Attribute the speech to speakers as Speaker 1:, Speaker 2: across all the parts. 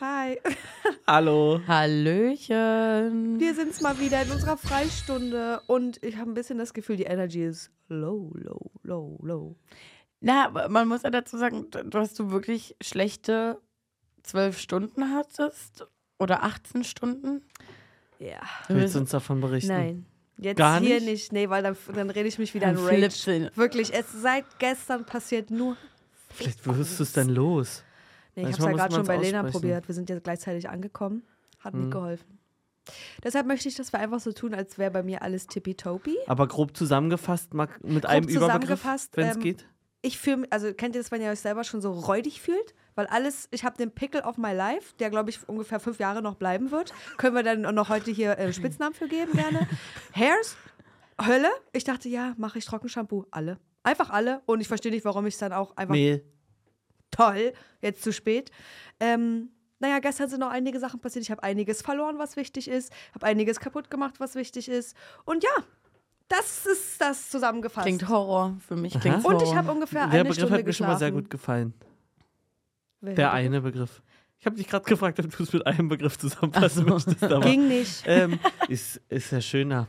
Speaker 1: Hi,
Speaker 2: Hallo.
Speaker 3: Hallöchen.
Speaker 1: wir sind's mal wieder in unserer Freistunde und ich habe ein bisschen das Gefühl, die Energy ist low, low, low, low.
Speaker 3: Na, aber man muss ja dazu sagen, d- dass du wirklich schlechte zwölf Stunden hattest oder 18 Stunden.
Speaker 1: Ja.
Speaker 2: Willst du uns davon berichten?
Speaker 1: Äh, Nein. Jetzt
Speaker 2: Gar
Speaker 1: hier
Speaker 2: nicht?
Speaker 1: nicht, nee, weil dann, dann rede ich mich wieder
Speaker 3: Dann
Speaker 1: in Rage.
Speaker 3: Philippsen.
Speaker 1: Wirklich, es seit gestern passiert nur.
Speaker 2: Vielleicht wirst du es dann los.
Speaker 1: Nee, ich habe es
Speaker 2: Manchmal
Speaker 1: ja
Speaker 2: muss
Speaker 1: gerade schon
Speaker 2: man's
Speaker 1: bei Lena
Speaker 2: aussprechen. Mhm.
Speaker 1: probiert. Wir sind jetzt gleichzeitig angekommen. Hat nicht geholfen. Deshalb möchte ich, dass wir einfach so tun, als wäre bei mir alles tippitoppi.
Speaker 2: Aber grob zusammengefasst, mal mit einem Überbegriff,
Speaker 1: zusammengefasst,
Speaker 2: wenn es
Speaker 1: ähm,
Speaker 2: geht.
Speaker 1: ich fühle, also kennt ihr das, wenn ihr euch selber schon so räudig fühlt? Weil alles, ich habe den Pickel auf my life, der glaube ich ungefähr fünf Jahre noch bleiben wird. Können wir dann auch noch heute hier äh, Spitznamen für geben gerne? Hairs, Hölle. Ich dachte, ja, mache ich Trockenshampoo. Alle. Einfach alle. Und ich verstehe nicht, warum ich es dann auch einfach
Speaker 2: Nee,
Speaker 1: toll, jetzt zu spät. Ähm, naja, gestern sind noch einige Sachen passiert. Ich habe einiges verloren, was wichtig ist. Habe einiges kaputt gemacht, was wichtig ist. Und ja, das ist das zusammengefasst.
Speaker 3: Klingt Horror. Für mich klingt Horror.
Speaker 1: und ich habe ungefähr
Speaker 2: der
Speaker 1: eine
Speaker 2: Begriff
Speaker 1: Stunde
Speaker 2: hat mir schon mal sehr
Speaker 1: geschlafen.
Speaker 2: gut gefallen.
Speaker 1: Welcher
Speaker 2: Der
Speaker 1: Begriff?
Speaker 2: eine Begriff. Ich habe dich gerade gefragt, ob du es mit einem Begriff zusammenfassen möchtest. Aber,
Speaker 1: Ging nicht.
Speaker 2: ähm, ist, ist ja schöner.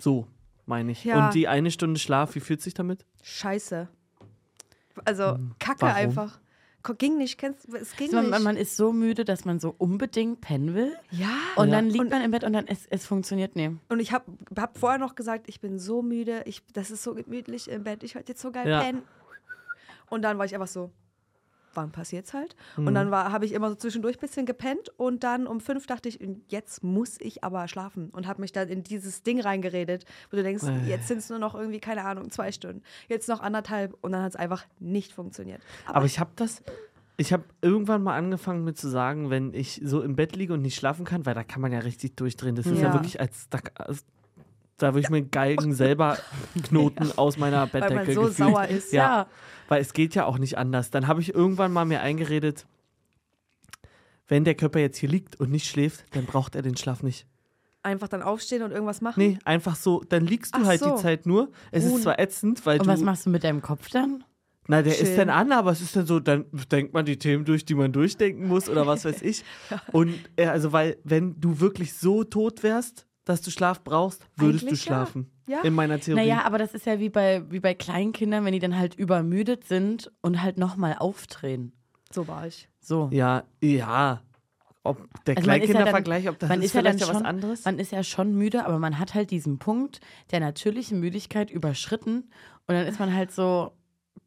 Speaker 2: So, meine ich.
Speaker 1: Ja.
Speaker 2: Und die eine Stunde Schlaf, wie fühlt sich damit?
Speaker 1: Scheiße. Also, Kacke
Speaker 2: Hm, warum? Also,
Speaker 1: einfach. Ko- Ging nicht, kennst es ging
Speaker 3: Also man,
Speaker 1: nicht.
Speaker 3: man- man ist so müde, dass man so unbedingt pennen will.
Speaker 1: ja,
Speaker 3: Und
Speaker 2: Ja.
Speaker 3: dann liegt
Speaker 1: Und-
Speaker 3: man im Bett und dann es, es funktioniert nicht.
Speaker 1: und ich habe hab vorher noch gesagt, ich bin so müde, ich, das ist so gemütlich im Bett, ich heute jetzt so geil
Speaker 2: Ja.
Speaker 1: pennen. Und dann war ich einfach so, wann passiert's halt?
Speaker 2: Hm.
Speaker 1: Und dann habe ich immer so zwischendurch ein bisschen gepennt und dann um fünf dachte ich, jetzt muss ich aber schlafen und habe mich dann in dieses Ding reingeredet, wo du denkst,
Speaker 2: Äh.
Speaker 1: jetzt sind es nur noch irgendwie, keine Ahnung, zwei Stunden, jetzt noch anderthalb und dann hat es einfach nicht funktioniert.
Speaker 2: Aber, ich habe das. Ich habe irgendwann mal angefangen, mir zu sagen, wenn ich so im Bett liege und nicht schlafen kann, weil da kann man ja richtig durchdrehen. Das ist ja,
Speaker 1: Ja.
Speaker 2: wirklich als. Da, als da würde ich mir einen Galgen selber knoten aus meiner
Speaker 1: man
Speaker 2: Bettdecke
Speaker 1: so
Speaker 2: gefühlt.
Speaker 1: sauer ist.
Speaker 2: Ja, weil es geht ja auch nicht anders. Dann habe ich irgendwann mal mir eingeredet, wenn der Körper jetzt hier liegt und nicht schläft, dann braucht er den Schlaf nicht.
Speaker 1: Einfach dann aufstehen und irgendwas machen?
Speaker 2: Nee, einfach so, dann liegst du
Speaker 1: Ach
Speaker 2: halt
Speaker 1: so.
Speaker 2: die Zeit nur. Es
Speaker 1: Ruhen.
Speaker 2: ist zwar ätzend, weil
Speaker 3: Und
Speaker 2: du
Speaker 3: was machst du mit deinem Kopf dann?
Speaker 2: na, der ist
Speaker 1: Chillen.
Speaker 2: dann an, aber es ist dann so, dann denkt man die Themen durch, die man durchdenken muss oder was weiß ich. Und äh, also, weil, wenn du wirklich so tot wärst, dass du Schlaf brauchst, würdest
Speaker 1: Eigentlich
Speaker 2: du
Speaker 1: ja.
Speaker 2: schlafen.
Speaker 1: Ja.
Speaker 2: In meiner Theorie.
Speaker 3: Naja, aber das ist ja wie bei, wie bei Kleinkindern, wenn die dann halt übermüdet sind und halt nochmal aufdrehen.
Speaker 1: So war ich.
Speaker 3: So.
Speaker 2: Ja, ja. Ob der
Speaker 3: Also man ist ja dann-
Speaker 2: Kleinkindervergleich, ob das
Speaker 3: man
Speaker 2: ist
Speaker 3: ist ja dann
Speaker 2: vielleicht ja was
Speaker 3: schon-
Speaker 2: anderes.
Speaker 3: Man ist ja schon müde, aber man hat halt diesen Punkt der natürlichen Müdigkeit überschritten und dann ist man halt so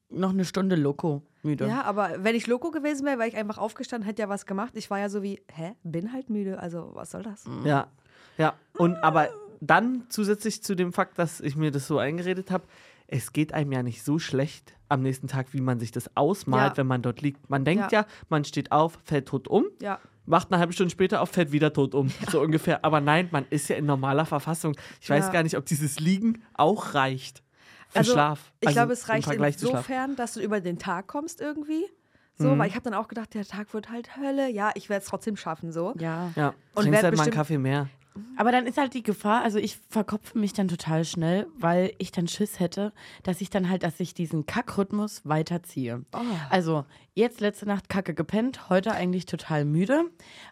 Speaker 3: noch eine Stunde loco müde.
Speaker 1: Ja, aber wenn ich Loco gewesen wäre, wäre ich einfach aufgestanden, hätte ja was gemacht. Ich war ja so wie, hä, bin halt müde, also was soll das?
Speaker 2: Ja, ja. Und aber dann zusätzlich zu dem Fakt, dass ich mir das so eingeredet habe, es geht einem ja nicht so schlecht am nächsten Tag, wie man sich das ausmalt,
Speaker 1: Ja.
Speaker 2: wenn man dort liegt. Man denkt
Speaker 1: Ja.
Speaker 2: ja. man steht auf, fällt tot um,
Speaker 1: Ja.
Speaker 2: wacht eine halbe Stunde später auf, fällt wieder tot um, so ungefähr. Aber nein, man ist ja in normaler Verfassung. Ich weiß
Speaker 1: Ja.
Speaker 2: gar nicht, ob dieses Liegen auch reicht für
Speaker 1: Also,
Speaker 2: Schlaf.
Speaker 1: Ich
Speaker 2: Also
Speaker 1: glaube, es
Speaker 2: im
Speaker 1: reicht
Speaker 2: Vergleich zu Schlaf.
Speaker 1: insofern, dass du über den Tag kommst irgendwie. So, weil ich habe dann auch gedacht, der Tag wird halt Hölle. Ja, ich werde es trotzdem schaffen, so.
Speaker 3: Ja.
Speaker 2: Ja,
Speaker 1: Und werd
Speaker 2: trinkst halt mal einen
Speaker 1: bestimmt-
Speaker 2: Kaffee mehr.
Speaker 3: Aber dann ist halt die Gefahr, also ich verkopfe mich dann total schnell, weil ich dann Schiss hätte, dass ich dann halt, dass ich diesen Kackrhythmus weiterziehe.
Speaker 1: Oh.
Speaker 3: Also jetzt letzte Nacht Kacke gepennt, heute eigentlich total müde,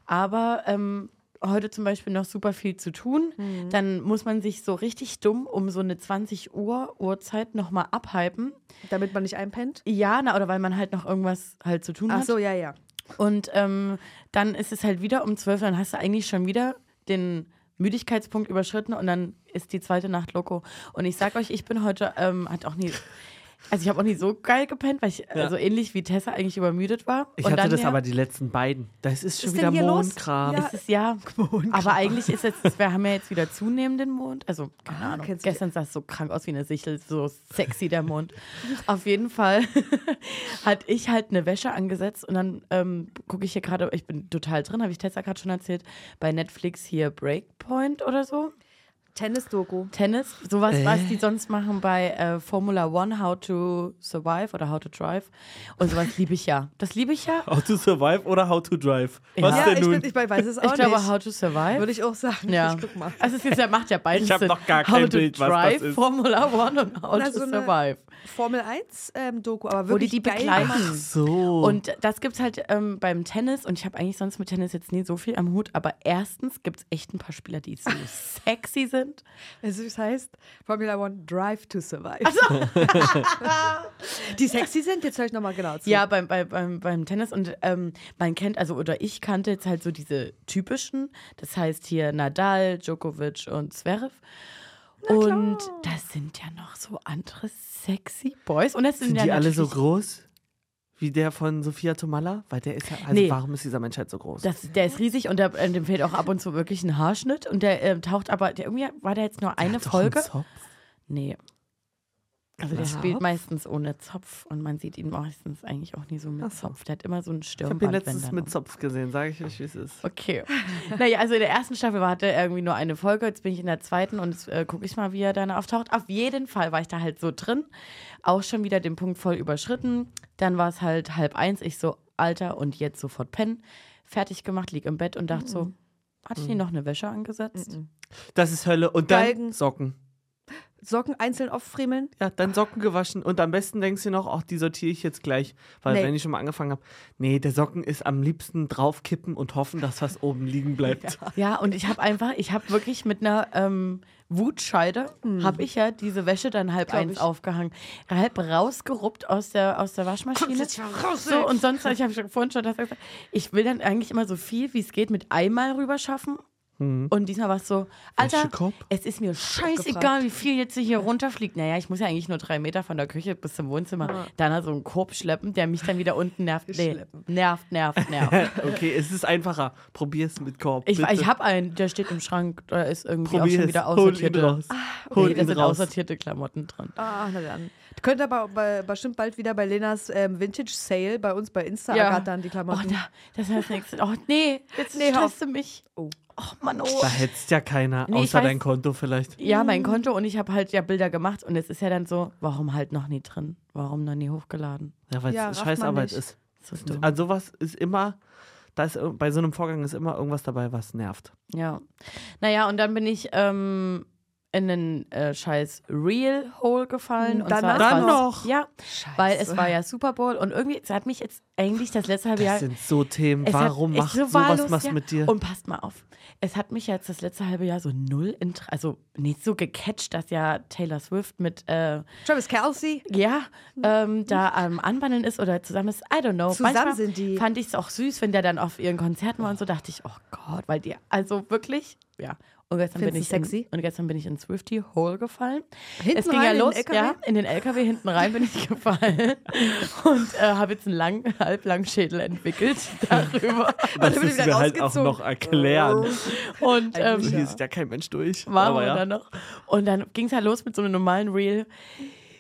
Speaker 3: aber ähm, heute zum Beispiel noch super viel zu tun.
Speaker 1: Mhm.
Speaker 3: Dann muss man sich so richtig dumm um so eine 20 Uhr Uhrzeit nochmal abhypen.
Speaker 1: Damit man nicht einpennt.
Speaker 3: Ja, na, oder weil man halt noch irgendwas halt zu tun
Speaker 1: Ach
Speaker 3: hat.
Speaker 1: so, ja, ja.
Speaker 3: Und ähm, dann ist es halt wieder um 12, dann hast du eigentlich schon wieder den Müdigkeitspunkt überschritten und dann ist die zweite Nacht Loco. Und ich sag euch, ich bin heute, ähm, hat auch nie, also ich habe auch nie so geil gepennt, weil ich also ähnlich wie Tessa eigentlich übermüdet war.
Speaker 2: Ich
Speaker 3: und
Speaker 2: hatte
Speaker 3: dann
Speaker 2: das
Speaker 3: ja,
Speaker 2: aber die letzten beiden. Das ist schon
Speaker 1: ist
Speaker 2: wieder
Speaker 1: denn hier los?
Speaker 2: Mondkram.
Speaker 1: Ja. Genau.
Speaker 3: Es ist ja, aber eigentlich ist jetzt, wir haben ja jetzt wieder zunehmenden Mond. Also, keine
Speaker 1: Ah,
Speaker 3: Ahnung.
Speaker 1: kennst du die-
Speaker 3: Gestern sah es so krank aus wie eine Sichel, so sexy der Mond. Auf jeden Fall hatte ich halt eine Wäsche angesetzt und dann ähm, gucke ich hier gerade, ich bin total drin, habe ich Tessa gerade schon erzählt, bei Netflix hier Breakpoint oder so.
Speaker 1: Tennis-Doku.
Speaker 3: Tennis, sowas,
Speaker 2: Äh?
Speaker 3: was die sonst machen bei äh, Formula One, How to Survive oder How to Drive. Und sowas liebe ich ja. Das liebe ich ja.
Speaker 2: How to survive oder how to drive?
Speaker 3: Ja.
Speaker 2: Was
Speaker 1: Ja,
Speaker 2: denn
Speaker 1: ich,
Speaker 2: nun?
Speaker 1: bin, ich weiß es auch
Speaker 3: Ich glaube,
Speaker 1: nicht.
Speaker 3: How to Survive.
Speaker 1: Würde ich auch sagen.
Speaker 3: ja.
Speaker 1: Ich guck mal.
Speaker 3: Also es ist, er macht ja beides.
Speaker 2: Ich hab
Speaker 3: Sinn.
Speaker 2: noch gar
Speaker 3: How
Speaker 2: kein
Speaker 3: to
Speaker 2: Bild, was das
Speaker 3: Drive,
Speaker 2: ist.
Speaker 3: Formula One und How
Speaker 1: Na,
Speaker 3: to
Speaker 1: so eine-
Speaker 3: Survive.
Speaker 1: Formel 1-Doku, aber
Speaker 3: Wo die
Speaker 1: wirklich
Speaker 3: die
Speaker 1: geil
Speaker 3: begleiten.
Speaker 1: gemacht.
Speaker 2: so.
Speaker 3: Und das gibt's halt ähm, beim Tennis und ich habe eigentlich sonst mit Tennis jetzt nie so viel am Hut, aber erstens gibt's echt ein paar Spieler, die so sexy sind.
Speaker 1: Also es heißt Formula One Drive to Survive. die sexy sind, jetzt höre ich nochmal genau zu.
Speaker 3: Ja, beim, beim, beim, beim Tennis. Und ähm, man kennt, also oder ich kannte jetzt halt so diese typischen. Das heißt hier Nadal, Djokovic und Zverev. Und das sind ja noch so andere sexy Boys. Und das sind,
Speaker 2: sind
Speaker 3: ja
Speaker 2: die alle so
Speaker 3: natürlich-
Speaker 2: groß? Wie der von Sophia Tomalla? Weil der ist ja, also
Speaker 3: Nee.
Speaker 2: warum ist dieser Mensch halt so groß?
Speaker 3: Das, der ist riesig und der, äh, dem fehlt auch ab und zu wirklich ein Haarschnitt. Und der ähm, taucht aber, der, irgendwie war der jetzt nur eine
Speaker 2: Doch, ein
Speaker 3: Folge.
Speaker 2: Zopf.
Speaker 3: Nee. Also der spielt meistens ohne Zopf und man sieht ihn meistens eigentlich auch nie so mit Zopf. Der hat immer so einen
Speaker 2: Ich habe ihn
Speaker 3: Stirnband. wenn
Speaker 2: letztens
Speaker 3: dann
Speaker 2: mit Zopf gesehen, sage ich euch, wie es ist.
Speaker 3: Okay. Naja, also in der ersten Staffel war- hatte er irgendwie nur eine Folge, jetzt bin ich in der zweiten und jetzt äh, gucke ich mal, wie er dann auftaucht. Auf jeden Fall war ich da halt so drin, auch schon wieder den Punkt voll überschritten. Dann war es halt halb eins, ich so, Alter, und jetzt sofort pennen. Fertig gemacht, lieg im Bett und dachte so, hatte ich nie noch eine Wäsche angesetzt?
Speaker 2: Das ist Hölle. Und dann
Speaker 1: Galgen.
Speaker 2: Socken.
Speaker 1: Socken einzeln auffriemeln.
Speaker 2: Ja, dann Socken gewaschen. Und am besten denkst du noch, ach, die sortiere ich jetzt gleich. Weil
Speaker 1: Nee.
Speaker 2: wenn ich schon mal angefangen habe, nee, der Socken ist am liebsten draufkippen und hoffen, dass was oben liegen bleibt.
Speaker 3: Ja, und ich habe einfach, ich habe wirklich mit einer ähm, Wutscheide, habe ich ja diese Wäsche dann halb
Speaker 1: Hm. Glaub
Speaker 3: eins
Speaker 1: ich.
Speaker 3: aufgehangen, halb rausgeruppt aus der, aus der Waschmaschine. so, und sonst, ich habe schon vorhin schon das gesagt, ich will dann eigentlich immer so viel, wie es geht, mit einmal rüber schaffen. Und diesmal war es so, Alter,
Speaker 2: Wäschekorb?
Speaker 3: es ist mir scheißegal, wie viel jetzt hier runterfliegt. Naja, ich muss ja eigentlich nur drei Meter von der Küche bis zum Wohnzimmer dann also einen Korb schleppen, der mich dann wieder unten nervt. Nee, nervt, nervt, nervt.
Speaker 2: Okay, es ist einfacher. Probier's mit Korb.
Speaker 3: Ich,
Speaker 2: bitte.
Speaker 3: ich habe einen, der steht im Schrank, da ist irgendwie auch
Speaker 2: Probier's.
Speaker 3: schon wieder
Speaker 2: Hol ihn
Speaker 3: aussortierte.
Speaker 2: raus. Hol
Speaker 3: nee, da
Speaker 2: ihn
Speaker 3: sind
Speaker 2: raus.
Speaker 3: aussortierte Klamotten drin.
Speaker 1: Ah, na dann. Könnt aber bei, bestimmt bald wieder bei Lenas ähm, Vintage Sale bei uns bei Insta dann die
Speaker 3: Oh,
Speaker 1: Klamotten.
Speaker 3: na, das heißt nichts. Oh, nee, jetzt
Speaker 1: Nee,
Speaker 3: nee,
Speaker 1: hör auf.
Speaker 3: stresst du mich.
Speaker 1: Oh.
Speaker 3: Och, Mann, oh.
Speaker 2: Da hättest ja keiner,
Speaker 3: Nee, ich
Speaker 2: außer
Speaker 3: weiß-
Speaker 2: dein Konto vielleicht.
Speaker 3: Ja, mein Konto und ich habe halt ja Bilder gemacht und es ist ja dann so, warum halt noch nie drin? Warum noch nie hochgeladen?
Speaker 2: Ja, weil es
Speaker 1: Ja, rafft man
Speaker 2: Scheißarbeit
Speaker 1: nicht.
Speaker 2: ist.
Speaker 3: So dumm.
Speaker 2: An sowas ist immer, da ist, ir- bei so einem Vorgang ist immer irgendwas dabei, was nervt.
Speaker 3: Ja. Naja, und dann bin ich ähm, in einen äh, scheiß Real Hole gefallen. und
Speaker 1: Dann noch?
Speaker 3: zwar, es war-
Speaker 2: Dann noch?
Speaker 3: Ja,
Speaker 1: Scheiße.
Speaker 3: weil es war ja Super Bowl und irgendwie, es hat mich jetzt eigentlich das letzte halbe
Speaker 2: Das
Speaker 3: Jahr
Speaker 2: sind so Themen.
Speaker 3: Es hat
Speaker 2: Warum
Speaker 3: echt
Speaker 2: macht
Speaker 3: so
Speaker 2: sowas
Speaker 3: wahllos,
Speaker 2: was
Speaker 3: ja. Oh,
Speaker 2: mit dir?
Speaker 3: Und passt mal auf. Es hat mich jetzt das letzte halbe Jahr so null, inter also nicht so gecatcht, dass ja Taylor Swift mit, äh,
Speaker 1: Travis Kelsey.
Speaker 3: ja, ähm, da am Anbandeln ist oder zusammen ist. I don't know.
Speaker 1: Mhm. Zusammen
Speaker 3: Manchmal
Speaker 1: sind die.
Speaker 3: Fand ich es auch süß, wenn der dann auf ihren Konzerten war und so, dachte ich, oh Gott, weil die, also wirklich, ja. Und gestern, bin ich
Speaker 1: Findest du sexy?
Speaker 3: In, und gestern bin ich in Swifty Hole gefallen.
Speaker 1: Hinten
Speaker 3: es ging
Speaker 1: rein
Speaker 3: ja
Speaker 1: in den
Speaker 3: los,
Speaker 1: LKW?
Speaker 3: ja, in den LKW hinten rein bin ich gefallen und äh, habe jetzt einen lang, halblangen Schädel entwickelt darüber.
Speaker 2: das
Speaker 1: wird
Speaker 2: müssen
Speaker 1: wieder
Speaker 2: wir halt auch
Speaker 1: rausgezogen.
Speaker 2: noch erklären.
Speaker 3: Und
Speaker 1: Ein
Speaker 3: ähm,
Speaker 1: Gute.
Speaker 2: Hier ist ja kein Mensch durch.
Speaker 3: waren
Speaker 2: Aber
Speaker 3: wir
Speaker 2: ja.
Speaker 3: dann noch. Und dann ging es halt los mit so einem normalen Reel.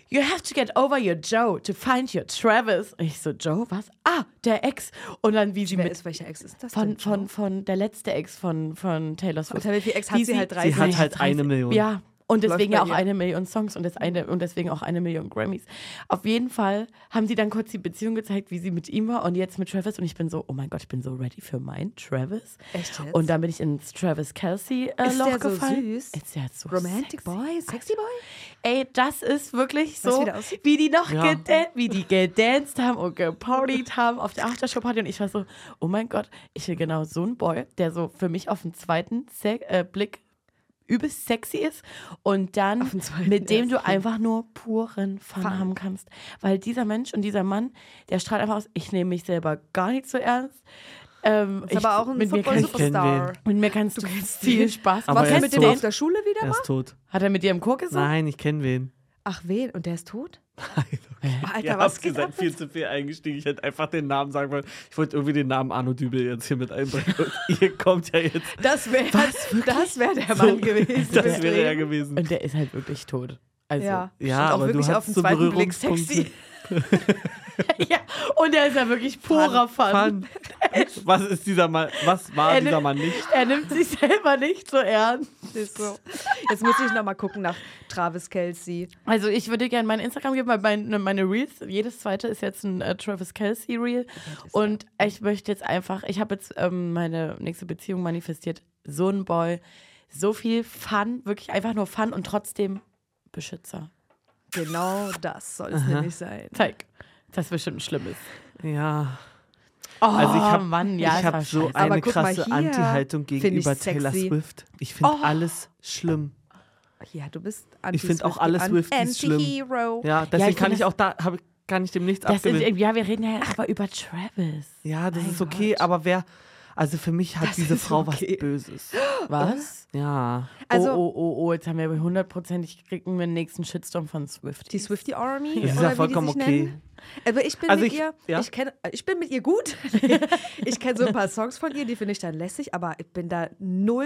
Speaker 3: You have to get over your Joe to find your Travis. Und ich so, Joe, was? Ah, der Ex. Und dann wie sie
Speaker 1: Wer
Speaker 3: mit
Speaker 1: ist welcher Ex ist das
Speaker 3: von,
Speaker 1: denn?
Speaker 3: von, von der letzte Ex von, von Taylor Swift.
Speaker 1: Unter wie viel Ex hat
Speaker 3: Wie
Speaker 1: sie halt
Speaker 2: Sie
Speaker 1: 30?
Speaker 2: hat halt eine Million.
Speaker 3: Ja. Und deswegen
Speaker 1: bei
Speaker 3: ja auch
Speaker 1: ihr.
Speaker 3: eine Million Songs und, das eine, und deswegen auch eine Million Grammys. Auf jeden Fall haben sie dann kurz die Beziehung gezeigt, wie sie mit ihm war und jetzt mit Travis. Und ich bin so, oh mein Gott, ich bin so ready für meinen Travis.
Speaker 1: Echt jetzt?
Speaker 3: Und dann bin ich ins Travis Kelsey äh,
Speaker 1: Ist
Speaker 3: Loch
Speaker 1: der so
Speaker 3: gefallen.
Speaker 1: süß?
Speaker 3: Ist der so
Speaker 1: Romantic
Speaker 3: sexy.
Speaker 1: Boy, Oh, Sexy Boy?
Speaker 3: Ey, das ist wirklich
Speaker 1: Weißt du, wie
Speaker 3: so,
Speaker 1: der aussieht?
Speaker 3: wie die noch
Speaker 2: Ja.
Speaker 3: gedan wie die gedanced haben und gepartied haben auf der Aftershow-Party. Und ich war so, oh mein Gott, ich will genau so einen Boy, der so für mich auf den zweiten Se äh, Blick übelst sexy ist und dann
Speaker 1: Auf den zweiten
Speaker 3: mit dem du
Speaker 1: ersten.
Speaker 3: einfach nur puren Fun,
Speaker 1: Fun.
Speaker 3: haben kannst. Weil dieser Mensch und dieser Mann, der strahlt einfach aus, ich nehme mich selber gar nicht so ernst. Ähm,
Speaker 1: Ist aber auch ein
Speaker 3: mit mir kannst,
Speaker 2: Football-
Speaker 1: Football-Superstar.
Speaker 3: mit mir kannst du viel
Speaker 1: den.
Speaker 3: Spaß
Speaker 2: Aber
Speaker 1: Warst du
Speaker 2: er
Speaker 1: mit
Speaker 2: ist
Speaker 3: Kennst du
Speaker 1: dem
Speaker 2: tot.
Speaker 1: auf der Schule wieder
Speaker 2: Er
Speaker 1: mal?
Speaker 2: ist tot.
Speaker 3: Hat er mit dir im Chor gesungen?
Speaker 2: Nein, ich kenne wen.
Speaker 1: Ach, wen? Und der ist tot?
Speaker 2: Nein, okay.
Speaker 1: Alter,
Speaker 2: Ihr
Speaker 1: was
Speaker 2: habt
Speaker 1: geht
Speaker 2: gesagt,
Speaker 1: ab?
Speaker 2: viel zu viel eingestiegen. Ich hätte einfach den Namen sagen wollen. Ich wollte irgendwie den Namen Arno Dübel jetzt hier mit einbringen. Und ihr kommt ja jetzt.
Speaker 1: Das wäre das wär der Mann gewesen.
Speaker 2: Das
Speaker 1: fürs
Speaker 2: wäre er
Speaker 1: Leben.
Speaker 2: gewesen.
Speaker 3: Und der ist halt wirklich tot. Also,
Speaker 1: Ja,
Speaker 2: Ja,
Speaker 1: Stimmt,
Speaker 2: aber
Speaker 1: auch wirklich
Speaker 2: du
Speaker 1: auf
Speaker 2: hast
Speaker 1: den
Speaker 2: so
Speaker 1: zweiten Blick
Speaker 2: Berührungspunkte.
Speaker 1: sexy.
Speaker 3: Ja, und er ist ja wirklich purer Fun.
Speaker 2: Fun. Was ist dieser Mann? Was war
Speaker 3: Er
Speaker 2: dieser
Speaker 3: nimmt-
Speaker 2: Mann nicht?
Speaker 3: Er nimmt sich selber nicht so ernst.
Speaker 1: Ist so. Jetzt muss ich nochmal gucken nach Travis Kelsey.
Speaker 3: Also ich würde gerne mein Instagram geben, weil mein, ne, meine Reels, jedes zweite ist jetzt ein äh, Travis Kelsey Reel. Und ich möchte jetzt einfach, ich habe jetzt ähm, meine nächste Beziehung manifestiert. So ein Boy, so viel Fun, wirklich einfach nur Fun und trotzdem Beschützer.
Speaker 1: Genau das soll es nämlich sein.
Speaker 3: Zeig, das ist bestimmt ein schlimmes.
Speaker 2: Ja.
Speaker 3: Oh
Speaker 2: Also ich habe
Speaker 3: Mann, ja,
Speaker 2: ich
Speaker 3: es war
Speaker 2: habe so
Speaker 3: scheiße.
Speaker 1: Aber
Speaker 2: eine
Speaker 1: guck mal
Speaker 2: krasse
Speaker 1: hier,
Speaker 2: Anti-Haltung
Speaker 1: find ich
Speaker 2: gegenüber Taylor
Speaker 1: sexy. Oh.
Speaker 2: Swift. Ich finde alles schlimm.
Speaker 1: Ja, du bist
Speaker 2: Ich finde auch alle Swifties schlimm.
Speaker 1: Anti-Hero.
Speaker 2: Ja, deswegen
Speaker 3: ich
Speaker 2: kann
Speaker 3: find
Speaker 2: ich
Speaker 3: das-
Speaker 2: auch da hab, kann ich dem nichts
Speaker 3: das ist,
Speaker 2: abgewinnen.
Speaker 3: irgendwie- ja, wir reden ja aber über Travis.
Speaker 2: Ja, das
Speaker 3: Mein
Speaker 2: ist okay,
Speaker 3: Gott.
Speaker 2: aber wer also für mich hat
Speaker 1: Das
Speaker 2: diese
Speaker 1: ist
Speaker 2: Frau
Speaker 1: okay.
Speaker 2: was Böses.
Speaker 3: Was?
Speaker 2: Ja.
Speaker 1: Also
Speaker 3: oh, oh, oh, oh, jetzt haben wir aber hundertprozentig kriegen wir den nächsten Shitstorm von Swift.
Speaker 1: die Swiftie Army.
Speaker 2: Das ist
Speaker 1: oder
Speaker 2: ja vollkommen
Speaker 1: wie die sich
Speaker 2: okay.
Speaker 1: Nennen. Also ich bin
Speaker 2: Also
Speaker 1: mit
Speaker 2: ich-
Speaker 1: ihr,
Speaker 2: ja?
Speaker 1: ich, kenn, ich bin mit ihr gut. ich kenne so ein paar Songs von ihr, die finde ich dann lässig, aber ich bin da null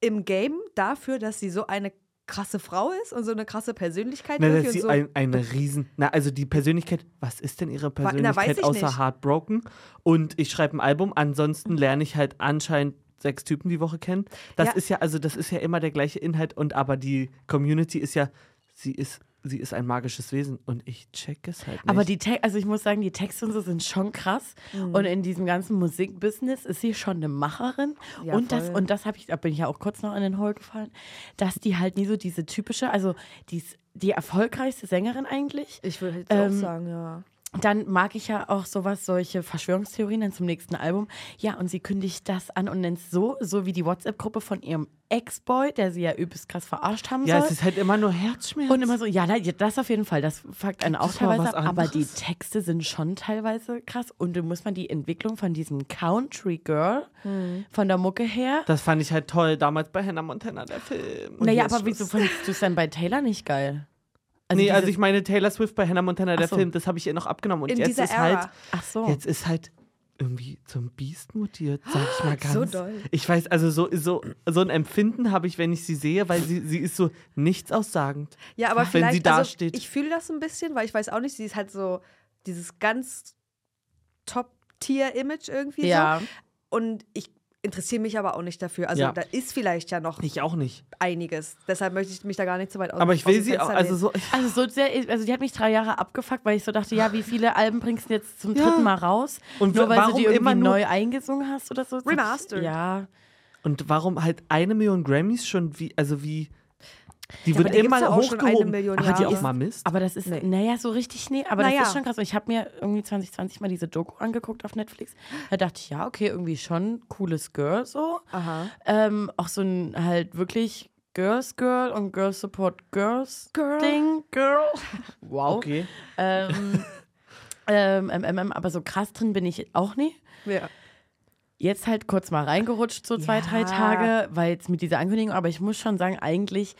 Speaker 1: im Game dafür, dass sie so eine krasse Frau ist und so eine krasse Persönlichkeit
Speaker 2: Na,
Speaker 1: irgendwie und
Speaker 2: dass sie
Speaker 1: so.
Speaker 2: ein, eine riesen. Na, also die Persönlichkeit, was ist denn ihre
Speaker 1: weiß
Speaker 2: Persönlichkeit
Speaker 1: ich
Speaker 2: außer
Speaker 1: nicht.
Speaker 2: Heartbroken? Und ich schreibe ein Album, ansonsten lerne ich halt anscheinend sechs Typen die Woche kennen. Das
Speaker 1: Ja.
Speaker 2: ist ja, also das ist ja immer der gleiche Inhalt und aber die Community ist ja, sie ist, sie ist ein magisches Wesen und ich check es halt nicht.
Speaker 3: Aber die Te also ich muss sagen, die Texte und so sind schon krass.
Speaker 1: Mhm.
Speaker 3: Und in diesem ganzen Musikbusiness ist sie schon eine Macherin.
Speaker 1: Ja,
Speaker 3: und das,
Speaker 1: voll.
Speaker 3: und das habe ich, da bin ich ja auch kurz noch in den Hall gefallen, dass die halt nie so diese typische, also die, ist die erfolgreichste Sängerin eigentlich.
Speaker 1: ich würde jetzt
Speaker 3: Ähm,
Speaker 1: auch sagen, ja.
Speaker 3: Dann mag ich ja auch sowas, solche Verschwörungstheorien dann zum nächsten Album. Ja, und sie kündigt das an und nennt es so, so wie die WhatsApp-Gruppe von ihrem Ex-Boy, der sie ja übelst krass verarscht haben
Speaker 2: ja,
Speaker 3: soll.
Speaker 2: es ist halt immer nur Herzschmerz.
Speaker 3: Und immer so, ja, na, ja, das auf jeden Fall, das fuckt einen auch
Speaker 2: es mal
Speaker 3: teilweise
Speaker 2: was
Speaker 3: ab, aber die
Speaker 2: anderes?
Speaker 3: Texte sind schon teilweise krass und du musst mal die Entwicklung von diesem Country Girl
Speaker 2: Hm.
Speaker 3: von der Mucke her.
Speaker 2: das fand ich halt toll, damals bei Hannah Montana, der Film. Und
Speaker 3: naja,
Speaker 2: hier ist
Speaker 3: aber wieso
Speaker 2: Schluss.
Speaker 3: fandest du es dann bei Taylor nicht geil? Also
Speaker 2: nee, also
Speaker 3: dieses-
Speaker 2: ich meine Taylor Swift bei Hannah Montana, der
Speaker 3: Ach so.
Speaker 2: Film, das habe ich ihr noch abgenommen. Und
Speaker 1: In
Speaker 2: jetzt
Speaker 1: dieser
Speaker 2: ist
Speaker 1: Ära. Oh.
Speaker 2: halt,
Speaker 3: Ach so.
Speaker 2: jetzt ist halt irgendwie zum Biest mutiert, sag ich mal ganz.
Speaker 1: So doll.
Speaker 2: Ich weiß, also so, so, so ein Empfinden habe ich, wenn ich sie sehe, weil sie, sie ist so nichts aussagend.
Speaker 1: Ja, aber
Speaker 2: wenn
Speaker 1: vielleicht,
Speaker 2: sie
Speaker 1: also,
Speaker 2: dasteht.
Speaker 1: ich fühle das ein bisschen, weil ich weiß auch nicht, sie ist halt so dieses ganz Top-Tier-Image irgendwie so.
Speaker 3: ja.
Speaker 1: Und ich interessiere mich aber auch nicht dafür. Also
Speaker 2: Ja.
Speaker 1: da ist vielleicht ja noch
Speaker 2: Ich auch nicht.
Speaker 1: einiges. Deshalb möchte ich mich da gar nicht so weit aus
Speaker 2: Aber ich
Speaker 1: aus
Speaker 2: will
Speaker 1: dem
Speaker 2: sie
Speaker 1: Fenster
Speaker 2: auch, also
Speaker 1: lehnen.
Speaker 2: so,
Speaker 3: Also so sehr, also die hat mich drei Jahre abgefuckt, weil ich so dachte, ja, wie viele Alben bringst du jetzt zum
Speaker 2: Ja.
Speaker 3: dritten Mal raus?
Speaker 2: Und
Speaker 3: nur
Speaker 2: wa-
Speaker 3: weil du
Speaker 2: warum
Speaker 3: die irgendwie
Speaker 2: immer nur-
Speaker 3: neu eingesungen hast oder so.
Speaker 1: Remastered.
Speaker 3: Ja.
Speaker 2: und warum halt eine Million Grammys schon wie, also wie, die
Speaker 1: Ja,
Speaker 2: wird
Speaker 1: aber die
Speaker 2: immer
Speaker 1: gibt's ja auch schon
Speaker 2: hochgehoben.
Speaker 1: eine Million
Speaker 2: aber die
Speaker 1: Jahre.
Speaker 2: auch mal Mist.
Speaker 3: Aber das ist,
Speaker 1: Nee.
Speaker 3: naja, so richtig, nee, aber
Speaker 1: Naja.
Speaker 3: das ist schon krass. Und ich habe mir irgendwie 2020 mal diese Doku angeguckt auf Netflix. Da dachte ich, ja, okay, irgendwie schon cooles Girl so.
Speaker 1: Aha.
Speaker 3: Ähm, auch so ein halt wirklich Girls Girl und Girls Support Girls
Speaker 1: Girl.
Speaker 3: Ding Girl. Wow.
Speaker 2: okay.
Speaker 3: Ähm, ähm, ähm, ähm, ähm, aber so krass drin bin ich auch nie.
Speaker 1: Ja.
Speaker 3: Jetzt halt kurz mal reingerutscht, so zwei,
Speaker 1: Ja.
Speaker 3: drei Tage, weil jetzt mit dieser Ankündigung, aber ich muss schon sagen, eigentlich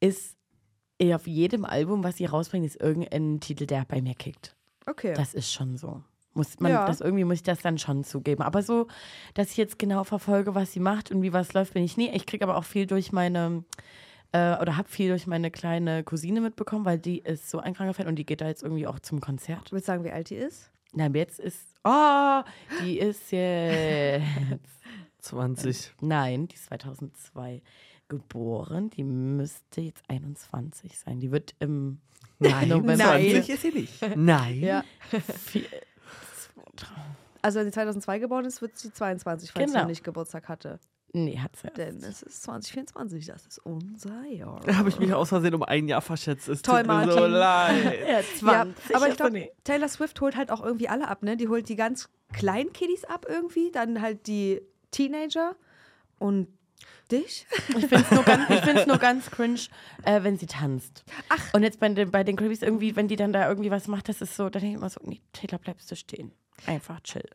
Speaker 3: ist eh auf jedem Album, was sie rausbringen, ist irgendein Titel, der bei mir kickt.
Speaker 1: Okay.
Speaker 3: Das ist schon so. Muss man
Speaker 1: Ja.
Speaker 3: das irgendwie muss ich das dann schon zugeben. Aber so, dass ich jetzt genau verfolge, was sie macht und wie was läuft, bin ich nie. Ich kriege aber auch viel durch meine äh, oder habe viel durch meine kleine Cousine mitbekommen, weil die ist so ein kranker Fan und die geht da jetzt irgendwie auch zum Konzert.
Speaker 1: ich würde sagen, wie alt die ist.
Speaker 3: Na, aber jetzt ist oh, die ist jetzt
Speaker 2: 20.
Speaker 3: nein, die ist 2002 geboren. Die müsste jetzt 21 sein. Die wird im
Speaker 2: Nein,
Speaker 3: November-
Speaker 2: 20 ist sie nicht. Nein.
Speaker 3: vier,
Speaker 1: Also wenn sie 2002 geboren ist, wird sie 22, falls
Speaker 3: Genau.
Speaker 1: sie nicht Geburtstag hatte.
Speaker 3: nee, hat sie.
Speaker 1: Denn es ist 2024, das ist unser Jahr.
Speaker 2: Da habe ich mich aus Versehen um ein Jahr verschätzt. Es
Speaker 1: Toll,
Speaker 2: tut mir so
Speaker 1: Martin.
Speaker 2: leid.
Speaker 3: Ja,
Speaker 1: Ja,
Speaker 3: 20
Speaker 1: aber ich
Speaker 3: also
Speaker 1: glaube, Taylor Swift holt halt auch irgendwie alle ab, ne? Die holt die ganz kleinen Kiddies ab irgendwie, dann halt die Teenager und dich.
Speaker 3: Ich finde es nur, ganz- ich find's nur ganz cringe, äh, wenn sie tanzt. Ach. Und jetzt bei den, bei den Grammys irgendwie, wenn die dann da irgendwie was macht, das ist so, dann denke ich immer so, nee, Taylor, bleibst du stehen. Einfach chill.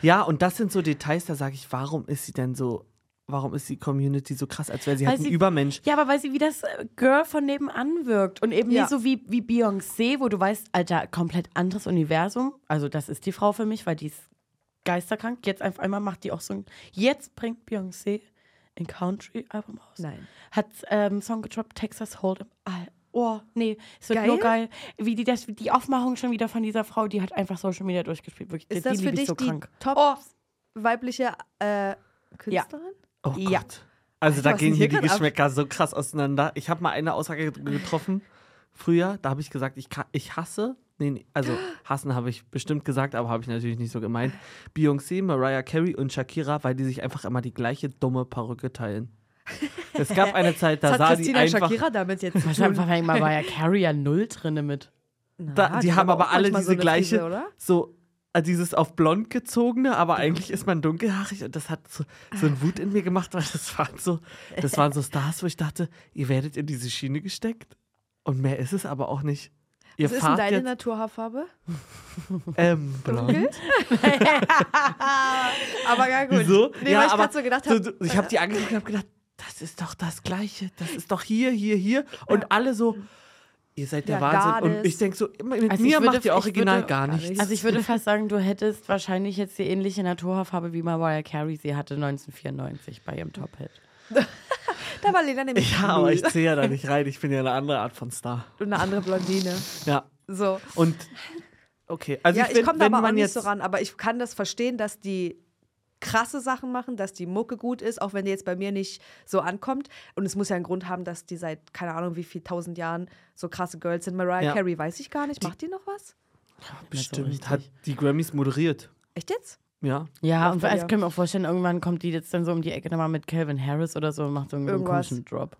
Speaker 2: Ja, und das sind so Details, da sage ich, warum ist sie denn so, warum ist die Community so krass, als wäre sie
Speaker 3: Weil
Speaker 2: halt ein
Speaker 3: sie-
Speaker 2: Übermensch.
Speaker 3: Ja, aber weil sie wie das äh, Girl von nebenan wirkt und eben
Speaker 1: Ja.
Speaker 3: nicht so wie, wie Beyoncé, wo du weißt, Alter, komplett anderes Universum. Also das ist die Frau für mich, weil die ist geisterkrank. Jetzt einfach einmal macht die auch so ein, jetzt bringt Beyoncé ein Country-Album raus.
Speaker 1: Nein.
Speaker 3: hat ähm, Song gedroppt, Texas Hold'em. Ah, Oh, nee, es wird
Speaker 1: Geil?
Speaker 3: nur geil. Wie die, das, die Aufmachung schon wieder von dieser Frau, die hat einfach Social Media durchgespielt. Wirklich,
Speaker 1: Ist
Speaker 3: die,
Speaker 1: das
Speaker 3: die
Speaker 1: für
Speaker 3: lieb
Speaker 1: dich
Speaker 3: ich so Oh,
Speaker 1: die
Speaker 3: krank.
Speaker 1: top
Speaker 3: Oh.
Speaker 1: weibliche äh, Künstlerin?
Speaker 2: Oh
Speaker 3: Ja.
Speaker 2: Gott. Also da
Speaker 1: was
Speaker 2: gehen
Speaker 1: ist hier
Speaker 2: hier die
Speaker 1: grad ab?
Speaker 2: Geschmäcker so krass auseinander. Ich habe mal eine Aussage getroffen früher, da habe ich gesagt, ich, ka- ich hasse, nee, nee, also hassen habe ich bestimmt gesagt, aber habe ich natürlich nicht so gemeint, Beyoncé, Mariah Carey und Shakira, weil die sich einfach immer die gleiche dumme Perücke teilen. Es gab eine Zeit, da
Speaker 1: Was hat
Speaker 2: sah die
Speaker 1: Christina
Speaker 2: einfach,
Speaker 1: Shakira damit jetzt zu
Speaker 3: Was war,
Speaker 1: tun?
Speaker 3: war, war, war ja Carrier null drinne mit.
Speaker 2: da,
Speaker 1: Ja,
Speaker 2: die haben aber
Speaker 1: auch
Speaker 2: alle
Speaker 1: manchmal
Speaker 2: diese
Speaker 1: so eine
Speaker 2: gleiche,
Speaker 1: Frise, oder?
Speaker 2: so äh, dieses auf blond gezogene, aber
Speaker 1: Genau.
Speaker 2: eigentlich ist man dunkelhaarig und das hat so, so einen Wut in mir gemacht, weil das waren so, das waren so Stars, wo ich dachte, ihr werdet in diese Schiene gesteckt und mehr ist es aber auch nicht. Ihr
Speaker 1: Was ist denn
Speaker 2: fahrt
Speaker 1: deine
Speaker 2: jetzt
Speaker 1: Naturhaarfarbe?
Speaker 2: ähm, blond.
Speaker 1: Dunkel? aber gar gut.
Speaker 2: Wieso?
Speaker 1: Nee,
Speaker 2: Ja,
Speaker 1: weil ich
Speaker 2: aber
Speaker 1: grad so gedacht äh,
Speaker 2: So,
Speaker 1: habe,
Speaker 2: du- ich habe die angeguckt und habe gedacht, das ist doch das Gleiche, das ist doch hier, hier, hier und alle so. Ihr seid der
Speaker 1: Ja, gar
Speaker 2: Wahnsinn. Und
Speaker 1: nicht.
Speaker 2: ich denke so, immer- mit
Speaker 3: Also ich
Speaker 2: mir
Speaker 3: würde-
Speaker 2: macht
Speaker 3: ich
Speaker 2: ihr original
Speaker 3: würde-
Speaker 2: gar
Speaker 1: gar
Speaker 2: nichts.
Speaker 1: nichts.
Speaker 3: Also ich würde fast sagen, du hättest wahrscheinlich jetzt die ähnliche Naturhaarfarbe wie Mariah Carey. Sie hatte 1994 bei ihrem Top-Hit.
Speaker 1: da war Lena nämlich
Speaker 2: ja, aber ich
Speaker 1: null.
Speaker 2: zähle ja da nicht rein. Ich bin ja eine andere Art von Star.
Speaker 1: und eine andere Blondine.
Speaker 2: Ja.
Speaker 1: So.
Speaker 2: Und okay, also
Speaker 1: ja,
Speaker 2: ich,
Speaker 1: ich,
Speaker 2: wenn-
Speaker 1: komme da
Speaker 2: wenn
Speaker 1: aber auch
Speaker 2: man
Speaker 1: nicht
Speaker 2: jetzt
Speaker 1: so ran, aber ich kann das verstehen, dass die krasse Sachen machen, dass die Mucke gut ist, auch wenn die jetzt bei mir nicht so ankommt. Und es muss ja einen Grund haben, dass die seit keine Ahnung wie viel tausend Jahren so krasse Girls sind. Mariah
Speaker 2: Ja.
Speaker 1: Carey weiß ich gar nicht. Macht die noch was?
Speaker 2: bestimmt hat die Grammys moderiert.
Speaker 1: Echt jetzt?
Speaker 2: Ja,
Speaker 3: Ja,
Speaker 1: Macht
Speaker 3: und also
Speaker 1: er
Speaker 3: ich
Speaker 1: ja.
Speaker 3: kann mir auch vorstellen, irgendwann kommt die jetzt dann so um die Ecke nochmal mit Calvin Harris oder so und macht so einen
Speaker 1: Irgendwas.
Speaker 3: komischen Drop.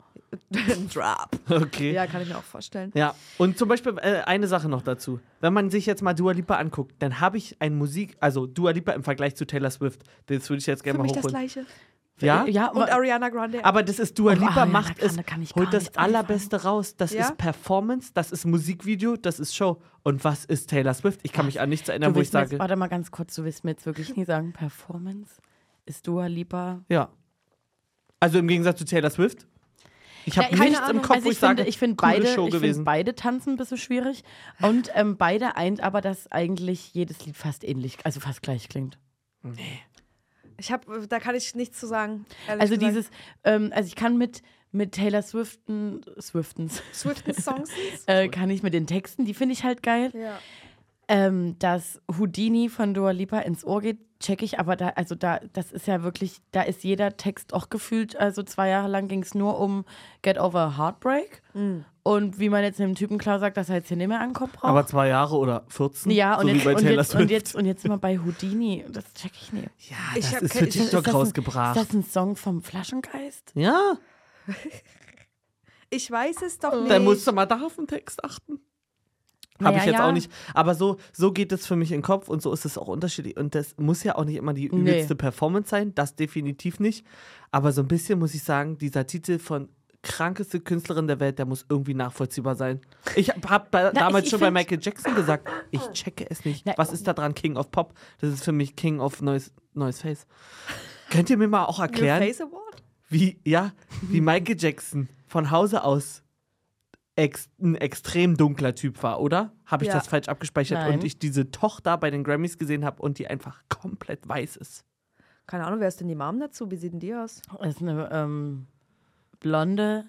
Speaker 1: Drop.
Speaker 2: okay. Ja.
Speaker 1: Ja, kann ich mir auch vorstellen.
Speaker 2: und zum Beispiel äh, eine Sache noch dazu. Wenn man sich jetzt mal Dua Lipa anguckt, dann habe ich ein Musik, also Dua Lipa im Vergleich zu Taylor Swift, das würde ich jetzt
Speaker 1: Für
Speaker 2: gerne mal
Speaker 1: mich das
Speaker 2: hochholen.
Speaker 1: gleiche.
Speaker 2: Ja?
Speaker 3: ja
Speaker 1: Und
Speaker 3: aber,
Speaker 1: Ariana Grande.
Speaker 2: Aber das ist Dua
Speaker 3: Oh,
Speaker 2: Lipa
Speaker 3: Ariana
Speaker 2: macht es,
Speaker 3: Grande kann ich
Speaker 2: holt
Speaker 3: gar
Speaker 2: das
Speaker 3: nicht anfangen.
Speaker 2: allerbeste raus. Das
Speaker 1: Ja?
Speaker 2: ist Performance, das ist Musikvideo, das ist Show. Und was ist Taylor Swift? Ich kann mich an nichts erinnern,
Speaker 3: du
Speaker 2: wo ich
Speaker 3: willst mir jetzt,
Speaker 2: sage,
Speaker 3: warte mal ganz kurz, du willst mir jetzt wirklich nie sagen, Performance ist Dua Lipa.
Speaker 2: ja. Also im Gegensatz zu Taylor Swift. Ich habe
Speaker 3: Ja, keine
Speaker 2: nichts im
Speaker 1: Ahnung.
Speaker 2: Kopf,
Speaker 3: also
Speaker 2: wo
Speaker 3: ich,
Speaker 2: ich
Speaker 3: finde,
Speaker 2: sage,
Speaker 3: ich finde
Speaker 2: coole
Speaker 3: beide,
Speaker 2: Show
Speaker 3: ich finde
Speaker 2: gewesen.
Speaker 3: beide tanzen ein bisschen schwierig und ähm, beide eint aber, dass eigentlich jedes Lied fast ähnlich, also fast gleich klingt.
Speaker 1: ich habe, da kann ich nichts zu sagen. ehrlich
Speaker 3: Also
Speaker 1: gesagt.
Speaker 3: dieses, ähm, also ich kann mit, mit Taylor Swiften, Swiftens,
Speaker 1: Swiften-Songs.
Speaker 3: äh, kann ich mit den Texten, die finde ich halt geil.
Speaker 1: ja.
Speaker 3: Ähm, dass Houdini von Dua Lipa ins Ohr geht, check ich, aber da, also da, das ist ja wirklich, da ist jeder Text auch gefühlt, also zwei Jahre lang ging es nur um Get Over Heartbreak
Speaker 1: Mhm.
Speaker 3: und wie man jetzt einem Typen klar sagt, dass er jetzt hier nicht mehr ankommt braucht.
Speaker 2: Aber zwei Jahre oder 14?
Speaker 3: ja, und,
Speaker 2: so
Speaker 3: jetzt,
Speaker 2: wie bei
Speaker 3: und,
Speaker 2: Taylor
Speaker 3: jetzt,
Speaker 2: Swift.
Speaker 3: und, jetzt, und jetzt mal bei Houdini, das check ich nicht.
Speaker 2: ja,
Speaker 1: Ich
Speaker 2: das
Speaker 1: hab
Speaker 2: ist
Speaker 1: ke-
Speaker 2: für
Speaker 1: ist das-
Speaker 2: TikTok
Speaker 3: ist das ein-
Speaker 2: rausgebracht.
Speaker 3: Ist das ein Song vom Flaschengeist?
Speaker 2: ja,
Speaker 1: Ich weiß es doch nicht.
Speaker 2: dann musst du mal da auf den Text achten. Habe
Speaker 3: Naja,
Speaker 2: ich jetzt
Speaker 3: ja.
Speaker 2: auch nicht. Aber so, so geht es für mich in den Kopf und so ist es auch unterschiedlich. Und das muss ja auch nicht immer die
Speaker 3: Nee.
Speaker 2: übelste Performance sein, das definitiv nicht. Aber so ein bisschen muss ich sagen, dieser Titel von krankeste Künstlerin der Welt, der muss irgendwie nachvollziehbar sein. Ich habe damals
Speaker 3: ich- ich
Speaker 2: schon bei
Speaker 3: find-
Speaker 2: Michael Jackson gesagt, ich checke es nicht.
Speaker 3: Na,
Speaker 2: Was ist da dran King of Pop? Das ist für mich King of Neues, neues Face. Könnt ihr mir mal auch
Speaker 1: New
Speaker 2: erklären,
Speaker 1: Face Award?
Speaker 2: wie, ja, wie Michael Jackson von Hause aus ex, ein extrem dunkler Typ war, oder? Habe ich
Speaker 1: Ja.
Speaker 2: das falsch abgespeichert
Speaker 3: Nein.
Speaker 2: und ich diese Tochter bei den Grammys gesehen habe und die einfach komplett weiß ist.
Speaker 1: Keine Ahnung, wer ist denn die Mom dazu? Wie sieht denn die aus?
Speaker 3: Das ist eine ähm, blonde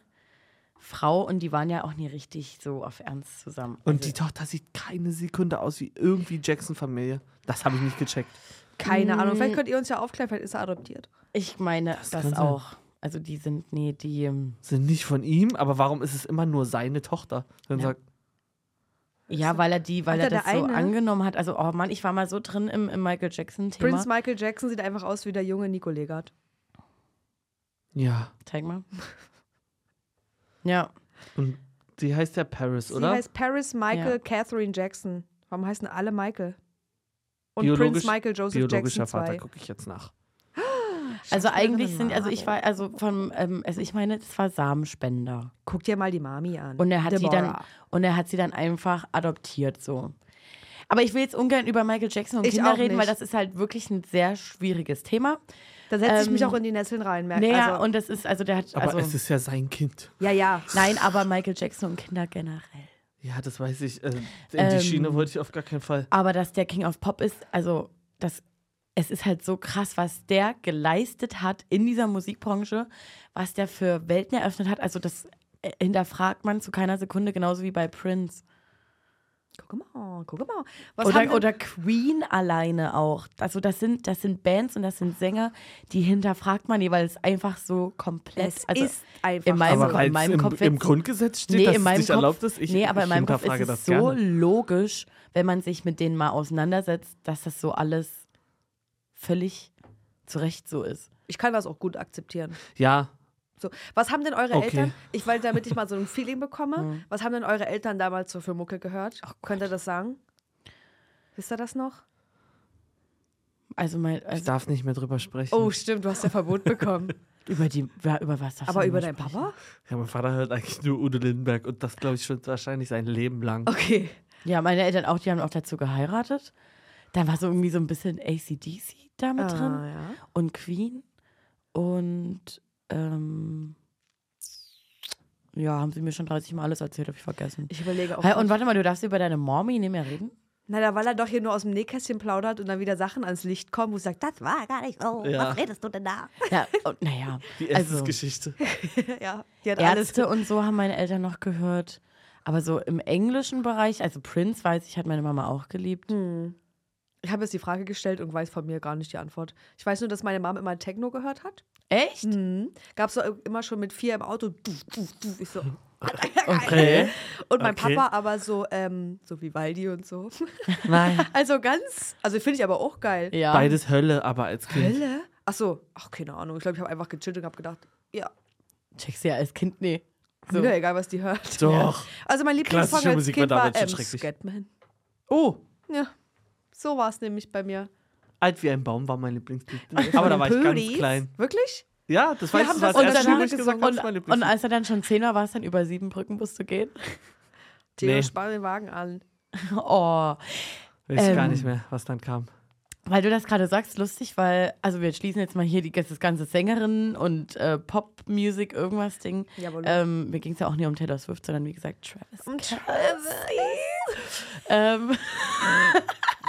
Speaker 3: Frau und die waren ja auch nie richtig so auf Ernst zusammen.
Speaker 2: Und
Speaker 3: Also-
Speaker 2: die Tochter sieht keine Sekunde aus wie irgendwie Jackson-Familie. Das habe ich nicht gecheckt. Mm.
Speaker 1: Keine Ahnung. Vielleicht könnt ihr uns ja aufklären, vielleicht ist er adoptiert.
Speaker 3: Ich meine das,
Speaker 2: kann sein.
Speaker 3: auch. Also die sind, nee, die, ähm,
Speaker 2: Sind Also nicht von ihm, aber warum ist es immer nur seine Tochter? Dann
Speaker 3: Ja.
Speaker 2: sagt,
Speaker 1: Also
Speaker 3: ja, weil er die, weil er
Speaker 1: Alter,
Speaker 3: das
Speaker 1: der
Speaker 3: so
Speaker 1: eine-
Speaker 3: angenommen hat. Also, oh Mann, ich war mal so drin im, im Michael Jackson-Thema.
Speaker 1: Prince Michael Jackson sieht einfach aus wie der junge Nico Legard.
Speaker 2: ja.
Speaker 3: Zeig mal. Ja,
Speaker 2: Und die heißt ja Paris,
Speaker 1: Sie
Speaker 2: oder?
Speaker 1: heißt Paris Michael
Speaker 3: Ja.
Speaker 1: Catherine Jackson. Warum heißen alle Michael? Und
Speaker 2: Biologisch-
Speaker 1: Prince Michael Joseph
Speaker 2: Biologischer
Speaker 1: Jackson
Speaker 2: Vater,
Speaker 1: 2.
Speaker 2: gucke ich jetzt nach.
Speaker 3: also
Speaker 1: Schauspielerin
Speaker 3: eigentlich sind, also ich
Speaker 1: Maro.
Speaker 3: war, also von, ähm, also ich meine, das war Samenspender.
Speaker 1: Guck dir mal die Mami an.
Speaker 3: Und er hat sie dann,
Speaker 1: Deborah.
Speaker 3: und er hat sie dann einfach adoptiert, so. Aber ich will jetzt ungern über Michael Jackson und
Speaker 1: Ich
Speaker 3: Kinder
Speaker 1: auch
Speaker 3: reden, weil
Speaker 1: nicht.
Speaker 3: das ist halt wirklich ein sehr schwieriges Thema.
Speaker 1: Da setze ich
Speaker 3: ähm,
Speaker 1: mich auch in die Nesseln rein. Merk,
Speaker 3: Naja,
Speaker 1: also,
Speaker 3: und das ist, also der hat,
Speaker 2: Aber
Speaker 3: also,
Speaker 2: es ist ja sein Kind.
Speaker 1: ja, ja.
Speaker 3: nein, aber Michael Jackson und Kinder generell.
Speaker 2: Ja, das weiß ich. Äh, in die
Speaker 3: Ähm,
Speaker 2: Schiene wollte ich auf gar keinen Fall.
Speaker 3: Aber dass der King of Pop ist, also das, es ist halt so krass, was der geleistet hat in dieser Musikbranche, was der für Welten eröffnet hat. Also das äh, hinterfragt man zu keiner Sekunde, genauso wie bei Prince.
Speaker 1: Guck mal, guck mal. Was haben
Speaker 3: Oder,
Speaker 1: denn-
Speaker 3: oder Queen alleine auch. Also das sind, das sind Bands und das sind Sänger, die hinterfragt man nie, weil es einfach so komplett
Speaker 1: es
Speaker 3: also
Speaker 1: ist einfach
Speaker 3: in meinem-
Speaker 1: so.
Speaker 3: Aber
Speaker 2: weil's
Speaker 3: in meinem
Speaker 2: im,
Speaker 3: Kopf
Speaker 2: im
Speaker 3: jetzt-
Speaker 2: Grundgesetz steht,
Speaker 3: Nee,
Speaker 2: dass
Speaker 3: in
Speaker 2: es
Speaker 3: meinem
Speaker 2: nicht
Speaker 3: Kopf,
Speaker 2: erlaubt ist. Ich,
Speaker 3: nee, aber
Speaker 2: ich
Speaker 3: in meinem Kopf
Speaker 2: hinterfrage
Speaker 3: ist
Speaker 2: das
Speaker 3: es so
Speaker 2: gerne.
Speaker 3: logisch, wenn man sich mit denen mal auseinandersetzt, dass das so alles völlig zu Recht so ist.
Speaker 1: Ich kann das auch gut akzeptieren.
Speaker 2: Ja,
Speaker 1: So, was haben denn eure
Speaker 2: Okay.
Speaker 1: Eltern? Ich weil damit ich mal so ein Feeling bekomme.
Speaker 3: Mhm.
Speaker 1: Was haben denn eure Eltern damals so für Mucke gehört?
Speaker 3: Oh
Speaker 1: Könnt ihr das sagen? Wisst ihr das noch?
Speaker 3: Also, mein,
Speaker 2: ich
Speaker 3: also
Speaker 2: darf nicht mehr drüber sprechen.
Speaker 1: Oh, stimmt, du hast ja Verbot bekommen.
Speaker 3: über die ja, über was darfst du
Speaker 1: Aber
Speaker 3: denn
Speaker 1: über
Speaker 3: mal
Speaker 1: deinen
Speaker 3: sprechen?
Speaker 1: Papa?
Speaker 2: Ja, mein Vater hört eigentlich nur Udo Lindenberg und das glaube ich schon wahrscheinlich sein Leben
Speaker 3: Oh,
Speaker 2: lang.
Speaker 1: Okay.
Speaker 3: Ja, meine Eltern auch, die haben auch dazu geheiratet. Dann war so irgendwie so ein bisschen ACDC da mit drin.
Speaker 1: Ah, ja.
Speaker 3: und Queen und ähm, ja, haben sie mir schon 30 Mal alles erzählt, habe ich vergessen.
Speaker 1: Ich überlege auch.
Speaker 3: Hä, und warte mal, du darfst über deine Mommy nicht mehr reden?
Speaker 1: Na, da, weil er doch hier nur aus dem Nähkästchen plaudert und dann wieder Sachen ans Licht kommen, wo ich sage, das war gar nicht so.
Speaker 2: Ja.
Speaker 1: Was redest du denn da?
Speaker 3: Ja, und, naja,
Speaker 2: Die
Speaker 3: also
Speaker 2: Essensgeschichte.
Speaker 1: ja, die hat alles.
Speaker 3: Ärzte und so haben meine Eltern noch gehört. Aber so im englischen Bereich, also Prince weiß ich, hat meine Mama auch geliebt.
Speaker 1: Hm. Ich habe jetzt die Frage gestellt und weiß von mir gar nicht die Antwort. Ich weiß nur, dass meine Mom immer Techno gehört hat.
Speaker 3: Echt?
Speaker 1: Mhm. Gab es immer schon mit vier im Auto. Du, du, du. Ich so.
Speaker 2: Okay.
Speaker 1: Und mein
Speaker 2: Okay.
Speaker 1: Papa aber so, ähm, so wie Waldi und so.
Speaker 2: Nein.
Speaker 1: Also ganz, also finde ich aber auch geil.
Speaker 3: Ja.
Speaker 2: Beides Hölle, aber als Kind.
Speaker 1: Hölle? Ach so, ach keine Ahnung. Ich glaube, ich habe einfach gechillt und habe gedacht, ja,
Speaker 3: Checkst du ja als Kind, nee. So.
Speaker 1: mir egal, was die hört.
Speaker 2: Doch.
Speaker 1: Also mein Lieblingssong
Speaker 2: Klassische
Speaker 1: als
Speaker 2: Musik
Speaker 1: Kind
Speaker 2: war
Speaker 1: war
Speaker 2: damals schon
Speaker 1: ähm,
Speaker 2: schrecklich.
Speaker 1: Scatman.
Speaker 2: Oh,
Speaker 1: Ja, so war es nämlich bei mir.
Speaker 2: alt wie ein Baum war mein Lieblingslied. aber da war ich ganz
Speaker 1: Pödis.
Speaker 2: klein.
Speaker 1: Wirklich?
Speaker 2: Ja, das war
Speaker 1: Wir
Speaker 2: ich, das
Speaker 1: haben
Speaker 2: war
Speaker 1: das
Speaker 2: das
Speaker 1: und
Speaker 2: erste
Speaker 1: danach
Speaker 2: Mal, wo ich gesagt habe, das ist mein
Speaker 3: und, und
Speaker 2: Lieblingslied.
Speaker 3: als er dann schon 10 war, war es dann über sieben Brücken musst du gehen?
Speaker 1: Theo,
Speaker 2: Nee.
Speaker 1: spar den Wagen an.
Speaker 3: Oh.
Speaker 2: Weiß ich gar
Speaker 3: ähm,
Speaker 2: nicht mehr, was dann kam.
Speaker 3: Weil du das gerade sagst, lustig, weil, also wir schließen jetzt mal hier die, das ganze Sängerinnen und äh, Pop-Music, irgendwas Ding.
Speaker 1: Jawohl.
Speaker 3: Ähm, mir ging es ja auch nicht um Taylor Swift, sondern wie gesagt, Travis.
Speaker 1: Und Travis.
Speaker 3: Ähm,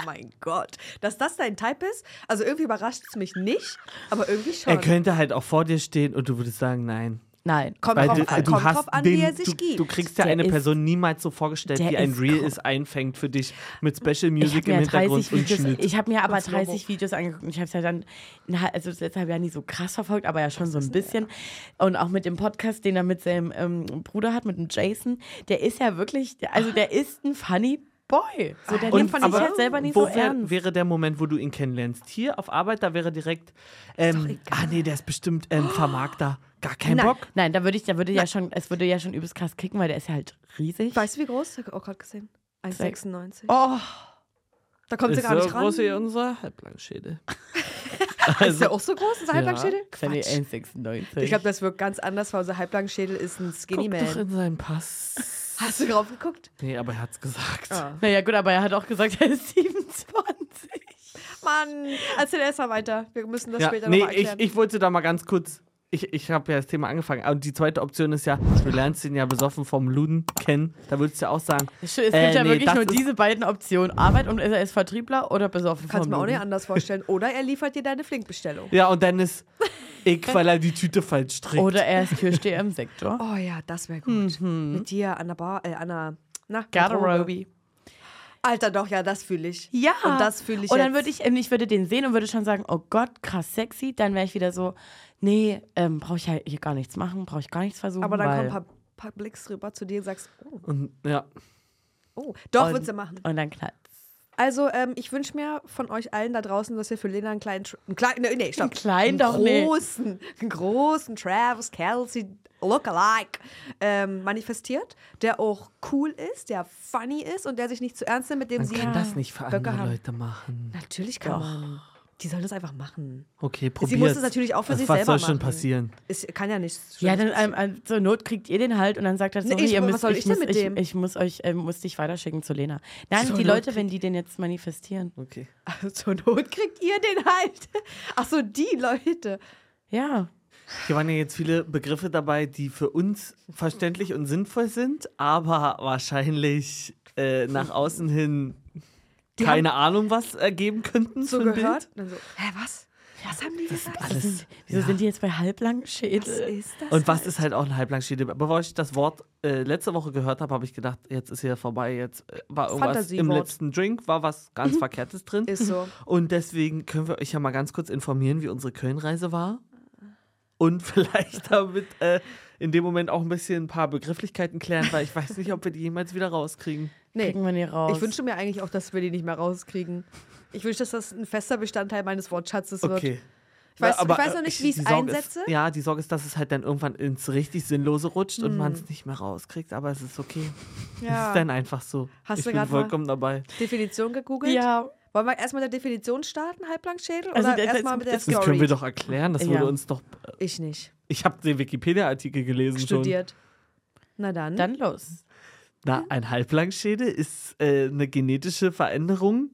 Speaker 1: mein Gott. Dass das dein Type ist, also irgendwie überrascht es mich nicht, aber irgendwie schon.
Speaker 2: Er könnte halt auch vor dir stehen und du würdest sagen, nein.
Speaker 3: nein.
Speaker 1: kommt
Speaker 2: Weil
Speaker 1: drauf,
Speaker 2: du,
Speaker 1: an,
Speaker 2: du
Speaker 1: kommt
Speaker 2: hast
Speaker 1: drauf an,
Speaker 2: den,
Speaker 1: wie er sich
Speaker 2: du,
Speaker 1: gibt.
Speaker 2: Du kriegst ja
Speaker 3: Der
Speaker 2: eine
Speaker 3: ist-
Speaker 2: Person niemals so vorgestellt,
Speaker 3: der
Speaker 2: wie ein
Speaker 3: ist
Speaker 2: Reel
Speaker 3: krank.
Speaker 2: es einfängt für dich mit Special
Speaker 3: Ich
Speaker 2: Music
Speaker 3: habe
Speaker 2: im
Speaker 3: mir,
Speaker 2: Hintergrund
Speaker 3: 30
Speaker 2: und
Speaker 3: Videos-
Speaker 2: Schnitt.
Speaker 3: ich hab mir aber
Speaker 1: Und Slow-Mo.
Speaker 3: 30 Videos angeguckt und ich habe es ja dann, na, also das letzte halbe Jahr nicht so krass verfolgt, aber ja schon so ein bisschen. Und auch mit dem Podcast, den er mit seinem ähm, Bruder hat, mit dem Jason, der ist ja wirklich, also der ist ein funny Boy. So, der nimmt
Speaker 2: Ah. Und
Speaker 3: von
Speaker 2: aber
Speaker 3: sich halt selber nicht
Speaker 2: wo
Speaker 3: so
Speaker 2: wär,
Speaker 3: ernst.
Speaker 2: wäre der Moment, wo du ihn kennenlernst? Hier auf Arbeit, da wäre direkt, ähm, ah nee, der ist bestimmt ähm, Vermarkter. Gar kein
Speaker 1: Nein.
Speaker 2: Bock.
Speaker 3: Oh. Nein, da würde ich, da würde ja schon, es würde ja schon übelst krass kicken, weil der ist ja halt riesig.
Speaker 1: weißt du, wie groß? Ich habe auch gerade gesehen. 1,96.
Speaker 3: Oh,
Speaker 1: da kommt sie
Speaker 2: Ist
Speaker 1: gar
Speaker 2: so
Speaker 1: nicht ran.
Speaker 2: groß wie unser Halblangsschädel. Also,
Speaker 1: Ist der auch so groß, unser Halblangsschädel?
Speaker 3: Quatsch.
Speaker 1: Quatsch. Ich glaube, das wirkt ganz anders, weil unser Halblangsschädel ist ein Skinny
Speaker 2: Guck doch
Speaker 1: Man.
Speaker 2: in seinen Pass.
Speaker 1: Hast du drauf geguckt?
Speaker 2: Nee, aber er hat's gesagt.
Speaker 1: Ah.
Speaker 3: naja, gut, aber er hat auch gesagt, er ist 27.
Speaker 1: Mann, erzähl erst mal weiter. Wir müssen das
Speaker 2: Ja,
Speaker 1: später
Speaker 2: nee,
Speaker 1: nochmal
Speaker 2: ich,
Speaker 1: erklären.
Speaker 2: ich wollte da mal ganz kurz. Ich, ich habe ja das Thema angefangen. Und die zweite Option ist ja, du lernst ihn ja besoffen vom Luden kennen. Da würdest du ja auch sagen,
Speaker 3: Es gibt
Speaker 2: Äh,
Speaker 3: ja
Speaker 2: nee,
Speaker 3: wirklich
Speaker 2: das
Speaker 3: nur
Speaker 2: ist-
Speaker 3: diese beiden Optionen. Arbeit und er ist Vertriebler oder besoffen
Speaker 1: Kannst
Speaker 3: vom
Speaker 1: mir auch nicht
Speaker 3: Luden.
Speaker 1: anders vorstellen. Oder er liefert dir deine Flinkbestellung.
Speaker 2: ja, und dann ist ich, weil er die Tüte falsch strickt.
Speaker 3: Oder er ist Türsteher im Sektor.
Speaker 1: Oh ja, das wäre gut. Mit dir an der Bar, äh, an der, na, Garderobe.
Speaker 3: Mhm. Garderobe.
Speaker 1: Alter, doch, ja, das fühle ich.
Speaker 3: Ja.
Speaker 1: Und das fühle ich
Speaker 3: Und dann
Speaker 1: jetzt.
Speaker 3: würde ich, ähm, ich würde den sehen und würde schon sagen, oh Gott, krass sexy. Dann wäre ich wieder so, nee, ähm, brauche ich ja hier gar nichts machen, brauche ich gar nichts versuchen.
Speaker 1: Aber dann
Speaker 3: weil,
Speaker 1: kommen ein paar, paar Blicks rüber zu dir und sagst, oh,
Speaker 2: Und, ja.
Speaker 1: oh. Doch,
Speaker 3: Und-
Speaker 1: würdest du machen.
Speaker 3: Und dann knallt.
Speaker 1: Also, ähm, ich wünsche mir von euch allen da draußen, dass ihr für Lena einen kleinen, Tr- einen kleinen, nee, nee, stopp.
Speaker 3: Einen kleinen doch, nee.
Speaker 1: großen, einen großen Travis Kelsey Lookalike ähm, manifestiert, der auch cool ist, der funny ist und der sich nicht zu ernst nimmt, mit dem
Speaker 2: Man
Speaker 1: sie.
Speaker 2: kann das nicht für andere
Speaker 1: Böcke haben.
Speaker 2: Leute machen.
Speaker 1: Natürlich kann man. Die sollen das einfach machen.
Speaker 2: Okay, probier's.
Speaker 1: muss es natürlich auch für
Speaker 2: was,
Speaker 1: sich
Speaker 2: was
Speaker 1: selber
Speaker 2: soll schon
Speaker 1: machen.
Speaker 2: passieren?
Speaker 1: Es kann ja nichts.
Speaker 3: Ja, dann
Speaker 1: Schlimmes
Speaker 3: ähm, ähm, zur Not kriegt ihr den halt und dann sagt er,
Speaker 1: Nee,
Speaker 3: sorry,
Speaker 1: ich-
Speaker 3: ihr
Speaker 1: was
Speaker 3: müsst,
Speaker 1: soll ich denn
Speaker 3: muss,
Speaker 1: mit
Speaker 3: ich,
Speaker 1: dem?
Speaker 3: ich muss euch, ähm, muss dich weiterschicken zu Lena. Nein,
Speaker 1: Zur
Speaker 3: die
Speaker 1: Not
Speaker 3: Leute, wenn die den jetzt manifestieren.
Speaker 2: Okay.
Speaker 1: Also zur Not kriegt ihr den halt. Ach so, die Leute.
Speaker 3: Ja.
Speaker 2: Hier waren ja jetzt viele Begriffe dabei, die für uns verständlich und sinnvoll sind, aber wahrscheinlich äh, nach außen hin
Speaker 1: Die
Speaker 2: keine Ahnung was ergeben könnten.
Speaker 1: So
Speaker 2: für ein
Speaker 1: gehört.
Speaker 2: Bild.
Speaker 1: Dann so, hä, was? Was haben die gesagt?
Speaker 2: alles-
Speaker 3: Sind, wieso
Speaker 2: ja.
Speaker 3: sind die jetzt bei halblangen
Speaker 1: Was
Speaker 3: Schädel?
Speaker 1: ist das?
Speaker 2: Und was ist halt auch ein Halblangschädel? Bevor ich das Wort äh, letzte Woche gehört habe, habe ich gedacht, jetzt ist hier vorbei, jetzt äh, war irgendwas im
Speaker 1: Fantasiewort. Mhm.
Speaker 2: letzten Drink, war was ganz Verkehrtes drin.
Speaker 1: Ist so.
Speaker 2: Und deswegen können wir euch ja mal ganz kurz informieren, wie unsere Kölnreise war. Und vielleicht damit äh, in dem Moment auch ein bisschen ein paar Begrifflichkeiten klären, weil ich weiß nicht, ob wir die jemals wieder rauskriegen.
Speaker 1: Nee.
Speaker 3: Kriegen wir die raus?
Speaker 1: Ich wünsche mir eigentlich auch, dass wir die nicht mehr rauskriegen. Ich wünsche, dass das ein fester Bestandteil meines Wortschatzes wird. Ich weiß, ich weiß noch nicht,
Speaker 2: äh,
Speaker 1: wie ich
Speaker 2: die
Speaker 1: es
Speaker 2: Sorge
Speaker 1: einsetze.
Speaker 2: Ist, ja, die Sorge ist, dass es halt dann irgendwann ins richtig Sinnlose rutscht
Speaker 1: Mhm.
Speaker 2: und man es nicht mehr rauskriegt, aber es ist okay. Es
Speaker 1: Ja.
Speaker 2: ist dann einfach so.
Speaker 1: Hast
Speaker 2: ich
Speaker 1: du
Speaker 2: bin
Speaker 1: grad mal-
Speaker 2: vollkommen dabei.
Speaker 1: Definition gegoogelt.
Speaker 3: ja,
Speaker 1: Wollen wir erstmal mit der Definition starten, Halblankschädel?
Speaker 3: Also
Speaker 1: oder
Speaker 3: der- der-
Speaker 1: erstmal mit der
Speaker 3: das
Speaker 2: Das können wir
Speaker 1: Story?
Speaker 2: doch erklären. Das wurde
Speaker 3: Ja.
Speaker 2: uns doch.
Speaker 1: Ich nicht.
Speaker 2: Ich habe den Wikipedia-Artikel gelesen schon.
Speaker 1: Studiert. Na dann.
Speaker 3: dann los.
Speaker 2: Na, ein Halblangschädel ist äh, eine genetische Veränderung,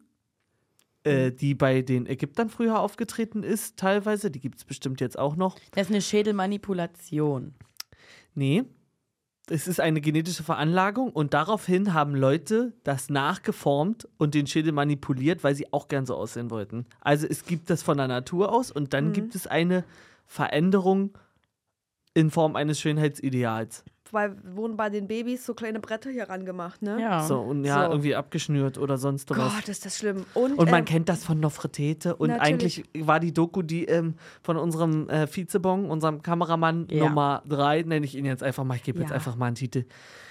Speaker 2: äh,
Speaker 1: Mhm.
Speaker 2: die bei den Ägyptern früher aufgetreten ist, teilweise. Die gibt es bestimmt jetzt auch noch.
Speaker 3: Das ist eine Schädelmanipulation.
Speaker 2: Nee. Es ist eine genetische Veranlagung und daraufhin haben Leute das nachgeformt und den Schädel manipuliert, weil sie auch gern so aussehen wollten. Also es gibt das von der Natur aus und
Speaker 1: Mhm.
Speaker 2: dann gibt es eine Veränderung in Form eines Schönheitsideals.
Speaker 1: Weil wurden bei den Babys so kleine Bretter hier rangemacht, ne?
Speaker 3: Ja.
Speaker 2: So, und ja,
Speaker 1: So.
Speaker 2: irgendwie abgeschnürt oder sonst was.
Speaker 1: Gott, ist das schlimm. Und,
Speaker 2: Und man
Speaker 1: ähm,
Speaker 2: kennt das von Nofretete. Und
Speaker 1: natürlich.
Speaker 2: eigentlich war die Doku, die ähm, von unserem äh, Vizebong, unserem Kameramann
Speaker 3: Ja.
Speaker 2: Nummer 3, nenne ich ihn jetzt einfach mal, ich gebe jetzt
Speaker 1: Ja.
Speaker 2: einfach mal einen Titel.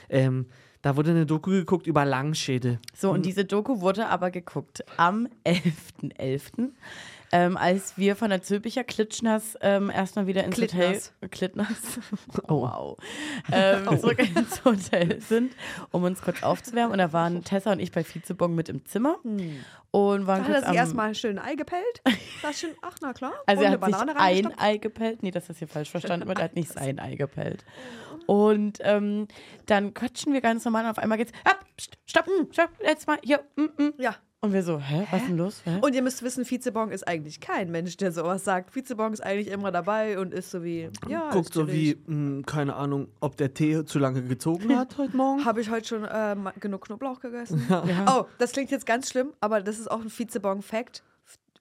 Speaker 2: Ähm, da wurde eine Doku geguckt über Langschädel.
Speaker 3: So,
Speaker 1: Hm.
Speaker 3: und diese Doku wurde aber geguckt am 11.11., ähm, als wir von der Zülpicher Klitschners ähm, erstmal wieder ins
Speaker 1: Klittners.
Speaker 3: Hotel... Klittners. Wow. Ähm,
Speaker 1: Oh.
Speaker 3: Zurück ins Hotel sind, um uns kurz aufzuwärmen. Und da waren Tessa und ich bei Vizebong mit im Zimmer. Und waren
Speaker 1: Oh. Hm. Da
Speaker 3: kurz
Speaker 1: hat er sich
Speaker 3: am,
Speaker 1: erstmal schön ein Ei gepellt. Das ist schön, ach na klar.
Speaker 3: Also
Speaker 1: und
Speaker 3: er
Speaker 1: eine
Speaker 3: hat sich
Speaker 1: Banane
Speaker 3: ein
Speaker 1: reingestopft.
Speaker 3: Ei gepellt. Nee, das ist hier falsch verstanden. wird. Er hat nicht sein Ei gepellt.
Speaker 1: Oh.
Speaker 3: Und ähm, dann quatschen wir ganz normal und auf einmal geht's, ab, pst, stopp, stopp, jetzt mal hier. Mm, mm.
Speaker 1: Ja.
Speaker 3: Und wir so, hä, was ist denn los? Hä?
Speaker 1: Und ihr müsst wissen, Vizebong ist eigentlich kein Mensch, der sowas sagt. Vizebong ist eigentlich immer dabei und ist so wie, ja,
Speaker 2: Guckt so
Speaker 1: natürlich.
Speaker 2: wie, mh, keine Ahnung, ob der Tee zu lange gezogen hat heute Morgen.
Speaker 1: Habe ich heute schon ähm, genug Knoblauch gegessen? Oh, das klingt jetzt ganz schlimm, aber das ist auch ein Vizebong-Fact.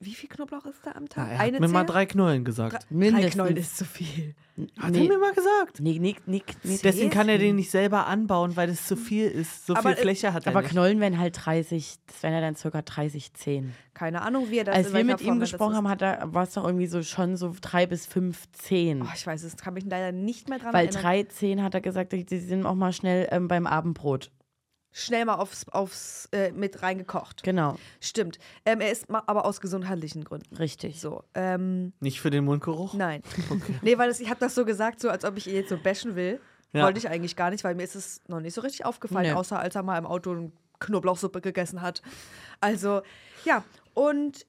Speaker 1: Wie viel Knoblauch ist da am Tag?
Speaker 2: Na, er hat mir mal
Speaker 1: Zehe?
Speaker 2: drei Knollen gesagt.
Speaker 1: drei
Speaker 3: Mindestens.
Speaker 1: Knollen ist zu viel.
Speaker 2: Hat
Speaker 3: Nee.
Speaker 2: er mir mal gesagt.
Speaker 3: Nee, nee, nee, nee.
Speaker 2: Deswegen kann er den nicht selber anbauen, weil das zu viel ist. So
Speaker 1: Aber,
Speaker 2: viel
Speaker 1: äh,
Speaker 2: Fläche hat er
Speaker 3: Aber
Speaker 2: nicht.
Speaker 3: Knollen wären halt 30, das wären ja dann circa 30, 10.
Speaker 1: Keine Ahnung, wie er das
Speaker 3: Als
Speaker 1: in
Speaker 3: wir
Speaker 1: welcher
Speaker 3: mit
Speaker 1: Form
Speaker 3: ihm
Speaker 1: er das
Speaker 3: gesprochen
Speaker 1: ist.
Speaker 3: haben, hat er, war es doch irgendwie so schon so 3 bis 5, 10.
Speaker 1: Oh, ich weiß, es kann mich leider nicht mehr dran
Speaker 3: Weil
Speaker 1: erinnern.
Speaker 3: 3, 10 hat er gesagt, die die sind auch mal schnell ähm, beim Abendbrot.
Speaker 1: Schnell mal aufs, aufs äh, mit reingekocht.
Speaker 3: Genau,
Speaker 1: Stimmt. Ähm, er ist ma- aber aus gesundheitlichen Gründen.
Speaker 3: richtig.
Speaker 1: So, ähm,
Speaker 2: Nicht für den Mundgeruch.
Speaker 1: nein. Nee, weil das, ich habe das so gesagt, so als ob ich ihr jetzt so bashen will.
Speaker 2: Ja.
Speaker 1: Wollte ich eigentlich gar nicht, weil mir ist es noch nicht so richtig aufgefallen,
Speaker 3: Nee.
Speaker 1: außer als er mal im Auto eine Knoblauchsuppe gegessen hat. Also, ja. Und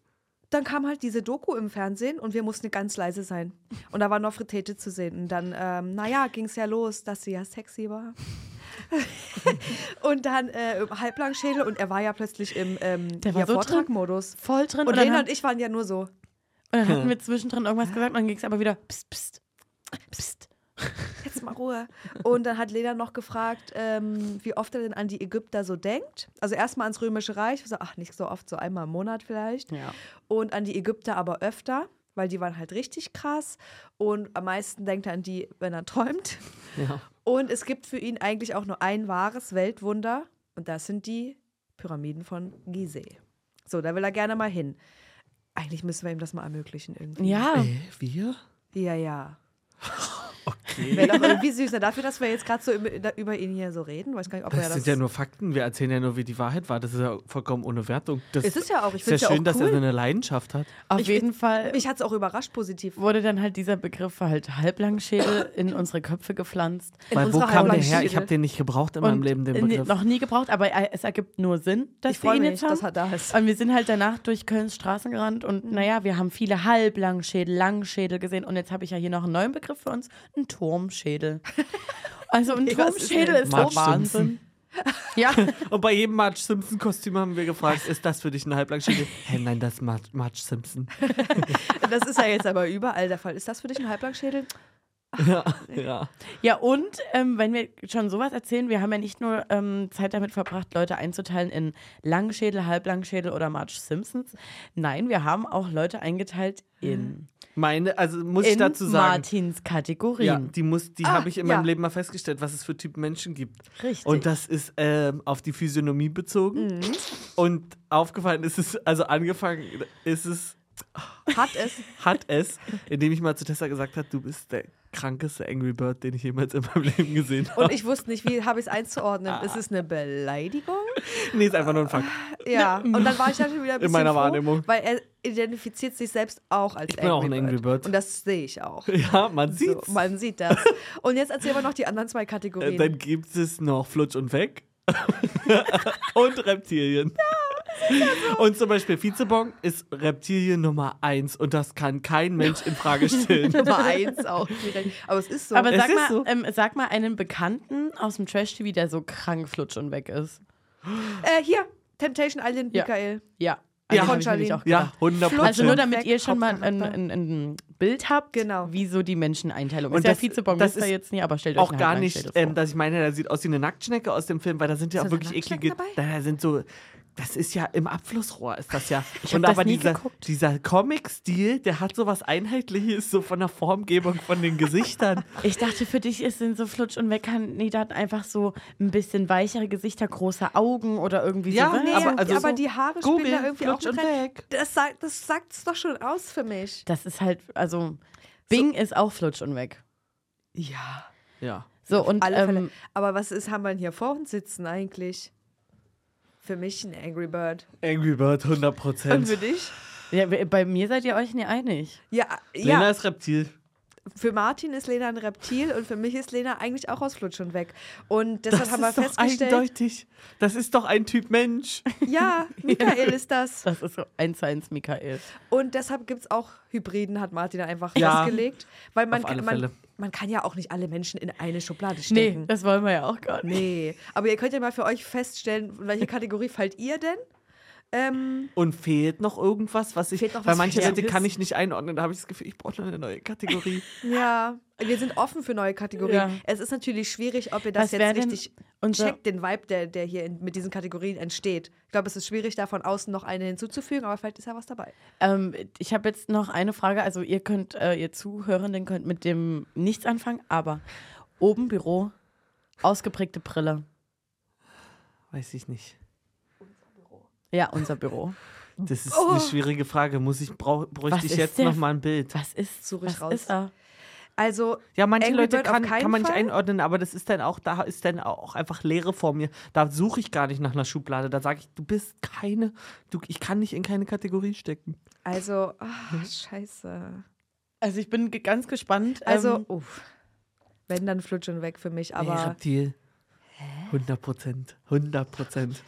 Speaker 1: dann kam halt diese Doku im Fernsehen und wir mussten ganz leise sein. Und da war noch Fritete zu sehen. Und dann, ähm, naja, ging es ja los, dass sie ja sexy war. und dann äh, im Halblangschädel und er war ja plötzlich im ähm,
Speaker 3: Der war
Speaker 1: hier
Speaker 3: so drin.
Speaker 1: Vortragmodus.
Speaker 3: Voll drin.
Speaker 1: Und,
Speaker 3: Und, dann,
Speaker 1: Lena
Speaker 3: haben-
Speaker 1: und ich waren ja nur so.
Speaker 3: Und dann hatten wir zwischendrin irgendwas gesagt und dann ging es aber wieder pst, pst, pst.
Speaker 1: jetzt mal Ruhe. Und dann hat Lena noch gefragt, ähm, wie oft er denn an die Ägypter so denkt. Also erstmal ans Römische Reich, so, ach, nicht so oft, so einmal im Monat vielleicht.
Speaker 3: Ja.
Speaker 1: Und an die Ägypter aber öfter, weil die waren halt richtig krass. Und am meisten denkt er an die, wenn er träumt.
Speaker 2: Ja.
Speaker 1: Und es gibt für ihn eigentlich auch nur ein wahres Weltwunder. Und das sind die Pyramiden von Gizeh. So, da will er gerne mal hin. Eigentlich müssen wir ihm das mal ermöglichen irgendwie.
Speaker 3: Ja.
Speaker 2: Äh, wir?
Speaker 1: Ja, ja.
Speaker 2: Okay.
Speaker 1: Wäre doch irgendwie süß. ne? Dafür, dass wir jetzt gerade so über, da- über ihn hier so reden, weiß gar nicht, ob er
Speaker 2: Das
Speaker 1: Oh das.
Speaker 2: sind ja nur Fakten. Wir erzählen ja nur, wie die Wahrheit war. Das ist ja vollkommen ohne Wertung. Das
Speaker 1: Es ist ja auch- ich
Speaker 2: ist ja
Speaker 1: find's ja
Speaker 2: schön,
Speaker 1: auch
Speaker 2: dass er
Speaker 1: cool.
Speaker 2: so eine Leidenschaft hat.
Speaker 3: Auf
Speaker 1: Ich-
Speaker 3: jeden Fall
Speaker 1: Mich hat es auch überrascht positiv.
Speaker 3: wurde dann halt dieser Begriff für halt Halblangschädel in unsere Köpfe gepflanzt.
Speaker 1: In
Speaker 2: Weil wo
Speaker 1: unserer
Speaker 2: kam der
Speaker 1: Halbleitungsschule.
Speaker 2: her? Ich habe den nicht gebraucht in meinem Leben, den
Speaker 3: äh, nee,
Speaker 2: Begriff.
Speaker 3: Noch nie gebraucht, aber äh, es ergibt nur Sinn, dass
Speaker 1: Ich
Speaker 3: wir
Speaker 1: freue
Speaker 3: ihn
Speaker 1: mich,
Speaker 3: jetzt haben.
Speaker 1: dass er da ist.
Speaker 3: und wir sind halt danach durch Kölns Straßen gerannt
Speaker 1: Mhm.
Speaker 3: und naja, wir haben viele Halblangschädel, Langschädel gesehen und jetzt habe ich ja hier noch einen neuen Begriff für uns, einen Turmschädel. Also ein
Speaker 1: Ja, was ist
Speaker 3: Turmschädel
Speaker 1: denn?
Speaker 3: ist doch
Speaker 2: Marge
Speaker 3: Wahnsinn. Ja,
Speaker 2: Und bei jedem Marge Simpson-Kostüm haben wir gefragt, ist das für dich ein Halblangschädel? Hä, nein, das ist Marge, Marge Simpson.
Speaker 1: Das ist ja jetzt aber überall der Fall. Ist das für dich ein Halblangschädel?
Speaker 2: Ja, ja.
Speaker 3: Ja, und ähm, wenn wir schon sowas erzählen, wir haben ja nicht nur ähm, Zeit damit verbracht, Leute einzuteilen in Langschädel, Halblangschädel oder Marge Simpsons. Nein, wir haben auch Leute eingeteilt
Speaker 1: Hm.
Speaker 3: in,
Speaker 2: Meine, also muss ich
Speaker 3: in
Speaker 2: dazu sagen,
Speaker 3: Martins
Speaker 2: ja,
Speaker 3: Kategorien.
Speaker 2: die, muss- die
Speaker 1: Ah,
Speaker 2: habe ich in
Speaker 1: ja.
Speaker 2: meinem Leben mal festgestellt, was es für Typen Menschen gibt.
Speaker 3: Richtig.
Speaker 2: Und das ist ähm, auf die Physiognomie bezogen.
Speaker 1: Mhm.
Speaker 2: Und aufgefallen ist es, also angefangen ist es,
Speaker 1: Hat es.
Speaker 2: hat es, indem ich mal zu Tessa gesagt habe, du bist der krankeste Angry Bird, den ich jemals in meinem Leben gesehen habe.
Speaker 1: Und ich wusste nicht, wie habe ich es einzuordnen.
Speaker 2: Ah.
Speaker 1: Ist es eine Beleidigung?
Speaker 2: Nee, ist einfach nur ein Fakt.
Speaker 1: Ja. Und dann war ich dann schon wieder ein bisschen
Speaker 2: Ne, mm. In meiner
Speaker 1: froh,
Speaker 2: Wahrnehmung.
Speaker 1: Weil er identifiziert sich selbst auch als
Speaker 2: Ich bin auch ein Angry Bird.
Speaker 1: Und das sehe ich auch.
Speaker 2: Ja, man
Speaker 1: So,
Speaker 2: sieht's.
Speaker 1: man sieht das. Und jetzt erzähl mal noch die anderen zwei Kategorien.
Speaker 2: Äh, Dann gibt es noch Flutsch und Weg und Reptilien. Und zum Beispiel Vizebong ist Reptilien Nummer eins und das kann kein Mensch in Frage stellen.
Speaker 1: Nummer eins auch direkt. Aber es ist so.
Speaker 3: Aber
Speaker 2: Es
Speaker 3: sag
Speaker 2: ist
Speaker 3: mal,
Speaker 2: so.
Speaker 3: ähm, sag mal einen Bekannten aus dem Trash-TV, der so krank flutsch und weg ist.
Speaker 1: äh, hier, Temptation Island,
Speaker 3: Ja.
Speaker 1: Michael.
Speaker 3: Ja.
Speaker 2: Ja.
Speaker 3: an den hab ich nämlich
Speaker 1: Charlene.
Speaker 3: auch
Speaker 2: Ja,
Speaker 3: gedacht.
Speaker 2: 100 Prozent.
Speaker 3: Also nur
Speaker 1: da-
Speaker 3: damit
Speaker 1: Weg,
Speaker 3: ihr schon mal ein,
Speaker 1: Hauptcharakter.
Speaker 3: ein, ein Bild habt,
Speaker 1: Genau.
Speaker 3: wieso die Menscheneinteilung
Speaker 2: Und
Speaker 3: ist. Ja,
Speaker 2: das-
Speaker 3: Vizebong
Speaker 2: das
Speaker 3: wisst ihr
Speaker 2: ist
Speaker 3: jetzt nicht, aber stellt euch
Speaker 2: auch
Speaker 3: einen
Speaker 2: gar
Speaker 3: Halblandschädel
Speaker 2: nicht,
Speaker 3: vor.
Speaker 2: ähm, dass ich meine, der sieht aus wie eine Nacktschnecke aus dem Film, weil da sind ja
Speaker 1: Ist
Speaker 2: auch
Speaker 1: da eine
Speaker 2: wirklich
Speaker 1: Nacktschnecke
Speaker 2: eklige. Da sind so. Das ist ja im Abflussrohr, ist das ja.
Speaker 3: hab das nie
Speaker 2: dieser,
Speaker 3: geguckt.
Speaker 2: dieser Comic-Stil, der hat so was Einheitliches, so von der Formgebung von den Gesichtern.
Speaker 3: Ich dachte, für dich ist- sind so Flutsch- und Weck-Kandidaten einfach so ein bisschen weichere Gesichter, große Augen oder irgendwie
Speaker 2: Ja,
Speaker 3: so. ne?
Speaker 1: Nee,
Speaker 2: aber
Speaker 1: aber,
Speaker 2: also so-
Speaker 1: die Haare
Speaker 2: Google,
Speaker 1: spielen da irgendwie auch
Speaker 2: Flutsch
Speaker 1: mit
Speaker 2: und
Speaker 1: rein.
Speaker 2: weg.
Speaker 1: Das sagt es doch schon aus für mich.
Speaker 3: Das ist halt, also Bing ist auch Flutsch und Weg.
Speaker 1: Ja.
Speaker 2: Ja.
Speaker 3: So, und
Speaker 1: Alle Fälle.
Speaker 3: ähm,
Speaker 1: Aber was ist, haben wir denn hier vor uns sitzen eigentlich? Für mich ein Angry Bird.
Speaker 2: Angry Bird, 100
Speaker 1: Und
Speaker 2: Prozent.
Speaker 1: für dich?
Speaker 3: ja, bei mir seid ihr euch nie einig.
Speaker 1: Ja, äh,
Speaker 2: Lena
Speaker 1: ja.
Speaker 2: ist Reptil.
Speaker 1: Für Martin ist Lena ein Reptil und für mich ist Lena eigentlich auch aus Flutsch und weg. Und deshalb haben wir
Speaker 2: ist doch
Speaker 1: festgestellt,
Speaker 2: eindeutig. Das ist doch ein Typ Mensch.
Speaker 1: ja, Michael ist das.
Speaker 3: Das ist so eins zu eins, Michael.
Speaker 1: Und deshalb gibt es auch Hybriden, hat Martin einfach
Speaker 2: Ja,
Speaker 1: festgelegt. Weil man,
Speaker 2: auf alle
Speaker 1: man,
Speaker 2: Fälle.
Speaker 1: man kann ja auch nicht alle Menschen in eine Schublade
Speaker 3: Nee,
Speaker 1: stecken.
Speaker 3: das wollen wir ja auch gar nicht.
Speaker 1: Nee. Aber ihr könnt ja mal für euch feststellen, in welche Kategorie fallt ihr denn? Ähm,
Speaker 2: Und fehlt noch irgendwas, was ich.
Speaker 1: Fehlt noch
Speaker 2: weil
Speaker 1: was
Speaker 2: manche Leute
Speaker 1: Verstecktes?
Speaker 2: kann ich nicht einordnen. Da habe ich das Gefühl, ich brauche noch eine neue Kategorie.
Speaker 1: ja, wir sind offen für neue Kategorien.
Speaker 3: Ja.
Speaker 1: Es ist natürlich schwierig, ob ihr das
Speaker 3: Was wär
Speaker 1: jetzt
Speaker 3: denn
Speaker 1: richtig
Speaker 3: unser-
Speaker 1: checkt, den Vibe, der, der hier in, mit diesen Kategorien entsteht. Ich glaube, es ist schwierig, da von außen noch eine hinzuzufügen, aber vielleicht ist ja was dabei.
Speaker 3: Ähm, ich habe jetzt noch eine Frage. Also ihr könnt, äh, ihr Zuhörenden könnt mit dem nichts anfangen, aber oben Büro, ausgeprägte Brille.
Speaker 2: Weiß ich nicht.
Speaker 3: Ja, unser Büro.
Speaker 2: Das ist
Speaker 1: Oh.
Speaker 2: eine schwierige Frage. Muss ich, brauch, bräuchte
Speaker 3: Was
Speaker 2: ich
Speaker 3: ist
Speaker 2: jetzt
Speaker 3: der-
Speaker 2: noch mal ein Bild?
Speaker 3: Was ist,
Speaker 1: Such ich
Speaker 3: was
Speaker 1: raus.
Speaker 3: ist da?
Speaker 1: Also,
Speaker 2: Ja, manche
Speaker 1: Angry
Speaker 2: Leute
Speaker 1: Bird auf
Speaker 2: kann,
Speaker 1: keinen
Speaker 2: kann man nicht
Speaker 1: Fall?
Speaker 2: einordnen, aber das ist dann auch, da ist dann auch einfach Leere vor mir. Da suche ich gar nicht nach einer Schublade. Da sage ich, du bist keine, du, ich kann dich in keine Kategorie stecken.
Speaker 1: also,
Speaker 3: Mhm.
Speaker 1: ah, scheiße.
Speaker 3: Also ich bin ge- ganz gespannt.
Speaker 1: Also,
Speaker 3: ähm,
Speaker 1: uff. wenn, dann flutsch und weg für mich,
Speaker 2: Nee,
Speaker 1: aber
Speaker 2: Reptil. 100 Prozent. 100 Prozent.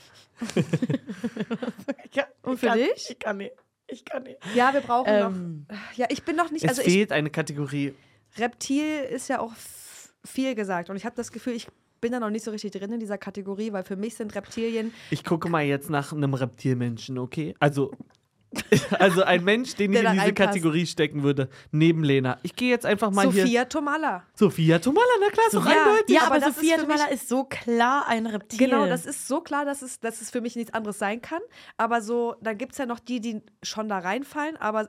Speaker 3: ich kann,
Speaker 1: Und
Speaker 3: ich
Speaker 1: für
Speaker 3: kann,
Speaker 1: dich?
Speaker 3: Ich kann nicht. Ich kann nicht.
Speaker 1: ja, wir brauchen
Speaker 3: Ähm,
Speaker 1: noch. Ja, ich bin noch nicht,
Speaker 2: Es
Speaker 1: also ich,
Speaker 2: fehlt eine Kategorie.
Speaker 1: Reptil ist ja auch f- viel gesagt und ich habe das Gefühl, ich bin da noch nicht so richtig drin in dieser Kategorie, weil für mich sind Reptilien
Speaker 2: Ich gucke mal jetzt nach einem Reptilmenschen, okay? Also, also ein Mensch, den
Speaker 1: Der
Speaker 2: ich in
Speaker 1: da
Speaker 2: diese
Speaker 1: reinpasst.
Speaker 2: Kategorie stecken würde, neben Lena. Ich gehe jetzt einfach mal hier.
Speaker 1: Sophia Tomala.
Speaker 2: Sophia Tomala, na klar, so
Speaker 1: Ja.
Speaker 2: rein
Speaker 3: ja,
Speaker 1: aber
Speaker 3: aber,
Speaker 1: das ist
Speaker 3: Sophia
Speaker 1: für
Speaker 3: Tomala
Speaker 1: mich-
Speaker 3: ist so klar ein Reptil.
Speaker 1: Genau, das ist so klar, dass es, dass es für mich nichts anderes sein kann. Aber so, dann gibt es ja noch die, die schon da reinfallen, aber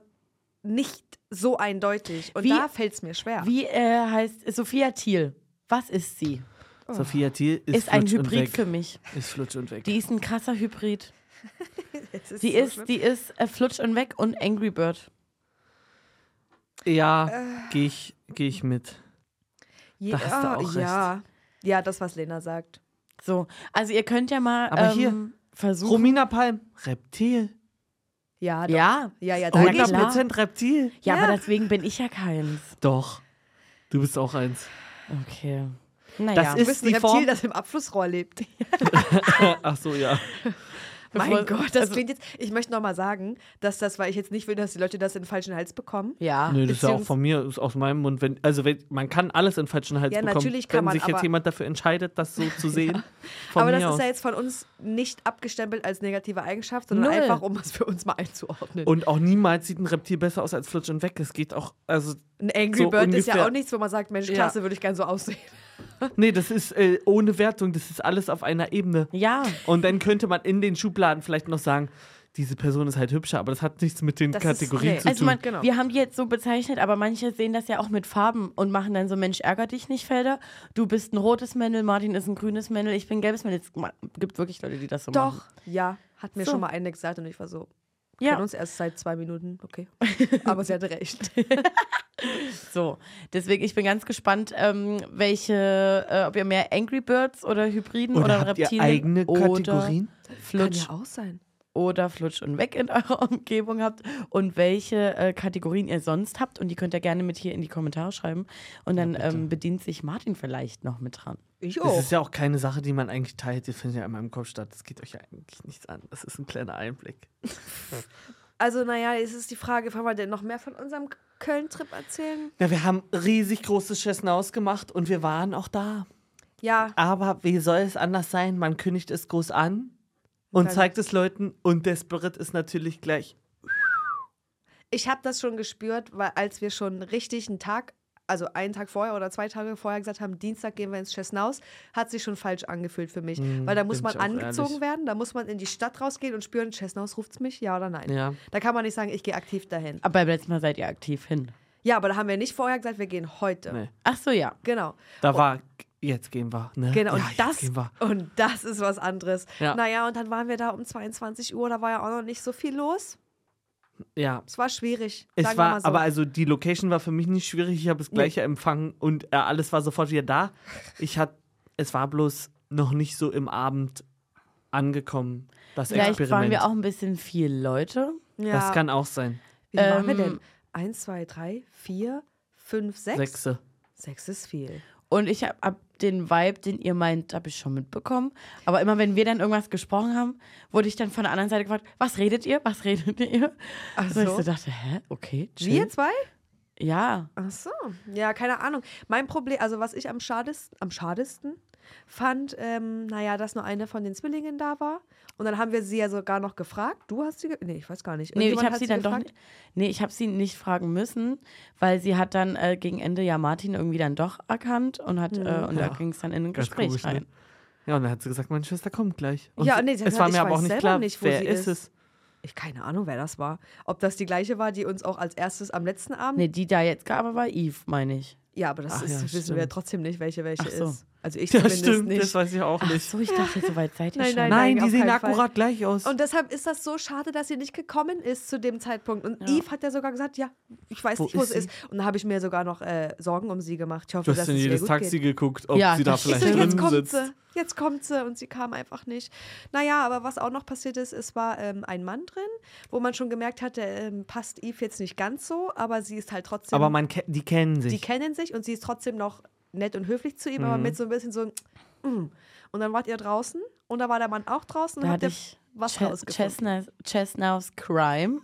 Speaker 1: nicht so eindeutig. Und
Speaker 3: Wie-
Speaker 1: da fällt es mir schwer.
Speaker 3: Wie äh, heißt Sophia Thiel? Was ist sie?
Speaker 2: Sophia Thiel ist,
Speaker 3: Ist, ein
Speaker 2: flutsch und
Speaker 3: Hybrid
Speaker 2: weg.
Speaker 3: für mich.
Speaker 2: Ist flutsch und weg.
Speaker 3: Die ist ein krasser Hybrid.
Speaker 1: Es
Speaker 3: Die
Speaker 1: so schlimm.
Speaker 3: ist, die ist äh, Flutsch und weg und Angry Bird.
Speaker 2: ja, gehe ich, geh ich mit.
Speaker 1: ja,
Speaker 2: hast du auch
Speaker 1: ja. ja, das, was Lena sagt.
Speaker 3: So, also ihr könnt ja mal
Speaker 2: Aber
Speaker 3: ähm,
Speaker 2: hier,
Speaker 3: versuchen.
Speaker 2: Romina Palm, Reptil.
Speaker 1: Ja, doch.
Speaker 3: ja.
Speaker 1: ja, ja, da
Speaker 3: Oh,
Speaker 1: gehe ich
Speaker 3: klar.
Speaker 2: 100% Reptil.
Speaker 3: ja,
Speaker 1: Ja.
Speaker 3: aber deswegen bin ich ja keins.
Speaker 2: Doch. Du bist auch eins.
Speaker 3: Okay. Naja.
Speaker 2: Das
Speaker 1: Du
Speaker 2: ist
Speaker 1: bist ein
Speaker 2: die
Speaker 1: Reptil,
Speaker 2: Form-
Speaker 1: das im Abflussrohr lebt.
Speaker 2: Ach so, ja.
Speaker 3: Bevor-
Speaker 1: Mein Gott, das
Speaker 3: also-
Speaker 1: klingt jetzt. Ich möchte nochmal sagen, dass das, weil ich jetzt nicht will, dass die Leute das in den falschen Hals bekommen.
Speaker 3: Ja.
Speaker 2: Nö, das ist ja auch
Speaker 1: beziehungs-
Speaker 2: von mir, ist aus meinem Mund. Wenn, also wenn, man kann alles in falschen Hals
Speaker 1: Ja,
Speaker 2: bekommen.
Speaker 1: natürlich kann
Speaker 2: wenn
Speaker 1: man,
Speaker 2: sich jetzt
Speaker 1: aber-
Speaker 2: jemand dafür entscheidet, das so zu sehen. Von
Speaker 1: Aber
Speaker 2: mir
Speaker 1: das
Speaker 2: aus.
Speaker 1: ist halt ja jetzt von uns nicht abgestempelt als negative Eigenschaft, sondern
Speaker 3: Null.
Speaker 1: einfach, um es für uns mal einzuordnen.
Speaker 2: und auch niemals sieht ein Reptil besser aus als Flutsch und weg. Es geht auch, also,
Speaker 1: Ein Angry
Speaker 2: so
Speaker 1: Bird ist
Speaker 2: ungefähr-
Speaker 1: ja auch nichts, wo man sagt, Mensch,
Speaker 2: Ja.
Speaker 1: klasse, würde ich gerne so aussehen.
Speaker 2: nee, das ist äh, ohne Wertung, das ist alles auf einer Ebene.
Speaker 3: Ja.
Speaker 2: Und dann könnte man in den Schubladen vielleicht noch sagen, diese Person ist halt hübscher, aber das hat nichts mit den
Speaker 1: Das ist-
Speaker 2: Kategorien
Speaker 1: nee.
Speaker 2: zu
Speaker 3: Also
Speaker 2: tun.
Speaker 3: man,
Speaker 1: Genau.
Speaker 3: wir haben die jetzt so bezeichnet, aber manche sehen das ja auch mit Farben und machen dann so, Mensch, ärger dich nicht, Felder. Du bist ein rotes Männel, Martin ist ein grünes Männel, ich bin ein gelbes Männel. Es gibt wirklich Leute, die das so machen.
Speaker 1: Doch, ja, hat mir
Speaker 3: So.
Speaker 1: schon mal eine gesagt und ich war so, ja.
Speaker 3: Ja,
Speaker 1: kennen uns erst seit zwei Minuten, okay. Aber sie hatte recht.
Speaker 3: so. Deswegen, ich bin ganz gespannt, ähm, welche, äh, ob ihr mehr Angry Birds oder Hybriden oder,
Speaker 2: oder habt ihr
Speaker 3: Reptilien
Speaker 2: eigene
Speaker 3: oder
Speaker 2: Kategorien?
Speaker 3: Flutsch
Speaker 1: auch sein.
Speaker 3: oder Flutsch und Weg in eurer Umgebung habt und welche äh, Kategorien ihr sonst habt. Und die könnt ihr gerne mit hier in die Kommentare schreiben. Und dann ähm, bedient sich Martin vielleicht noch mit dran.
Speaker 1: Ich
Speaker 2: Das
Speaker 1: auch.
Speaker 2: ist ja auch keine Sache, die man eigentlich teilt. Die findet ja in meinem Kopf statt. Das geht euch ja eigentlich nichts an. Das ist ein kleiner Einblick.
Speaker 1: Also, naja, es ist die Frage, wollen wir denn noch mehr von unserem Köln-Trip erzählen?
Speaker 2: Na, wir haben riesig großes Chessenhaus gemacht und wir waren auch da.
Speaker 1: Ja,
Speaker 2: Aber wie soll es anders sein? Man kündigt es groß an und
Speaker 1: Dann-
Speaker 2: zeigt es Leuten und der Spirit ist natürlich gleich.
Speaker 1: ich habe das schon gespürt, weil als wir schon richtig einen Tag, also einen Tag vorher oder zwei Tage vorher gesagt haben, Dienstag gehen wir ins Chesnaus, hat sich schon falsch angefühlt für mich.
Speaker 2: Hm,
Speaker 1: weil da
Speaker 2: bin
Speaker 1: muss man
Speaker 2: ich auch
Speaker 1: angezogen
Speaker 2: ehrlich.
Speaker 1: werden, da muss man in die Stadt rausgehen und spüren, Chesnaus ruft es mich, ja oder nein.
Speaker 2: Ja.
Speaker 1: Da kann man nicht sagen, ich gehe aktiv dahin.
Speaker 3: Aber beim letzten Mal seid ihr aktiv hin.
Speaker 1: Ja, aber da haben wir nicht vorher gesagt, wir gehen heute.
Speaker 2: Nee. Oh.
Speaker 3: Ach so, ja.
Speaker 1: Genau.
Speaker 2: Da war, jetzt gehen wir. Ne?
Speaker 1: Genau,
Speaker 2: ja,
Speaker 1: und,
Speaker 2: jetzt
Speaker 1: das,
Speaker 2: Gehen wir.
Speaker 1: und das ist was anderes.
Speaker 2: Ja.
Speaker 1: Naja, und dann waren wir da um 22 Uhr, da war ja auch noch nicht so viel los.
Speaker 2: Ja.
Speaker 1: Es war schwierig.
Speaker 2: Es
Speaker 1: sagen wir
Speaker 2: war,
Speaker 1: mal so.
Speaker 2: aber also die Location war für mich nicht schwierig. Ich habe das gleiche empfangen und äh, alles war sofort wieder da. Ich hatte, es war bloß noch nicht so im Abend angekommen. Das
Speaker 3: Vielleicht waren
Speaker 2: Experiment.
Speaker 3: wir auch ein bisschen viel Leute.
Speaker 1: ja.
Speaker 2: Das kann auch sein.
Speaker 1: Wie viel waren wir
Speaker 3: ähm,
Speaker 1: denn? Eins, zwei, drei, vier, fünf, sechs.
Speaker 2: Sechse.
Speaker 1: Sechs ist viel.
Speaker 3: Und ich hab, hab den Vibe, den ihr meint, habe ich schon mitbekommen. Aber immer wenn wir dann irgendwas gesprochen haben, wurde ich dann von der anderen Seite gefragt, was redet ihr? Was redet ihr? Also ich
Speaker 1: so.
Speaker 3: so dachte, hä? Okay, chill.
Speaker 1: Wir zwei?
Speaker 3: Ja.
Speaker 1: Ach so. Ja, keine Ahnung. Mein Problem, also was ich am schadesten, am schadesten fand, ähm, naja, dass nur eine von den Zwillingen da war. Und dann haben wir sie ja sogar noch gefragt. Du hast sie, ge nee, ich weiß gar nicht.
Speaker 3: Nee, ich
Speaker 1: Irgendjemand
Speaker 3: habe
Speaker 1: hat
Speaker 3: sie dann doch
Speaker 1: gefragt.
Speaker 3: nicht, Nee, ich habe sie nicht fragen müssen, weil sie hat dann äh, gegen Ende ja Martin irgendwie dann doch erkannt und hat äh, und
Speaker 2: Ja.
Speaker 3: da ging es dann in ein
Speaker 2: Ganz
Speaker 3: Gespräch
Speaker 2: komisch, ne?
Speaker 3: rein.
Speaker 2: Ja, und dann hat sie gesagt, meine Schwester kommt gleich. Und
Speaker 1: Ja,
Speaker 2: sie-
Speaker 1: nee, sie hat
Speaker 2: es war
Speaker 1: gesagt,
Speaker 2: mir
Speaker 1: ich
Speaker 2: aber auch
Speaker 1: weiß
Speaker 2: nicht
Speaker 1: selber
Speaker 2: klar,
Speaker 1: nicht, wo
Speaker 2: wer
Speaker 1: sie ist.
Speaker 2: ist es.
Speaker 1: Ich keine Ahnung, wer das war. Ob das die gleiche war, die uns auch als erstes am letzten Abend.
Speaker 3: Nee, die da jetzt gab, aber Eve, meine ich.
Speaker 1: Ja, aber das
Speaker 2: Ach
Speaker 1: ist,
Speaker 2: ja,
Speaker 1: wissen
Speaker 2: stimmt.
Speaker 1: wir trotzdem nicht, welche welche
Speaker 3: Ach so.
Speaker 1: ist. Also ich
Speaker 2: Ja,
Speaker 1: zumindest
Speaker 2: stimmt,
Speaker 1: nicht.
Speaker 2: das weiß ich auch
Speaker 3: Ach
Speaker 2: nicht.
Speaker 3: so, ich dachte, so weit seid ihr
Speaker 1: Nein,
Speaker 3: schon.
Speaker 1: nein,
Speaker 2: Nein,
Speaker 1: auf
Speaker 2: die sehen
Speaker 1: keinen Fall.
Speaker 2: akkurat gleich aus.
Speaker 1: Und deshalb ist das so schade, dass sie nicht gekommen ist zu dem Zeitpunkt. Und
Speaker 3: Ja.
Speaker 1: Eve hat ja sogar gesagt, ja, ich weiß
Speaker 2: Wo
Speaker 1: nicht, wo
Speaker 2: ist
Speaker 1: es ist. Und da habe ich mir sogar noch äh, Sorgen um sie gemacht. Ich hoffe, dass es ihr gut geht.
Speaker 2: geguckt, ob
Speaker 3: Ja, das
Speaker 1: Ich so,
Speaker 3: vielleicht
Speaker 1: jetzt
Speaker 2: drin
Speaker 1: kommt sie, jetzt kommt sie und sie kam einfach nicht. Naja, aber was auch noch passiert ist, es war ähm, ein Mann drin, wo man schon gemerkt hatte, ähm, passt Eve jetzt nicht ganz so, aber sie ist halt trotzdem,
Speaker 2: Aber man, ke- die kennen sich.
Speaker 1: die kennen sich und sie ist trotzdem noch nett und höflich zu ihm,
Speaker 2: Mhm.
Speaker 1: aber mit so ein bisschen so, ein "Mm." und dann wart ihr draußen und da war der Mann auch draußen und
Speaker 3: Da
Speaker 1: habt
Speaker 3: hatte
Speaker 1: ihr
Speaker 3: ich
Speaker 1: was
Speaker 3: Che-
Speaker 1: rausgefunden.
Speaker 3: Chesna- Chesnau's Crime.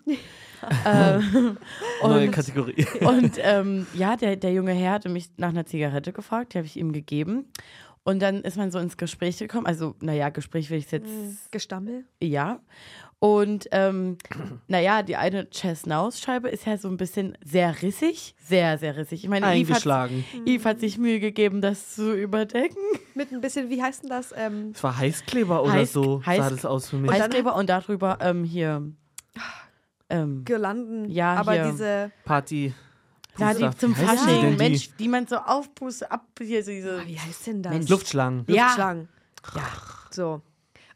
Speaker 3: ähm,
Speaker 2: Neue
Speaker 3: und
Speaker 2: Kategorie.
Speaker 3: und ähm, ja, der, der junge Herr hatte mich nach einer Zigarette gefragt, die habe ich ihm gegeben. Und dann ist man so ins Gespräch gekommen. Also, naja, Gespräch will ich es jetzt,
Speaker 1: Mhm. Gestammel?
Speaker 3: ja. Und ähm, naja, die eine Chesnaus-Scheibe ist ja so ein bisschen sehr rissig. Sehr, sehr rissig. Ich meine, Eve hat,
Speaker 2: Eingeschlagen.
Speaker 3: Eve hat sich Mühe gegeben, das zu überdecken.
Speaker 1: Mit ein bisschen, wie heißt denn das? Ähm,
Speaker 2: Es war Heißkleber oder
Speaker 3: Heiß-
Speaker 2: so,
Speaker 3: Heiß-
Speaker 2: sah das aus für mich.
Speaker 1: dann-
Speaker 3: Heißkleber und darüber ähm, hier. Ähm,
Speaker 1: Girlanden.
Speaker 3: Ja,
Speaker 1: aber
Speaker 3: hier.
Speaker 1: diese.
Speaker 2: Party.
Speaker 3: Ja,
Speaker 2: Puster.
Speaker 3: die zum
Speaker 2: Wie heißen die denn,
Speaker 3: Fasching,
Speaker 2: die?
Speaker 3: Mensch, die man so aufpustet, ab hier so diese.
Speaker 1: Wie heißt denn das?
Speaker 3: Mensch.
Speaker 2: Luftschlangen.
Speaker 3: Ah, Ja.
Speaker 1: Luftschlangen.
Speaker 3: Ja.
Speaker 1: So.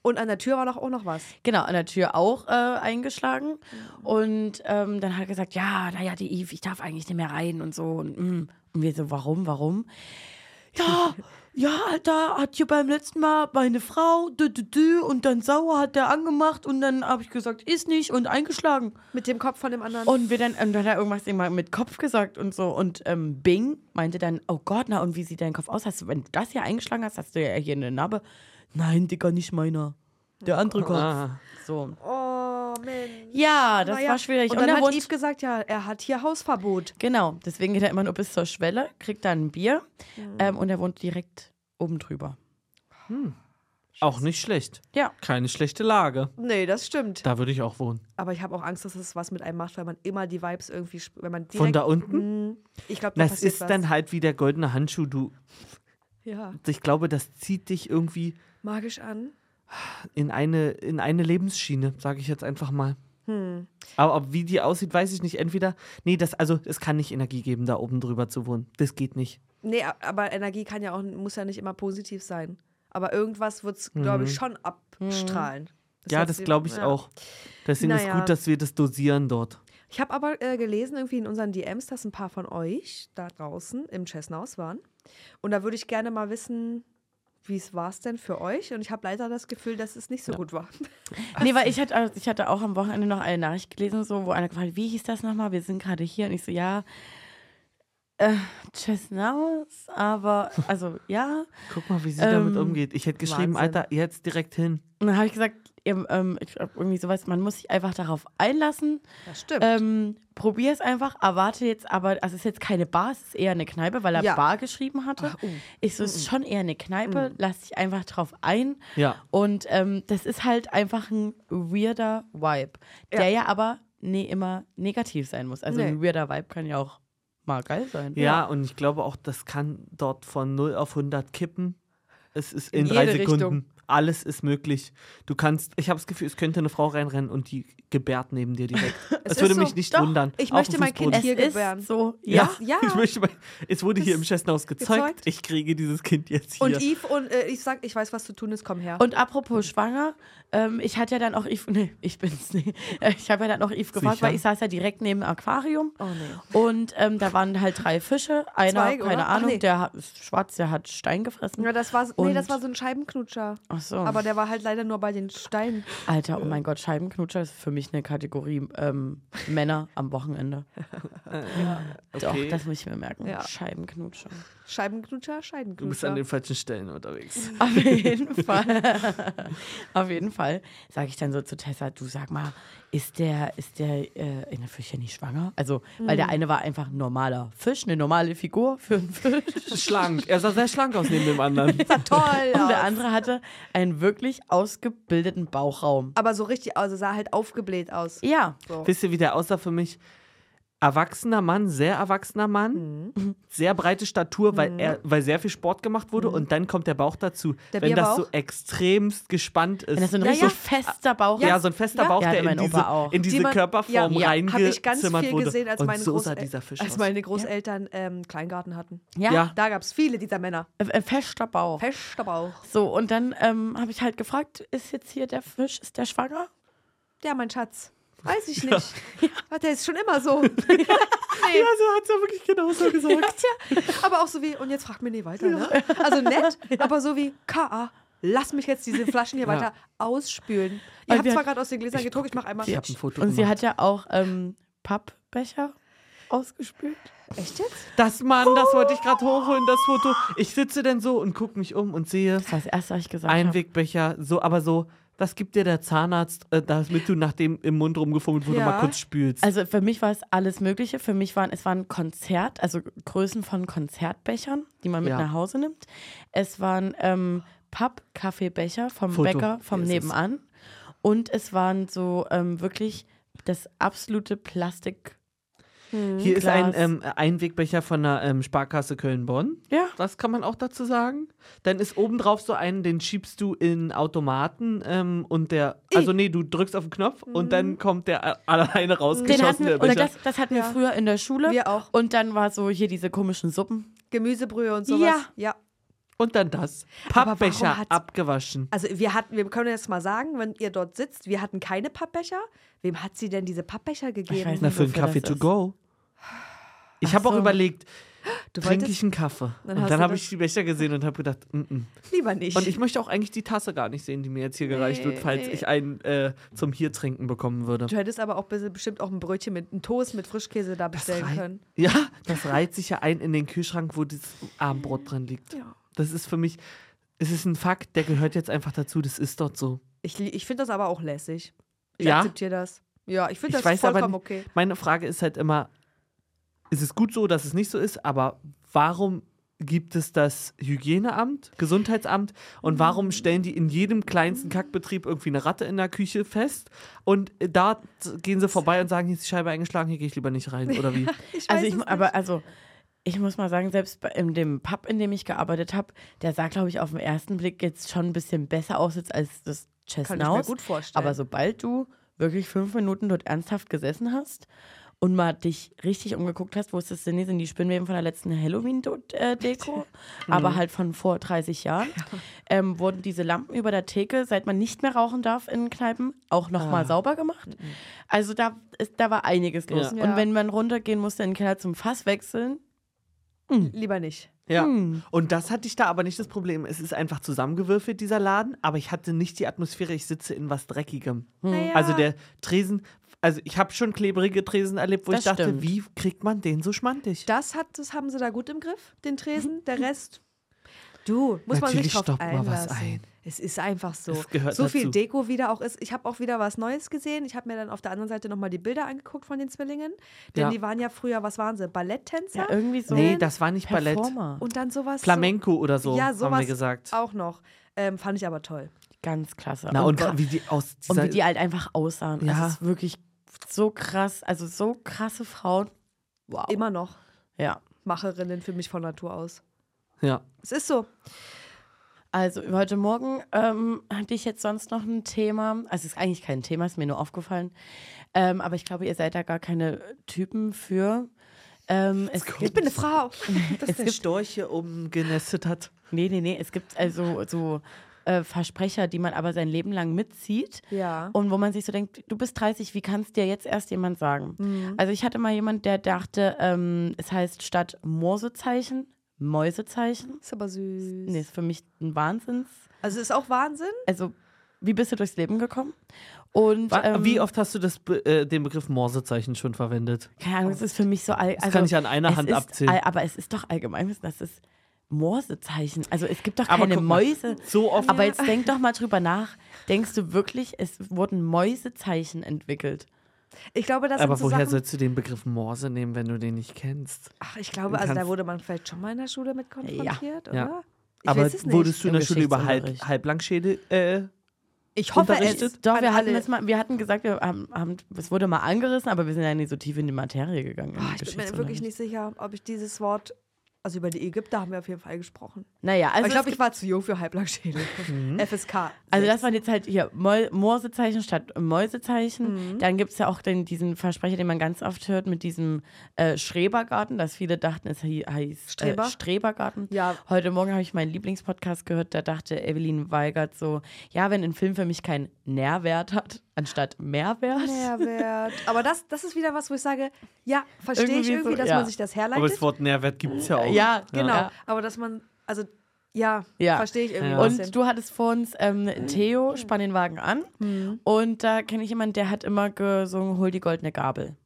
Speaker 1: Und an der Tür war doch auch noch was.
Speaker 3: Genau, an der Tür auch äh, eingeschlagen. Und ähm, dann hat er gesagt, ja, naja, die Eve, ich darf eigentlich nicht mehr rein und so. Und, mm. und wir so, warum, warum? Ja, ja, da hat hier beim letzten Mal meine Frau dü, dü, dü, und dann sauer hat der angemacht und dann habe ich gesagt, ist nicht und eingeschlagen.
Speaker 1: Mit dem Kopf von dem anderen.
Speaker 3: Und wir dann, und dann hat er irgendwas immer mit Kopf gesagt und so. Und ähm, Bing meinte dann, oh Gott, na und wie sieht dein Kopf aus? Hast du, wenn du das hier eingeschlagen hast, hast du ja hier eine Narbe. Nein, Digga, nicht meiner.
Speaker 4: Der andere Kopf.
Speaker 2: Ah.
Speaker 3: So.
Speaker 1: Oh, Mensch.
Speaker 3: Ja, das
Speaker 1: Naja,
Speaker 3: war schwierig.
Speaker 1: Und,
Speaker 3: Und,
Speaker 1: dann
Speaker 3: er
Speaker 1: hat
Speaker 3: wohnt,
Speaker 1: Yves gesagt, ja, er hat hier Hausverbot.
Speaker 3: genau, deswegen geht er immer nur bis zur Schwelle, kriegt dann ein Bier ähm, und er wohnt direkt oben drüber.
Speaker 2: Auch nicht schlecht.
Speaker 3: Ja.
Speaker 2: Keine schlechte Lage.
Speaker 1: Nee, das stimmt.
Speaker 2: Da würde ich auch wohnen.
Speaker 1: Aber ich habe auch Angst, dass es was mit einem macht, weil man immer die Vibes irgendwie, sp- wenn man direkt,
Speaker 2: Von da unten?
Speaker 1: Mm, ich glaube, da
Speaker 2: Das
Speaker 1: passiert
Speaker 2: ist
Speaker 1: was.
Speaker 2: dann halt wie der goldene Handschuh. Du,
Speaker 1: ja
Speaker 2: ich glaube, das zieht dich irgendwie
Speaker 1: magisch an.
Speaker 2: in eine, in eine Lebensschiene, sage ich jetzt einfach mal.
Speaker 1: Hm.
Speaker 2: Aber ob, wie die aussieht, weiß ich nicht. Entweder, nee, das, also es kann nicht Energie geben, da oben drüber zu wohnen. Das geht nicht.
Speaker 1: Nee, a- aber Energie kann ja auch muss ja nicht immer positiv sein. Aber irgendwas wird es, glaube ich, schon abstrahlen.
Speaker 2: Mhm. ja,
Speaker 1: heißt,
Speaker 2: das
Speaker 1: sie-
Speaker 2: glaube ich
Speaker 1: ja.
Speaker 2: auch. Deswegen ist
Speaker 1: Naja.
Speaker 2: gut, dass wir das dosieren dort.
Speaker 1: Ich habe aber äh, gelesen, irgendwie in unseren DMs, dass ein paar von euch da draußen im Chessnaus waren. Und da würde ich gerne mal wissen, wie es war es denn für euch? Und ich habe leider das Gefühl, dass es nicht so gut war.
Speaker 3: Nee, weil ich hatte, ich hatte auch am Wochenende noch eine Nachricht gelesen, so, wo einer gefragt hat, wie hieß das nochmal? Wir sind gerade hier. Und ich so, ja, äh, Chestnuts, aber, also, ja.
Speaker 2: Guck mal, wie sie
Speaker 3: Ähm,
Speaker 2: damit umgeht. Ich hätte geschrieben,
Speaker 3: Wahnsinn.
Speaker 2: Alter, jetzt direkt hin.
Speaker 3: Und dann habe ich gesagt, ihr, ähm, ich hab irgendwie sowas, man muss sich einfach darauf einlassen.
Speaker 1: Das stimmt.
Speaker 3: Ähm, probier es einfach, erwarte jetzt aber, also es ist jetzt keine Bar, es ist eher eine Kneipe, weil er
Speaker 1: Ja. oh.
Speaker 3: Bar geschrieben
Speaker 2: Oh,
Speaker 3: hatte. Ich so, es ist schon eher eine Kneipe, lass dich einfach drauf ein.
Speaker 2: Ja.
Speaker 3: Und ähm, das ist halt einfach ein weirder Vibe, der ja aber nie immer negativ sein muss. Also
Speaker 1: Nee.
Speaker 3: ein weirder Vibe kann ja auch mal geil sein.
Speaker 2: Ja, und ich glaube auch, das kann dort von 0 auf 100 kippen. Es ist in,
Speaker 3: In
Speaker 2: drei
Speaker 3: jede
Speaker 2: Sekunden.
Speaker 3: Richtung.
Speaker 2: Alles ist möglich. Du kannst, ich habe das Gefühl, es könnte eine Frau reinrennen und die gebärt neben dir direkt. Es
Speaker 1: ist
Speaker 2: würde
Speaker 1: so.
Speaker 2: mich nicht
Speaker 3: Doch,
Speaker 2: wundern.
Speaker 1: ich
Speaker 2: Auf
Speaker 1: möchte
Speaker 2: dem
Speaker 1: mein Kind
Speaker 2: Fußboden.
Speaker 3: Es
Speaker 1: hier
Speaker 3: ist
Speaker 1: gebären.
Speaker 3: so, ja.
Speaker 2: Ja,
Speaker 1: Ja.
Speaker 2: Ich möchte mal, es wurde hier
Speaker 1: Das-
Speaker 2: im Chestnaus gezeugt.
Speaker 1: gezeugt.
Speaker 2: Ich kriege dieses Kind jetzt hier.
Speaker 1: und Yves und äh, ich sag, ich weiß, was zu tun ist, komm her.
Speaker 3: Und apropos schwanger, ähm, ich hatte ja dann auch Yves, nee, ich bin's nee. Äh, Ich habe ja dann auch Yves gefragt,
Speaker 2: Sicher?
Speaker 3: weil ich saß ja direkt neben dem Aquarium.
Speaker 1: oh nee.
Speaker 3: Und ähm, da waren halt drei Fische. Einer,
Speaker 1: Zwei, oder?
Speaker 3: keine
Speaker 1: Ach,
Speaker 3: Ahnung,
Speaker 1: nee.
Speaker 3: der hat, ist schwarz, der hat Stein gefressen.
Speaker 1: Ja, das war, nee,
Speaker 3: Und-
Speaker 1: das war so ein Scheibenknutscher.
Speaker 3: Ach
Speaker 2: Oh.
Speaker 3: so.
Speaker 1: Aber der war halt leider nur bei den Steinen.
Speaker 3: Alter, oh mein Gott, Scheibenknutscher ist für mich eine Kategorie ähm, Männer am Wochenende. Doch, das muss ich mir merken.
Speaker 1: Ja.
Speaker 3: Scheibenknutscher.
Speaker 1: Scheibenknutscher,
Speaker 2: du bist an
Speaker 1: Scheibenknutscher.
Speaker 2: den falschen Stellen unterwegs.
Speaker 3: Auf jeden Fall. Auf jeden Fall sage ich dann so zu Tessa, du sag mal, ist der, ist der äh, in der Fische nicht schwanger? Also, weil der eine war einfach ein normaler Fisch, eine normale Figur für einen Fisch.
Speaker 2: schlank. Er sah sehr schlank aus neben dem anderen.
Speaker 1: Toll!
Speaker 3: Und der
Speaker 1: aus.
Speaker 3: andere hatte einen wirklich ausgebildeten Bauchraum.
Speaker 1: Aber so richtig, also sah halt aufgebläht aus.
Speaker 3: Ja,
Speaker 1: So.
Speaker 2: Wisst ihr, wie der aussah für mich? Erwachsener Mann, sehr erwachsener Mann, sehr breite Statur,
Speaker 1: Mhm.
Speaker 2: weil, er, weil sehr viel Sport gemacht wurde und dann kommt der Bauch dazu.
Speaker 1: Der
Speaker 2: wenn das
Speaker 1: Bierbauch?
Speaker 2: so extremst gespannt ist.
Speaker 3: wenn das so ein
Speaker 1: Ja,
Speaker 3: richtig
Speaker 1: ja.
Speaker 3: fester Bauch
Speaker 2: ja, so ein fester
Speaker 1: Ja.
Speaker 2: Bauch,
Speaker 3: Ja, hatte
Speaker 2: der in
Speaker 3: mein
Speaker 2: diese,
Speaker 3: Opa auch.
Speaker 2: in diese
Speaker 1: Die man-
Speaker 2: Körperform
Speaker 1: ja, ja. Hab ich ganz
Speaker 2: reingezimmert
Speaker 1: viel
Speaker 2: wurde.
Speaker 1: gesehen, als
Speaker 2: und
Speaker 1: meine,
Speaker 2: so
Speaker 1: Groß
Speaker 2: sah dieser Fisch
Speaker 1: als
Speaker 2: aus.
Speaker 1: meine Großeltern ähm, Kleingarten hatten.
Speaker 3: Ja,
Speaker 2: Ja.
Speaker 1: Da gab es viele dieser Männer.
Speaker 3: äh, äh, fester Bauch.
Speaker 1: Fester Bauch.
Speaker 3: So, und dann ähm, habe ich halt gefragt, ist jetzt hier der Fisch, ist der schwanger?
Speaker 1: Ja, mein Schatz. Weiß ich nicht. Ja. Der ist schon immer so.
Speaker 2: Ja, so hat es ja wirklich genauso gesagt.
Speaker 1: Aber auch so wie, und jetzt fragt mir nie weiter. Ne? Also nett, aber so wie, K.A., lass mich jetzt diese Flaschen hier
Speaker 2: Ja.
Speaker 1: weiter ausspülen.
Speaker 3: Aber
Speaker 1: Ihr habt
Speaker 3: wir-
Speaker 1: zwar gerade aus den Gläsern getrunken, ich mach einmal.
Speaker 2: Ich habe ein Foto
Speaker 3: Und sie
Speaker 2: gemacht.
Speaker 3: hat ja auch ähm, Pappbecher ausgespült.
Speaker 1: Echt jetzt?
Speaker 2: Das Mann, das wollte ich gerade
Speaker 1: Oh.
Speaker 2: hochholen, das Foto. Ich sitze denn so und gucke mich um und sehe
Speaker 3: Das war das Erste, was ich gesagt habe.
Speaker 2: Einwegbecher, so, aber so, das gibt dir der Zahnarzt, äh, damit du nachdem im Mund rumgefummelt wurde,
Speaker 1: Ja.
Speaker 2: mal kurz spülst.
Speaker 3: Also für mich war es alles Mögliche. Für mich waren es waren Konzert, also Größen von Konzertbechern, die man mit
Speaker 2: Ja.
Speaker 3: nach Hause nimmt. Es waren ähm, Papp-Kaffeebecher vom
Speaker 2: Foto.
Speaker 3: Bäcker vom
Speaker 2: Hier ist es.
Speaker 3: nebenan. Und es waren so ähm, wirklich das absolute Plastik.
Speaker 2: Hier ist ein
Speaker 3: Glas.
Speaker 2: ähm, Einwegbecher von der ähm, Sparkasse Köln-Bonn.
Speaker 3: Ja.
Speaker 2: Das kann man auch dazu sagen. Dann ist obendrauf so einen, den schiebst du in Automaten ähm, und der, also nee, du drückst auf den Knopf und
Speaker 1: Mhm.
Speaker 2: dann kommt der a- alleine
Speaker 3: Den hatten
Speaker 2: rausgeschossen.
Speaker 3: wir,
Speaker 2: Der
Speaker 3: oder
Speaker 2: Becher.
Speaker 3: das, das hatten
Speaker 1: Ja.
Speaker 3: wir früher in der Schule.
Speaker 1: Wir auch.
Speaker 3: Und dann war so hier diese komischen Suppen.
Speaker 1: Gemüsebrühe und sowas.
Speaker 3: Ja.
Speaker 1: ja.
Speaker 2: und dann das.
Speaker 1: warum
Speaker 2: Pappbecher
Speaker 1: hat's-
Speaker 2: abgewaschen.
Speaker 1: Also wir hatten, wir können jetzt mal sagen, wenn ihr dort sitzt, wir hatten keine Pappbecher. Wem hat sie denn diese Pappbecher gegeben?
Speaker 3: weiß
Speaker 2: Na, für
Speaker 3: wofür
Speaker 2: einen Kaffee
Speaker 3: das
Speaker 2: to
Speaker 3: ist.
Speaker 2: go. Ich
Speaker 3: Ach
Speaker 2: habe auch
Speaker 3: so.
Speaker 2: überlegt,
Speaker 1: Du
Speaker 2: trinke
Speaker 1: wolltest
Speaker 2: ich einen Kaffee?
Speaker 1: Dann hast
Speaker 2: und dann
Speaker 1: du
Speaker 2: habe
Speaker 1: das-
Speaker 2: ich die Becher gesehen und habe gedacht, mm -mm.
Speaker 1: lieber nicht.
Speaker 2: Und ich möchte auch eigentlich die Tasse gar nicht sehen, die mir jetzt hier gereicht
Speaker 1: Nee,
Speaker 2: wird, falls
Speaker 1: nee.
Speaker 2: ich einen äh, zum Hier trinken bekommen würde.
Speaker 1: du hättest aber auch bes- bestimmt auch ein Brötchen mit einem Toast mit Frischkäse da
Speaker 2: Das
Speaker 1: bestellen
Speaker 2: rei-
Speaker 1: können.
Speaker 2: Ja, das reiht sich ja ein in den Kühlschrank, wo das Abendbrot drin liegt.
Speaker 1: Ja.
Speaker 2: Das ist für mich Es ist ein Fakt, der gehört jetzt einfach dazu. Das ist dort so.
Speaker 1: Ich, li- ich finde das aber auch lässig. Ich
Speaker 2: Ja?
Speaker 1: akzeptiere das. Ja, ich finde
Speaker 2: Ich
Speaker 1: das
Speaker 2: weiß aber
Speaker 1: vollkommen
Speaker 2: nicht-
Speaker 1: okay.
Speaker 2: Meine Frage ist halt immer: Ist es gut so, dass es nicht so ist? Aber warum gibt es das Hygieneamt, Gesundheitsamt und
Speaker 1: Mhm.
Speaker 2: warum stellen die in jedem kleinsten Kackbetrieb irgendwie eine Ratte in der Küche fest und äh, da z- gehen sie vorbei und sagen, hier ist die Scheibe eingeschlagen, hier gehe ich lieber nicht rein oder wie?
Speaker 1: Ich
Speaker 3: Also
Speaker 1: weiß
Speaker 3: ich,
Speaker 1: es
Speaker 3: mu- aber also ich muss mal sagen, selbst bei, in dem Pub, in dem ich gearbeitet habe, der sah, glaube ich, auf den ersten Blick jetzt schon ein bisschen besser aus jetzt als das
Speaker 1: Kann ich mir
Speaker 3: Chestnaut.
Speaker 1: gut vorstellen.
Speaker 3: Aber sobald du wirklich fünf Minuten dort ernsthaft gesessen hast und mal dich richtig umgeguckt hast, wusstest du, nee, sind die Spinnweben von der letzten Halloween-Deko, aber halt von vor 30 Jahren, ähm, wurden diese Lampen über der Theke, seit man nicht mehr rauchen darf in Kneipen, auch nochmal mal sauber gemacht. Also da, ist, da war einiges los.
Speaker 1: Ja. Ja.
Speaker 3: Und wenn man runtergehen musste in den Keller zum Fass wechseln,
Speaker 1: Lieber nicht.
Speaker 2: Ja. Und das hatte ich da aber nicht das Problem. Es ist einfach zusammengewürfelt, dieser Laden, aber ich hatte nicht die Atmosphäre, ich sitze in was Dreckigem.
Speaker 1: Naja.
Speaker 2: Also der Tresen, also ich habe schon klebrige Tresen erlebt, wo
Speaker 3: Das
Speaker 2: ich dachte,
Speaker 3: stimmt.
Speaker 2: wie kriegt man den so schmantig?
Speaker 1: Das, hat, das haben sie da gut im Griff, den Tresen. Der Rest. Du, muss man sich
Speaker 2: Natürlich
Speaker 1: drauf
Speaker 2: stoppt mal was
Speaker 1: einlassen.
Speaker 2: ein.
Speaker 1: Es ist einfach so.
Speaker 2: Es gehört
Speaker 1: so viel
Speaker 2: dazu.
Speaker 1: Deko wieder auch ist. Ich habe auch wieder was Neues gesehen. Ich habe mir dann auf der anderen Seite nochmal die Bilder angeguckt von den Zwillingen. Denn
Speaker 2: Ja.
Speaker 1: die waren ja früher, was waren sie? Balletttänzer?
Speaker 3: ja, irgendwie so
Speaker 2: nee,
Speaker 1: ein
Speaker 2: das war nicht Ballett.
Speaker 3: Performer.
Speaker 1: und dann sowas.
Speaker 2: Flamenco oder
Speaker 1: so,
Speaker 2: so,
Speaker 1: ja,
Speaker 2: haben wir
Speaker 1: sowas
Speaker 2: gesagt.
Speaker 1: auch noch. Ähm, fand ich aber toll.
Speaker 3: Ganz klasse.
Speaker 2: Na, und,
Speaker 3: gra-
Speaker 2: wie die aus
Speaker 3: Und
Speaker 2: dieser,
Speaker 3: wie die halt einfach aussahen. Ja.
Speaker 2: Ja.
Speaker 3: Also es ist wirklich so krass, also so krasse Frauen. Wow.
Speaker 1: Immer noch
Speaker 3: Ja.
Speaker 1: Macherinnen für mich von Natur aus.
Speaker 2: ja.
Speaker 1: Es ist so.
Speaker 3: Also heute Morgen ähm, hatte ich jetzt sonst noch ein Thema. Also es ist eigentlich kein Thema, ist mir nur aufgefallen. Ähm, aber ich glaube, ihr seid da gar keine Typen für. Ähm, es
Speaker 1: Ich bin eine Frau.
Speaker 2: Dass der Storch hier oben genestet hat.
Speaker 3: Nee, nee, nee. Es gibt also so äh, Versprecher, die man aber sein Leben lang mitzieht.
Speaker 1: Ja.
Speaker 3: Und wo man sich so denkt, du bist 30, wie kannst dir jetzt erst jemand sagen? Also ich hatte mal jemand, der dachte, ähm, es heißt statt Morsezeichen, Mäusezeichen.
Speaker 1: Ist aber süß.
Speaker 3: Nee, ist für mich ein Wahnsinns.
Speaker 1: Also ist auch Wahnsinn.
Speaker 3: Also, wie bist du durchs Leben gekommen? Und
Speaker 2: Wa-
Speaker 3: ähm,
Speaker 2: wie oft hast du das, Be- äh, den Begriff Morsezeichen schon verwendet?
Speaker 3: Keine Ahnung, es ist für mich so all, also,
Speaker 2: kann ich an einer
Speaker 3: es
Speaker 2: Hand
Speaker 3: ist,
Speaker 2: abzählen.
Speaker 3: all- Aber es ist doch allgemein, dass es Morsezeichen. Also es gibt doch
Speaker 2: Aber
Speaker 3: keine
Speaker 2: guck mal,
Speaker 3: Mäuse.
Speaker 2: so oft-
Speaker 3: Aber jetzt denk doch mal drüber nach. Denkst du wirklich, es wurden Mäusezeichen entwickelt?
Speaker 1: Ich glaube, das
Speaker 2: Aber
Speaker 1: sind so
Speaker 2: woher
Speaker 1: Sachen,
Speaker 2: sollst du den Begriff Morse nehmen, wenn du den nicht kennst?
Speaker 1: Ach, ich glaube,
Speaker 2: Du
Speaker 1: also da
Speaker 2: kannst-
Speaker 1: wurde man vielleicht schon mal in der Schule mit konfrontiert, oder? Ich
Speaker 2: Aber
Speaker 1: weiß es nicht.
Speaker 2: wurdest du in
Speaker 3: Im
Speaker 2: der Schule über Halb,
Speaker 3: Geschichtsunterricht.
Speaker 2: Halblangschädel? Äh,
Speaker 1: ich hoffe es.
Speaker 2: unterrichtet?
Speaker 3: Doch,
Speaker 1: An
Speaker 3: wir hatten,
Speaker 1: alle.
Speaker 3: das mal, wir hatten gesagt, wir haben, haben, es wurde mal angerissen, aber wir sind ja nicht so tief in die Materie gegangen. im
Speaker 1: Boah, ich bin mir wirklich
Speaker 3: Geschichtsunterricht.
Speaker 1: nicht sicher, ob ich dieses Wort, also über die Ägypter haben wir auf jeden Fall gesprochen.
Speaker 3: Naja, also
Speaker 1: Aber ich
Speaker 3: es
Speaker 1: glaube, ich war zu jung für Halblangschädel. Mhm. FSK.
Speaker 3: Also das
Speaker 1: sechs.
Speaker 3: waren jetzt halt hier Mol- Morsezeichen statt Mäusezeichen. Dann gibt es ja auch den, diesen Versprecher, den man ganz oft hört mit diesem äh, Schrebergarten, dass viele dachten, es hei- heißt
Speaker 1: Streber?
Speaker 3: Äh, Strebergarten.
Speaker 1: Ja.
Speaker 3: Heute Morgen habe ich meinen Lieblingspodcast gehört, da dachte Evelyn Weigert so, ja, wenn ein Film für mich keinen Nährwert hat, anstatt Mehrwert.
Speaker 1: Mehrwert. Aber das, das ist wieder was, wo ich sage, ja, verstehe ich
Speaker 3: Irgendwie so,
Speaker 1: irgendwie, dass
Speaker 3: ja.
Speaker 1: man sich das
Speaker 2: aber
Speaker 1: herleitet.
Speaker 2: das Wort Nährwert gibt es ja auch.
Speaker 3: Ja,
Speaker 1: genau.
Speaker 3: Ja.
Speaker 1: Aber dass man, also ja,
Speaker 3: Ja.
Speaker 1: verstehe ich irgendwie.
Speaker 2: Ja.
Speaker 1: was denn.
Speaker 3: Und du hattest vor uns ähm, Theo, spann den Wagen an.
Speaker 1: Mhm.
Speaker 3: Und da kenne ich jemanden, der hat immer gesungen, hol die goldene Gabel.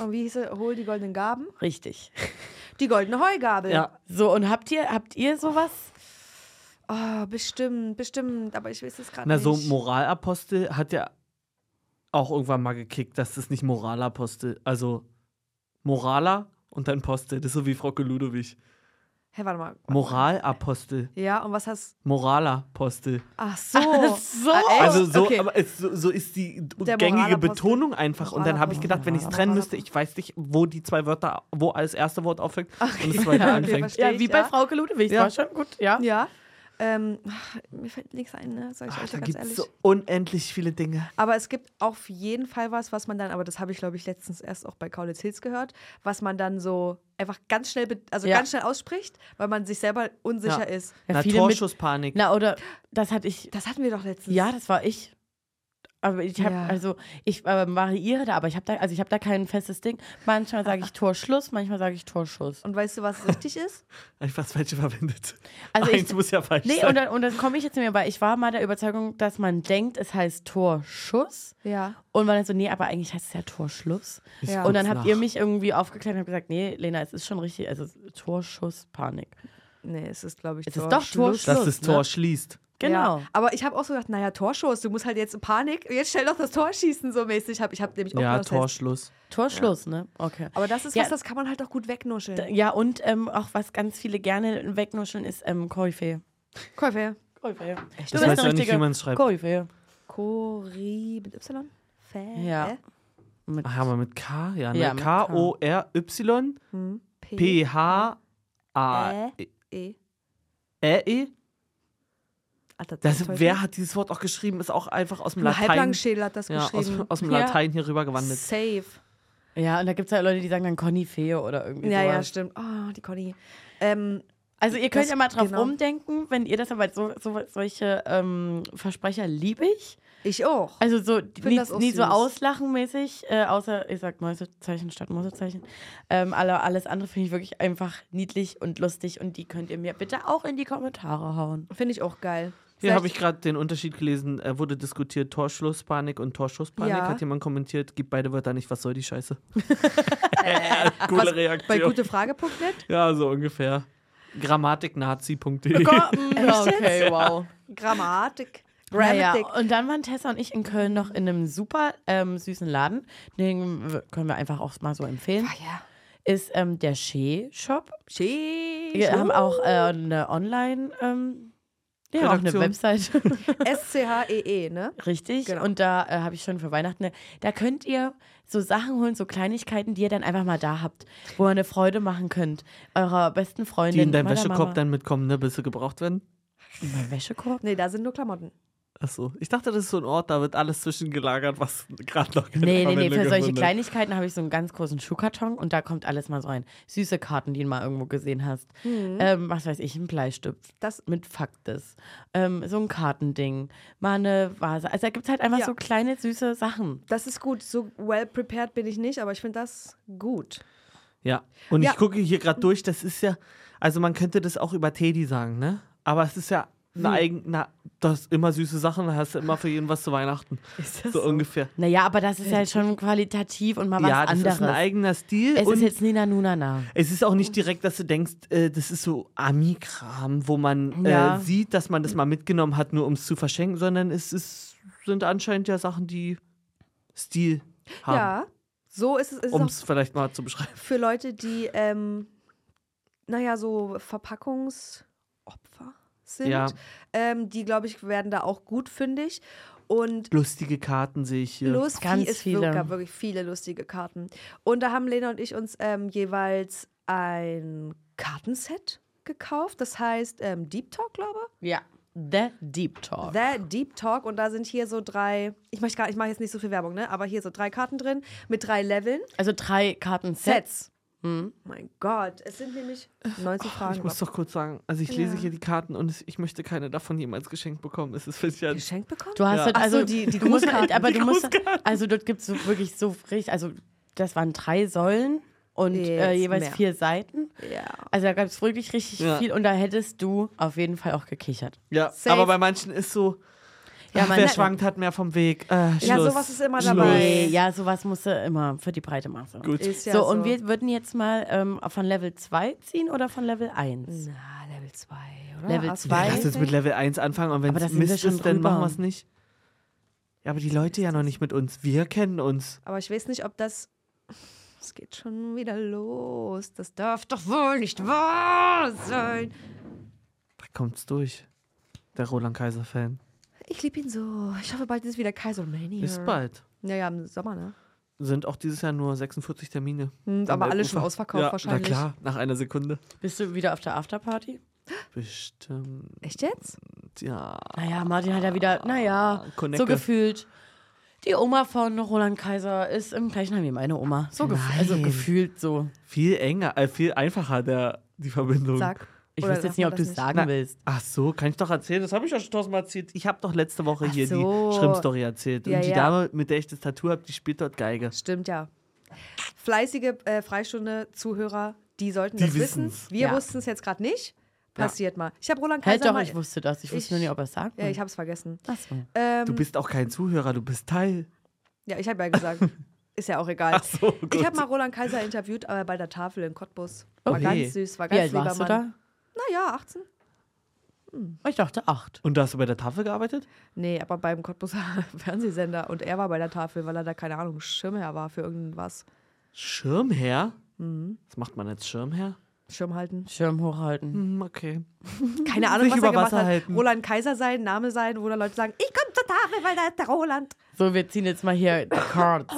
Speaker 1: Und wie hieß es? Hol die goldenen Gaben.
Speaker 3: Richtig.
Speaker 1: Die goldene Heugabel.
Speaker 2: Ja.
Speaker 3: So, und habt ihr, habt ihr sowas?
Speaker 1: Oh, bestimmt, bestimmt. Aber ich weiß es gerade
Speaker 2: Na,
Speaker 1: nicht.
Speaker 2: so Moralapostel hat ja auch irgendwann mal gekickt, dass das nicht Moralapostel, also Moraler und dann Postel. Das ist so wie Frau Ludowig.
Speaker 1: Hä, warte mal.
Speaker 2: Moralapostel.
Speaker 1: Ja, und was hast
Speaker 2: Moralapostel.
Speaker 1: Ach so.
Speaker 3: Ach so.
Speaker 1: Ah, echt?
Speaker 2: Also so,
Speaker 1: Okay.
Speaker 2: aber es, so, so ist die d-
Speaker 1: Der
Speaker 2: gängige
Speaker 1: Moralapostel.
Speaker 2: Betonung einfach. Und dann habe ich
Speaker 1: Moralapostel.
Speaker 2: gedacht, wenn ich es trennen müsste, ich weiß nicht, wo die zwei Wörter, wo das erste Wort aufhängt und das zweite
Speaker 1: okay,
Speaker 2: anfängt.
Speaker 1: verstehe.
Speaker 3: Ja,
Speaker 1: ich,
Speaker 3: wie bei
Speaker 1: ja.
Speaker 3: Frauke Ludewig.
Speaker 2: Ja.
Speaker 3: War schon gut, ja.
Speaker 1: ja. Ähm, ach, mir fällt nichts ein, ne? Sag ich
Speaker 2: Ach,
Speaker 1: euch
Speaker 2: da
Speaker 1: ja ganz
Speaker 2: gibt es
Speaker 1: ehrlich.
Speaker 2: so unendlich viele Dinge.
Speaker 1: Aber es gibt auf jeden Fall was, was man dann, aber das habe ich, glaube ich, letztens erst auch bei Kaulitz Hills gehört, was man dann so einfach ganz schnell, be- also
Speaker 3: Ja.
Speaker 1: ganz schnell ausspricht, weil man sich selber unsicher
Speaker 2: Ja.
Speaker 1: ist.
Speaker 3: Ja,
Speaker 2: Na,
Speaker 3: viele mit-
Speaker 2: Torschusspanik.
Speaker 3: Na, oder das hatte ich.
Speaker 1: Das hatten wir doch letztens.
Speaker 3: Ja, das war ich. Aber ich habe,
Speaker 1: Ja.
Speaker 3: also ich äh, variiere da, aber ich habe da, also ich habe da kein festes Ding. Manchmal sage ich Torschluss, manchmal sage ich Torschuss.
Speaker 1: Und weißt du, was richtig ist?
Speaker 2: Einfach das Falsche verwendet.
Speaker 3: Also ich-
Speaker 2: Eins muss ja falsch
Speaker 3: Nee,
Speaker 2: sein.
Speaker 3: und dann, und dann komme ich jetzt zu mir, weil ich war mal der Überzeugung, dass man denkt, es heißt Torschuss.
Speaker 1: Ja.
Speaker 3: Und war dann so, nee, aber eigentlich heißt es ja Torschluss.
Speaker 2: Ich
Speaker 1: Ja.
Speaker 3: Und dann
Speaker 2: guck's
Speaker 3: habt ihr
Speaker 2: nach.
Speaker 3: mich irgendwie aufgeklärt und habt gesagt, nee, Lena, es ist schon richtig, also Torschuss, Panik.
Speaker 1: Nee, es ist, glaube ich,
Speaker 3: Es ist doch Torschluss.
Speaker 2: dass
Speaker 3: Schluss,
Speaker 2: das
Speaker 3: ne?
Speaker 2: Tor schließt.
Speaker 3: Genau.
Speaker 1: Ja. Aber ich habe auch so gedacht, naja, Torschuss, du musst halt jetzt in Panik, jetzt schnell doch das Tor schießen, so mäßig. Hab, ich habe nämlich auch
Speaker 2: Ja,
Speaker 1: gedacht, das heißt-
Speaker 2: Torschluss.
Speaker 3: Torschluss, ne? Okay.
Speaker 1: Aber das ist
Speaker 3: Ja.
Speaker 1: was, das kann man halt auch gut wegnuscheln.
Speaker 3: D- Ja, und ähm, auch was ganz viele gerne wegnuscheln, ist ähm, Koryphäe.
Speaker 1: Koryphäe.
Speaker 3: Koryphäe. Echt?
Speaker 2: Ich weiß auch nicht, wie man es schreibt.
Speaker 3: Koryphäe.
Speaker 1: Kori mit Y? Fä?
Speaker 3: Ja. Mit
Speaker 2: Ach ja, aber mit K? Ja, ne?
Speaker 3: Ja, mit K.
Speaker 2: K-O-R-Y-P-H-A-E.
Speaker 1: Hm. P. E.
Speaker 2: Ä-E?
Speaker 1: Ach, das
Speaker 2: E? Das,
Speaker 3: E?
Speaker 1: ist
Speaker 2: wer hat dieses Wort auch geschrieben? Ist auch einfach aus dem
Speaker 1: Ein
Speaker 2: Latein.
Speaker 1: Halblangsschädel hat das
Speaker 2: Ja, aus,
Speaker 1: geschrieben.
Speaker 2: aus dem
Speaker 3: Ja.
Speaker 2: Latein hier rüber gewandelt.
Speaker 1: Safe.
Speaker 3: ja, und da gibt es ja Leute, die sagen dann Konifee oder irgendwie
Speaker 1: Ja, ja,
Speaker 3: sowas.
Speaker 1: stimmt. Oh, die Conny. Ähm,
Speaker 3: Also ihr könnt
Speaker 1: Das-
Speaker 3: ja mal drauf
Speaker 1: genau.
Speaker 3: rumdenken, wenn ihr das aber so, so solche ähm, Versprecher liebe ich.
Speaker 1: ich auch.
Speaker 3: Also so nie,
Speaker 1: das auch
Speaker 3: nie so
Speaker 1: süß.
Speaker 3: auslachenmäßig, äh, außer ich sag Mäusezeichen statt Mäusezeichen. Ähm, alle, alles andere finde ich wirklich einfach niedlich und lustig und die könnt ihr mir bitte auch in die Kommentare hauen.
Speaker 1: Finde ich auch geil.
Speaker 2: Hier habe ich
Speaker 1: Vielleicht-
Speaker 2: gerade den Unterschied gelesen. Er wurde diskutiert Torschlusspanik und Torschusspanik.
Speaker 1: Ja.
Speaker 2: Hat jemand kommentiert, gibt beide Wörter nicht, was soll die Scheiße? Äh, Coole
Speaker 1: Bei
Speaker 2: Reaktion.
Speaker 1: gutefrage.net.
Speaker 2: Ja, so ungefähr. Grammatiknazi.de.
Speaker 1: mm,
Speaker 3: okay, wow.
Speaker 1: Grammatik.
Speaker 3: Naja,
Speaker 1: Grammatik.
Speaker 3: und dann waren Tessa und ich in Köln noch in einem super ähm, süßen Laden, den w- können wir einfach auch mal so empfehlen,
Speaker 1: Ah, ja.
Speaker 3: ist ähm, der Shea Shop.
Speaker 1: Schee.
Speaker 3: Wir haben auch äh, eine Online, ähm, ja, auch eine
Speaker 2: Redaktion.
Speaker 3: Website.
Speaker 1: S-C-H-E-E, ne?
Speaker 3: Richtig.
Speaker 1: Genau.
Speaker 3: Und da äh, habe ich schon für Weihnachten, ne, da könnt ihr so Sachen holen, so Kleinigkeiten, die ihr dann einfach mal da habt, wo ihr eine Freude machen könnt. Eurer besten Freundin.
Speaker 2: Die in deinem
Speaker 3: meiner
Speaker 2: Wäschekorb
Speaker 3: Mama.
Speaker 2: dann mitkommen, ne, bis sie gebraucht werden.
Speaker 3: In meinem Wäschekorb?
Speaker 1: Nee, da sind nur Klamotten.
Speaker 2: Achso. Ich dachte, das ist so ein Ort, da wird alles zwischengelagert, was gerade noch keine
Speaker 3: Nee, nee, nee,
Speaker 2: Verwendung
Speaker 3: für solche
Speaker 2: Genau, gefunden hat.
Speaker 3: Kleinigkeiten habe ich so einen ganz großen Schuhkarton und da kommt alles mal so rein. Süße Karten, die du mal irgendwo gesehen hast.
Speaker 1: Mhm.
Speaker 3: Ähm, was weiß ich, ein Bleistift
Speaker 1: Das
Speaker 3: mit Faktes. Ähm, so ein Kartending, mal eine Vase. Also da gibt es halt einfach
Speaker 1: Ja.
Speaker 3: so kleine, süße Sachen.
Speaker 1: Das ist gut. So well prepared bin ich nicht, aber ich finde das gut.
Speaker 2: Ja. Und
Speaker 1: Ja.
Speaker 2: ich gucke hier gerade durch, das ist ja, also man könnte das auch über Teddy sagen, ne? Aber es ist ja
Speaker 3: Hm.
Speaker 2: eine eigen, na, das ist immer süße Sachen, da hast du immer für jeden was zu Weihnachten.
Speaker 1: Ist
Speaker 2: So ungefähr.
Speaker 3: Naja, aber das ist ja schon qualitativ und mal was
Speaker 2: ja, das
Speaker 3: anderes.
Speaker 2: ist ein eigener Stil.
Speaker 3: Es
Speaker 2: und
Speaker 3: ist jetzt Nina Nunana.
Speaker 2: es ist auch nicht direkt, dass du denkst, äh, das ist so Ami-Kram, wo man
Speaker 3: Ja.
Speaker 2: äh, sieht, dass man das mal mitgenommen hat, nur um es zu verschenken, sondern es ist, sind anscheinend ja Sachen, die Stil haben.
Speaker 1: Ja, so ist es, es ist
Speaker 2: um
Speaker 1: auch
Speaker 2: es vielleicht mal zu beschreiben.
Speaker 1: für Leute, die, ähm, naja, so Verpackungsopfer sind.
Speaker 2: Ja.
Speaker 1: Ähm, die, glaube ich, werden da auch gut fündig. Und
Speaker 2: Lustige Karten sehe ich hier.
Speaker 1: Los,
Speaker 3: Ganz
Speaker 1: es
Speaker 3: viele.
Speaker 1: wirklich- gab wirklich viele lustige Karten. Und da haben Lena und ich uns ähm, jeweils ein Kartenset gekauft. Das heißt ähm, Deep Talk, glaube ich.
Speaker 3: Ja. The Deep Talk.
Speaker 1: The Deep Talk und da sind hier so drei, ich mache ich mach jetzt nicht so viel Werbung, ne? aber hier so drei Karten drin mit drei Leveln.
Speaker 3: also drei Kartensets.
Speaker 1: Sets.
Speaker 3: Hm.
Speaker 1: Mein Gott, es sind nämlich 19
Speaker 3: Oh,
Speaker 1: Fragen.
Speaker 2: Ich muss doch kurz sagen, also ich lese hier die Karten und es- ich möchte keine davon jemals geschenkt bekommen. Es ist für dich ja
Speaker 1: geschenkt bekommen?
Speaker 3: Du hast
Speaker 2: Ja.
Speaker 3: halt,
Speaker 1: Ach so,
Speaker 3: also
Speaker 1: die- die
Speaker 3: du musst halt,
Speaker 1: Grußkarten.
Speaker 3: aber du musst also dort gibt es so wirklich so richtig, also das waren drei Säulen und äh,
Speaker 1: Jetzt
Speaker 3: jeweils
Speaker 1: mehr.
Speaker 3: vier Seiten.
Speaker 1: ja.
Speaker 3: Also da gab es wirklich richtig
Speaker 2: Ja.
Speaker 3: viel und da hättest du auf jeden Fall auch gekichert.
Speaker 2: Ja,
Speaker 1: Safe.
Speaker 2: aber bei manchen ist so,
Speaker 3: Ja,
Speaker 2: ach,
Speaker 3: man-
Speaker 2: wer schwankt, hat mehr vom Weg. Äh,
Speaker 1: Ja,
Speaker 2: Schluss.
Speaker 1: sowas ist immer
Speaker 2: Schluss.
Speaker 1: dabei.
Speaker 3: Nee, ja, sowas musst du immer für die breite Masse.
Speaker 2: Gut.
Speaker 1: Ist ja
Speaker 3: so, und wir würden jetzt mal ähm, von Level 2 ziehen oder von Level 1?
Speaker 1: Na, Level 2, oder?
Speaker 3: Level
Speaker 1: Ah,
Speaker 3: zwei.
Speaker 2: Lass uns mit Level 1 anfangen und wenn
Speaker 3: Aber da
Speaker 2: es
Speaker 3: sind wir
Speaker 2: Mist
Speaker 3: schon
Speaker 2: ist, dann
Speaker 3: drüber.
Speaker 2: machen wir es nicht. Ja, aber die Leute ja noch nicht mit uns. Wir kennen uns.
Speaker 1: Aber ich weiß nicht, ob das. Es geht schon wieder los. Das darf doch wohl nicht wahr sein.
Speaker 2: Da kommt's durch. Der Roland Kaiser-Fan.
Speaker 1: Ich liebe ihn so. Ich hoffe, bald ist wieder Kaiser Mania.
Speaker 2: Ist bald.
Speaker 1: Naja, im Sommer, ne?
Speaker 2: Sind auch dieses Jahr nur 46 Termine.
Speaker 1: Hm,
Speaker 2: Am
Speaker 1: aber alle
Speaker 2: Elbufer.
Speaker 1: schon ausverkauft
Speaker 2: ja,
Speaker 1: wahrscheinlich.
Speaker 2: Na klar, nach einer Sekunde.
Speaker 3: Bist du wieder auf der Afterparty?
Speaker 2: Bestimmt,
Speaker 1: Echt jetzt?
Speaker 2: ja.
Speaker 3: Naja, Martin hat ja wieder,
Speaker 1: Ah,
Speaker 3: naja,
Speaker 2: Konecke.
Speaker 3: so gefühlt. Die Oma von Roland Kaiser ist im gleichen Heim wie meine Oma. So gef also
Speaker 2: Nein.
Speaker 3: gefühlt so.
Speaker 2: Viel enger, äh, viel einfacher der, die Verbindung.
Speaker 1: Sag.
Speaker 3: Ich
Speaker 1: Oder
Speaker 3: weiß jetzt
Speaker 1: darf man
Speaker 3: nicht, ob du
Speaker 1: das
Speaker 3: es sagen
Speaker 2: Na,
Speaker 3: willst.
Speaker 2: Ach so, kann ich doch erzählen. Das habe ich ja schon tausendmal erzählt. Ich habe doch letzte Woche
Speaker 1: Ach
Speaker 2: hier
Speaker 1: so.
Speaker 2: die Schrimpstory erzählt.
Speaker 1: Ja,
Speaker 2: Und die
Speaker 1: ja.
Speaker 2: Dame, mit der ich das Tattoo habe, die spielt dort Geige.
Speaker 1: Stimmt, ja. Fleißige äh, Freistunde-Zuhörer, die sollten
Speaker 2: Die
Speaker 1: das wissen.
Speaker 2: wissen's.
Speaker 1: Wir
Speaker 3: Ja.
Speaker 1: wussten es jetzt gerade nicht. Passiert mal. Ich habe Roland
Speaker 3: Halt
Speaker 1: Kaiser
Speaker 3: doch,
Speaker 1: mal.
Speaker 3: ich wusste das. Ich wusste nur
Speaker 1: Ich-
Speaker 3: nicht, ob er es sagt.
Speaker 1: ja, ich habe es vergessen.
Speaker 3: Ach so.
Speaker 1: Ähm,
Speaker 2: Du bist auch kein Zuhörer, du bist Teil.
Speaker 1: ja, ich habe ja gesagt. Ist ja auch egal.
Speaker 2: Ach so, gut.
Speaker 1: Ich habe mal Roland Kaiser interviewt, aber bei der Tafel in Cottbus. War
Speaker 2: Okay.
Speaker 1: ganz süß, war
Speaker 3: Wie
Speaker 1: ganz
Speaker 3: alt
Speaker 1: lieber
Speaker 3: warst du
Speaker 1: Mann.
Speaker 3: da?
Speaker 1: Naja, 18.
Speaker 3: Ich dachte acht.
Speaker 2: Und da hast du bei der Tafel gearbeitet?
Speaker 1: Nee, aber beim Cottbuser Fernsehsender. Und er war bei der Tafel, weil er da, keine Ahnung, Schirmherr war für irgendwas.
Speaker 2: Schirmherr?
Speaker 1: Mhm.
Speaker 2: Was macht man als Schirmherr?
Speaker 1: Schirm halten.
Speaker 3: Schirm hochhalten.
Speaker 1: Mhm,
Speaker 2: Hm, okay.
Speaker 1: Keine Ahnung,
Speaker 2: Sich
Speaker 1: was
Speaker 2: über
Speaker 1: er gemacht
Speaker 2: Wasser
Speaker 1: hat.
Speaker 2: halten.
Speaker 1: Roland Kaiser sein, Name sein, wo da Leute sagen, ich komme zur Tafel, weil da ist der Roland.
Speaker 3: So, wir ziehen jetzt mal hier die Cards.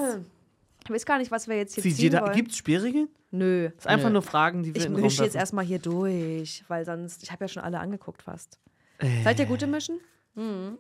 Speaker 1: Ich weiß gar nicht, was wir jetzt hier
Speaker 2: Sieht
Speaker 1: ziehen
Speaker 2: jeder-
Speaker 1: wollen.
Speaker 2: Gibt's Spielregeln?
Speaker 1: Nö.
Speaker 2: Das ist einfach
Speaker 3: Nö.
Speaker 2: nur Fragen, die wir
Speaker 1: Ich
Speaker 2: in den Raum
Speaker 1: mische jetzt
Speaker 2: werfen.
Speaker 1: erstmal hier durch, weil sonst, ich habe ja schon alle angeguckt fast. Seid ihr gute Mischen?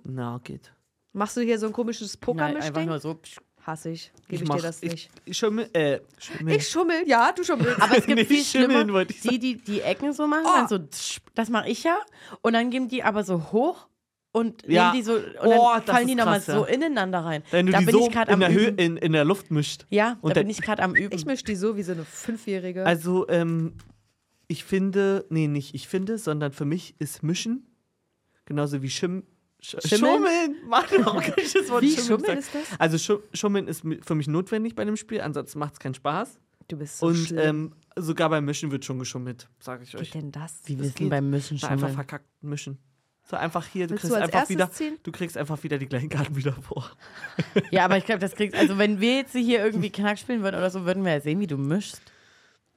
Speaker 2: Na, geht.
Speaker 1: Machst du hier so ein komisches
Speaker 3: Nein, einfach
Speaker 1: Pokermischding?
Speaker 3: nur so. psch.
Speaker 1: Hasse ich. Gebe ich,
Speaker 2: mach-
Speaker 1: dir das nicht.
Speaker 2: Ich, ich schimmel, äh, schimmel.
Speaker 1: Ich schummel, ja, du schummelst.
Speaker 3: Aber es gibt
Speaker 2: Nee,
Speaker 3: viel
Speaker 2: schimmeln
Speaker 3: schlimmer,
Speaker 2: wollte ich
Speaker 3: die, die die Ecken so machen,
Speaker 1: Oh.
Speaker 3: dann so, tsch, das mache ich ja. Und dann gehen die aber so hoch und
Speaker 2: Ja.
Speaker 3: nehmen die so, und
Speaker 2: Oh,
Speaker 3: dann
Speaker 2: das
Speaker 3: fallen die
Speaker 2: ist
Speaker 3: nochmal
Speaker 2: krass, ja.
Speaker 3: so ineinander rein.
Speaker 2: Wenn du
Speaker 3: da
Speaker 2: die
Speaker 3: bin
Speaker 2: so
Speaker 3: ich gerade
Speaker 2: in
Speaker 3: am
Speaker 2: der, Höhe,
Speaker 3: Üben.
Speaker 2: in, in der Luft mischt.
Speaker 3: Ja,
Speaker 2: Und
Speaker 3: da
Speaker 2: der-
Speaker 3: bin ich gerade am Üben.
Speaker 1: Ich mische die so wie so eine Fünfjährige.
Speaker 2: Also, ähm, ich finde, nee, nicht ich finde, sondern für mich ist Mischen genauso wie Schim Sch
Speaker 3: Schimmeln?
Speaker 2: Schummeln. Mann, warum kann ich das Wort
Speaker 1: Wie
Speaker 2: Schummeln
Speaker 1: schummeln
Speaker 2: sagen?
Speaker 1: ist das?
Speaker 2: Also, Schu Schummeln ist mi- für mich notwendig bei dem Spiel, ansonsten macht es keinen Spaß.
Speaker 1: du bist so
Speaker 2: Und
Speaker 1: schlimm.
Speaker 2: ähm, sogar beim Mischen wird schon geschummelt, sage ich euch.
Speaker 1: Geht denn das?
Speaker 3: Wie
Speaker 2: das
Speaker 3: wissen
Speaker 2: geht.
Speaker 3: beim Mischen
Speaker 2: Na,
Speaker 3: schon.
Speaker 2: einfach verkackt mischen. So einfach hier, du
Speaker 1: Willst
Speaker 2: kriegst
Speaker 1: du als
Speaker 2: einfach
Speaker 1: erstes
Speaker 2: wieder,
Speaker 1: ziehen?
Speaker 2: du kriegst einfach wieder die gleichen Karten wieder vor.
Speaker 3: Ja, aber ich glaube, das kriegst Also, wenn wir jetzt hier irgendwie Knack spielen würden oder so, würden wir ja sehen, wie du mischst.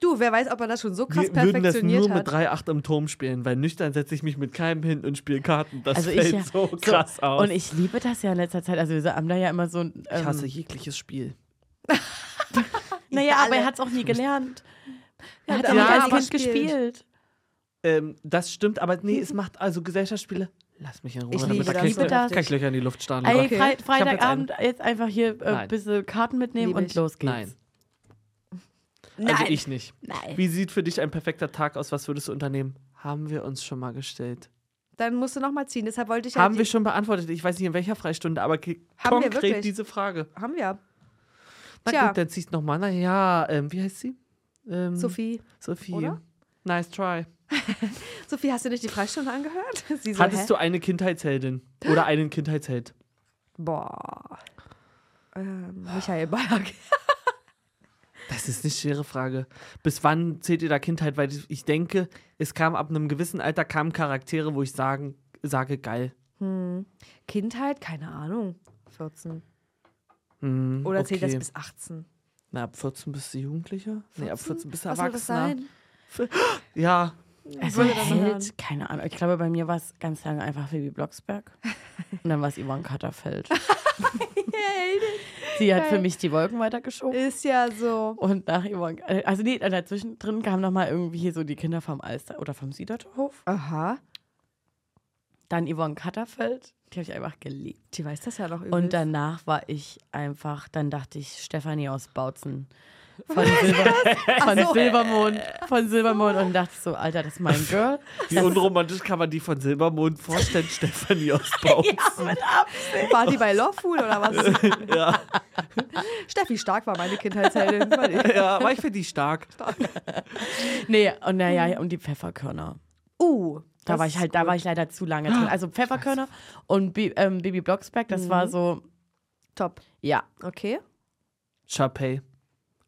Speaker 1: Du, wer weiß, ob er das schon so krass
Speaker 2: Wir würden das
Speaker 1: perfektioniert
Speaker 2: nur mit
Speaker 1: hat.
Speaker 2: 3-8 im Turm spielen, weil nüchtern setze ich mich mit keinem hin und spiele Karten. Das
Speaker 3: Also
Speaker 2: fällt
Speaker 3: ich ja,
Speaker 2: so krass aus.
Speaker 3: Und ich liebe das ja in letzter Zeit. Also wir haben da ja immer so ein. Ähm,
Speaker 2: Ich hasse jegliches Spiel.
Speaker 3: Naja,
Speaker 1: alle.
Speaker 3: aber er hat es auch nie gelernt. Er hat
Speaker 1: Ja,
Speaker 3: es nicht als
Speaker 1: aber
Speaker 3: Kind
Speaker 1: gespielt.
Speaker 3: gespielt.
Speaker 2: Ähm, das stimmt, aber nee, es macht also Gesellschaftsspiele. Lass mich in Ruhe.
Speaker 1: Ich
Speaker 2: damit
Speaker 1: liebe
Speaker 2: da
Speaker 1: das.
Speaker 2: kann
Speaker 1: Liebe
Speaker 2: kann
Speaker 1: das. Ah,
Speaker 2: ich Löcher in die Luft starren.
Speaker 3: Ey,
Speaker 1: Okay.
Speaker 3: Fre
Speaker 1: Ich
Speaker 2: hab jetzt
Speaker 3: Freitagabend jetzt, einfach hier äh,
Speaker 2: Nein.
Speaker 3: ein bisschen Karten mitnehmen
Speaker 1: Lieb ich.
Speaker 3: und los geht's.
Speaker 2: Nein. Also ich nicht.
Speaker 1: Nein.
Speaker 2: Wie sieht für dich ein perfekter Tag aus? Was würdest du unternehmen? Haben wir uns schon mal gestellt.
Speaker 1: Dann musst du nochmal ziehen. Deshalb wollte ich halt ja
Speaker 2: Haben
Speaker 1: die-
Speaker 2: wir schon beantwortet. Ich weiß nicht, in welcher Freistunde, aber ge-
Speaker 1: Haben wir wirklich?
Speaker 2: konkret diese Frage.
Speaker 1: Haben wir.
Speaker 2: Na
Speaker 1: Tja.
Speaker 2: gut, dann ziehst du nochmal. Na ja, ähm, wie heißt sie? Ähm,
Speaker 1: Sophie.
Speaker 2: Sophie.
Speaker 1: oder?
Speaker 2: Nice try.
Speaker 1: Sophie, hast du nicht die Freistunde angehört? Sie so,
Speaker 2: Hattest
Speaker 1: hä?
Speaker 2: du eine Kindheitsheldin? Oder einen Kindheitsheld?
Speaker 1: Boah. Ähm, Michael Ballack.
Speaker 2: Das ist eine schwere Frage. Bis wann zählt ihr da Kindheit? Weil ich- ich denke, es kam ab einem gewissen Alter kamen Charaktere, wo ich sagen, sage, geil.
Speaker 1: Kindheit? Keine Ahnung. 14.
Speaker 2: Hm,
Speaker 1: Oder zählt das
Speaker 2: okay.
Speaker 1: bis 18?
Speaker 2: Na, ab 14 bist du Jugendlicher? Nee, ab 14 bist du
Speaker 1: Was soll das
Speaker 2: Erwachsener.
Speaker 1: sein?
Speaker 2: Ja,
Speaker 3: Also
Speaker 1: würde das hören.
Speaker 3: Held, keine Ahnung. Ich glaube, bei mir war es ganz lange einfach Phoebe Blocksberg. Und dann war es Yvonne Katterfeld. Sie hat für mich die Wolken weitergeschoben.
Speaker 1: Ist ja so.
Speaker 3: Und nach Yvonne, äh, also nee, dazwischen drin kamen nochmal irgendwie hier so die Kinder vom Alster oder vom Siederhof.
Speaker 1: Aha.
Speaker 3: Dann Yvonne Katterfeld, die habe ich einfach geliebt.
Speaker 1: Die weiß das ja noch übelst.
Speaker 3: Und danach war ich einfach, dann dachte ich, Stefanie aus Bautzen. Von, Silber, von Silbermond. Von Silbermond. Und dachte so, Alter, das ist mein Girl.
Speaker 2: wie unromantisch kann man die von Silbermond vorstellen, Stefanie aus Bautzen.
Speaker 1: War die bei Lovefool oder was? ja. Steffi Stark war meine Kindheitsheldin. War die-
Speaker 2: Ja, aber ich finde die stark.
Speaker 3: Nee, und naja, und die Pfefferkörner.
Speaker 1: Uh.
Speaker 3: Da
Speaker 1: Mhm. das
Speaker 3: war ich
Speaker 1: ist
Speaker 3: halt, da
Speaker 1: gut.
Speaker 3: war ich leider zu lange drin. Also Pfefferkörner und Bi ähm, Baby Blocksberg, das
Speaker 1: Mhm.
Speaker 3: war so,
Speaker 1: top.
Speaker 3: ja.
Speaker 1: Okay.
Speaker 2: Chapey.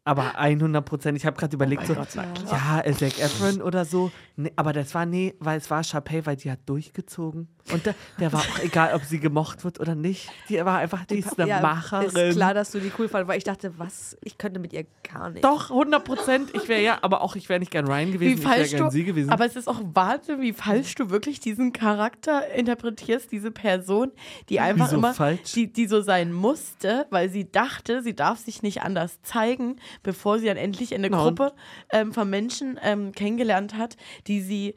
Speaker 2: Aber 100 Prozent. Ich habe gerade überlegt, so, ja, äh, Zac Efron oder so. Nee, aber das war, nee, weil es war Chapey, weil die hat durchgezogen. Und der, der war auch egal, ob sie gemocht wird oder nicht. Die war einfach, die ist eine Macherin.
Speaker 1: Ist klar, dass du die cool fandest, weil ich dachte, was? Ich könnte mit ihr gar nicht.
Speaker 2: Doch, 100 Prozent. Ich wäre ja, aber auch ich wäre nicht gern Ryan
Speaker 3: Wie
Speaker 2: gewesen, ich wäre
Speaker 3: falsch
Speaker 2: gern sie
Speaker 3: du,
Speaker 2: gewesen.
Speaker 3: aber es ist auch Wahnsinn, wie falsch du wirklich diesen Charakter interpretierst, diese Person, die einfach
Speaker 2: Wieso
Speaker 3: immer,
Speaker 2: falsch?
Speaker 3: Die, die so sein musste, weil sie dachte, sie darf sich nicht anders zeigen, bevor sie dann endlich eine
Speaker 2: Na und?
Speaker 3: Gruppe ähm, von Menschen ähm, kennengelernt hat, die sie,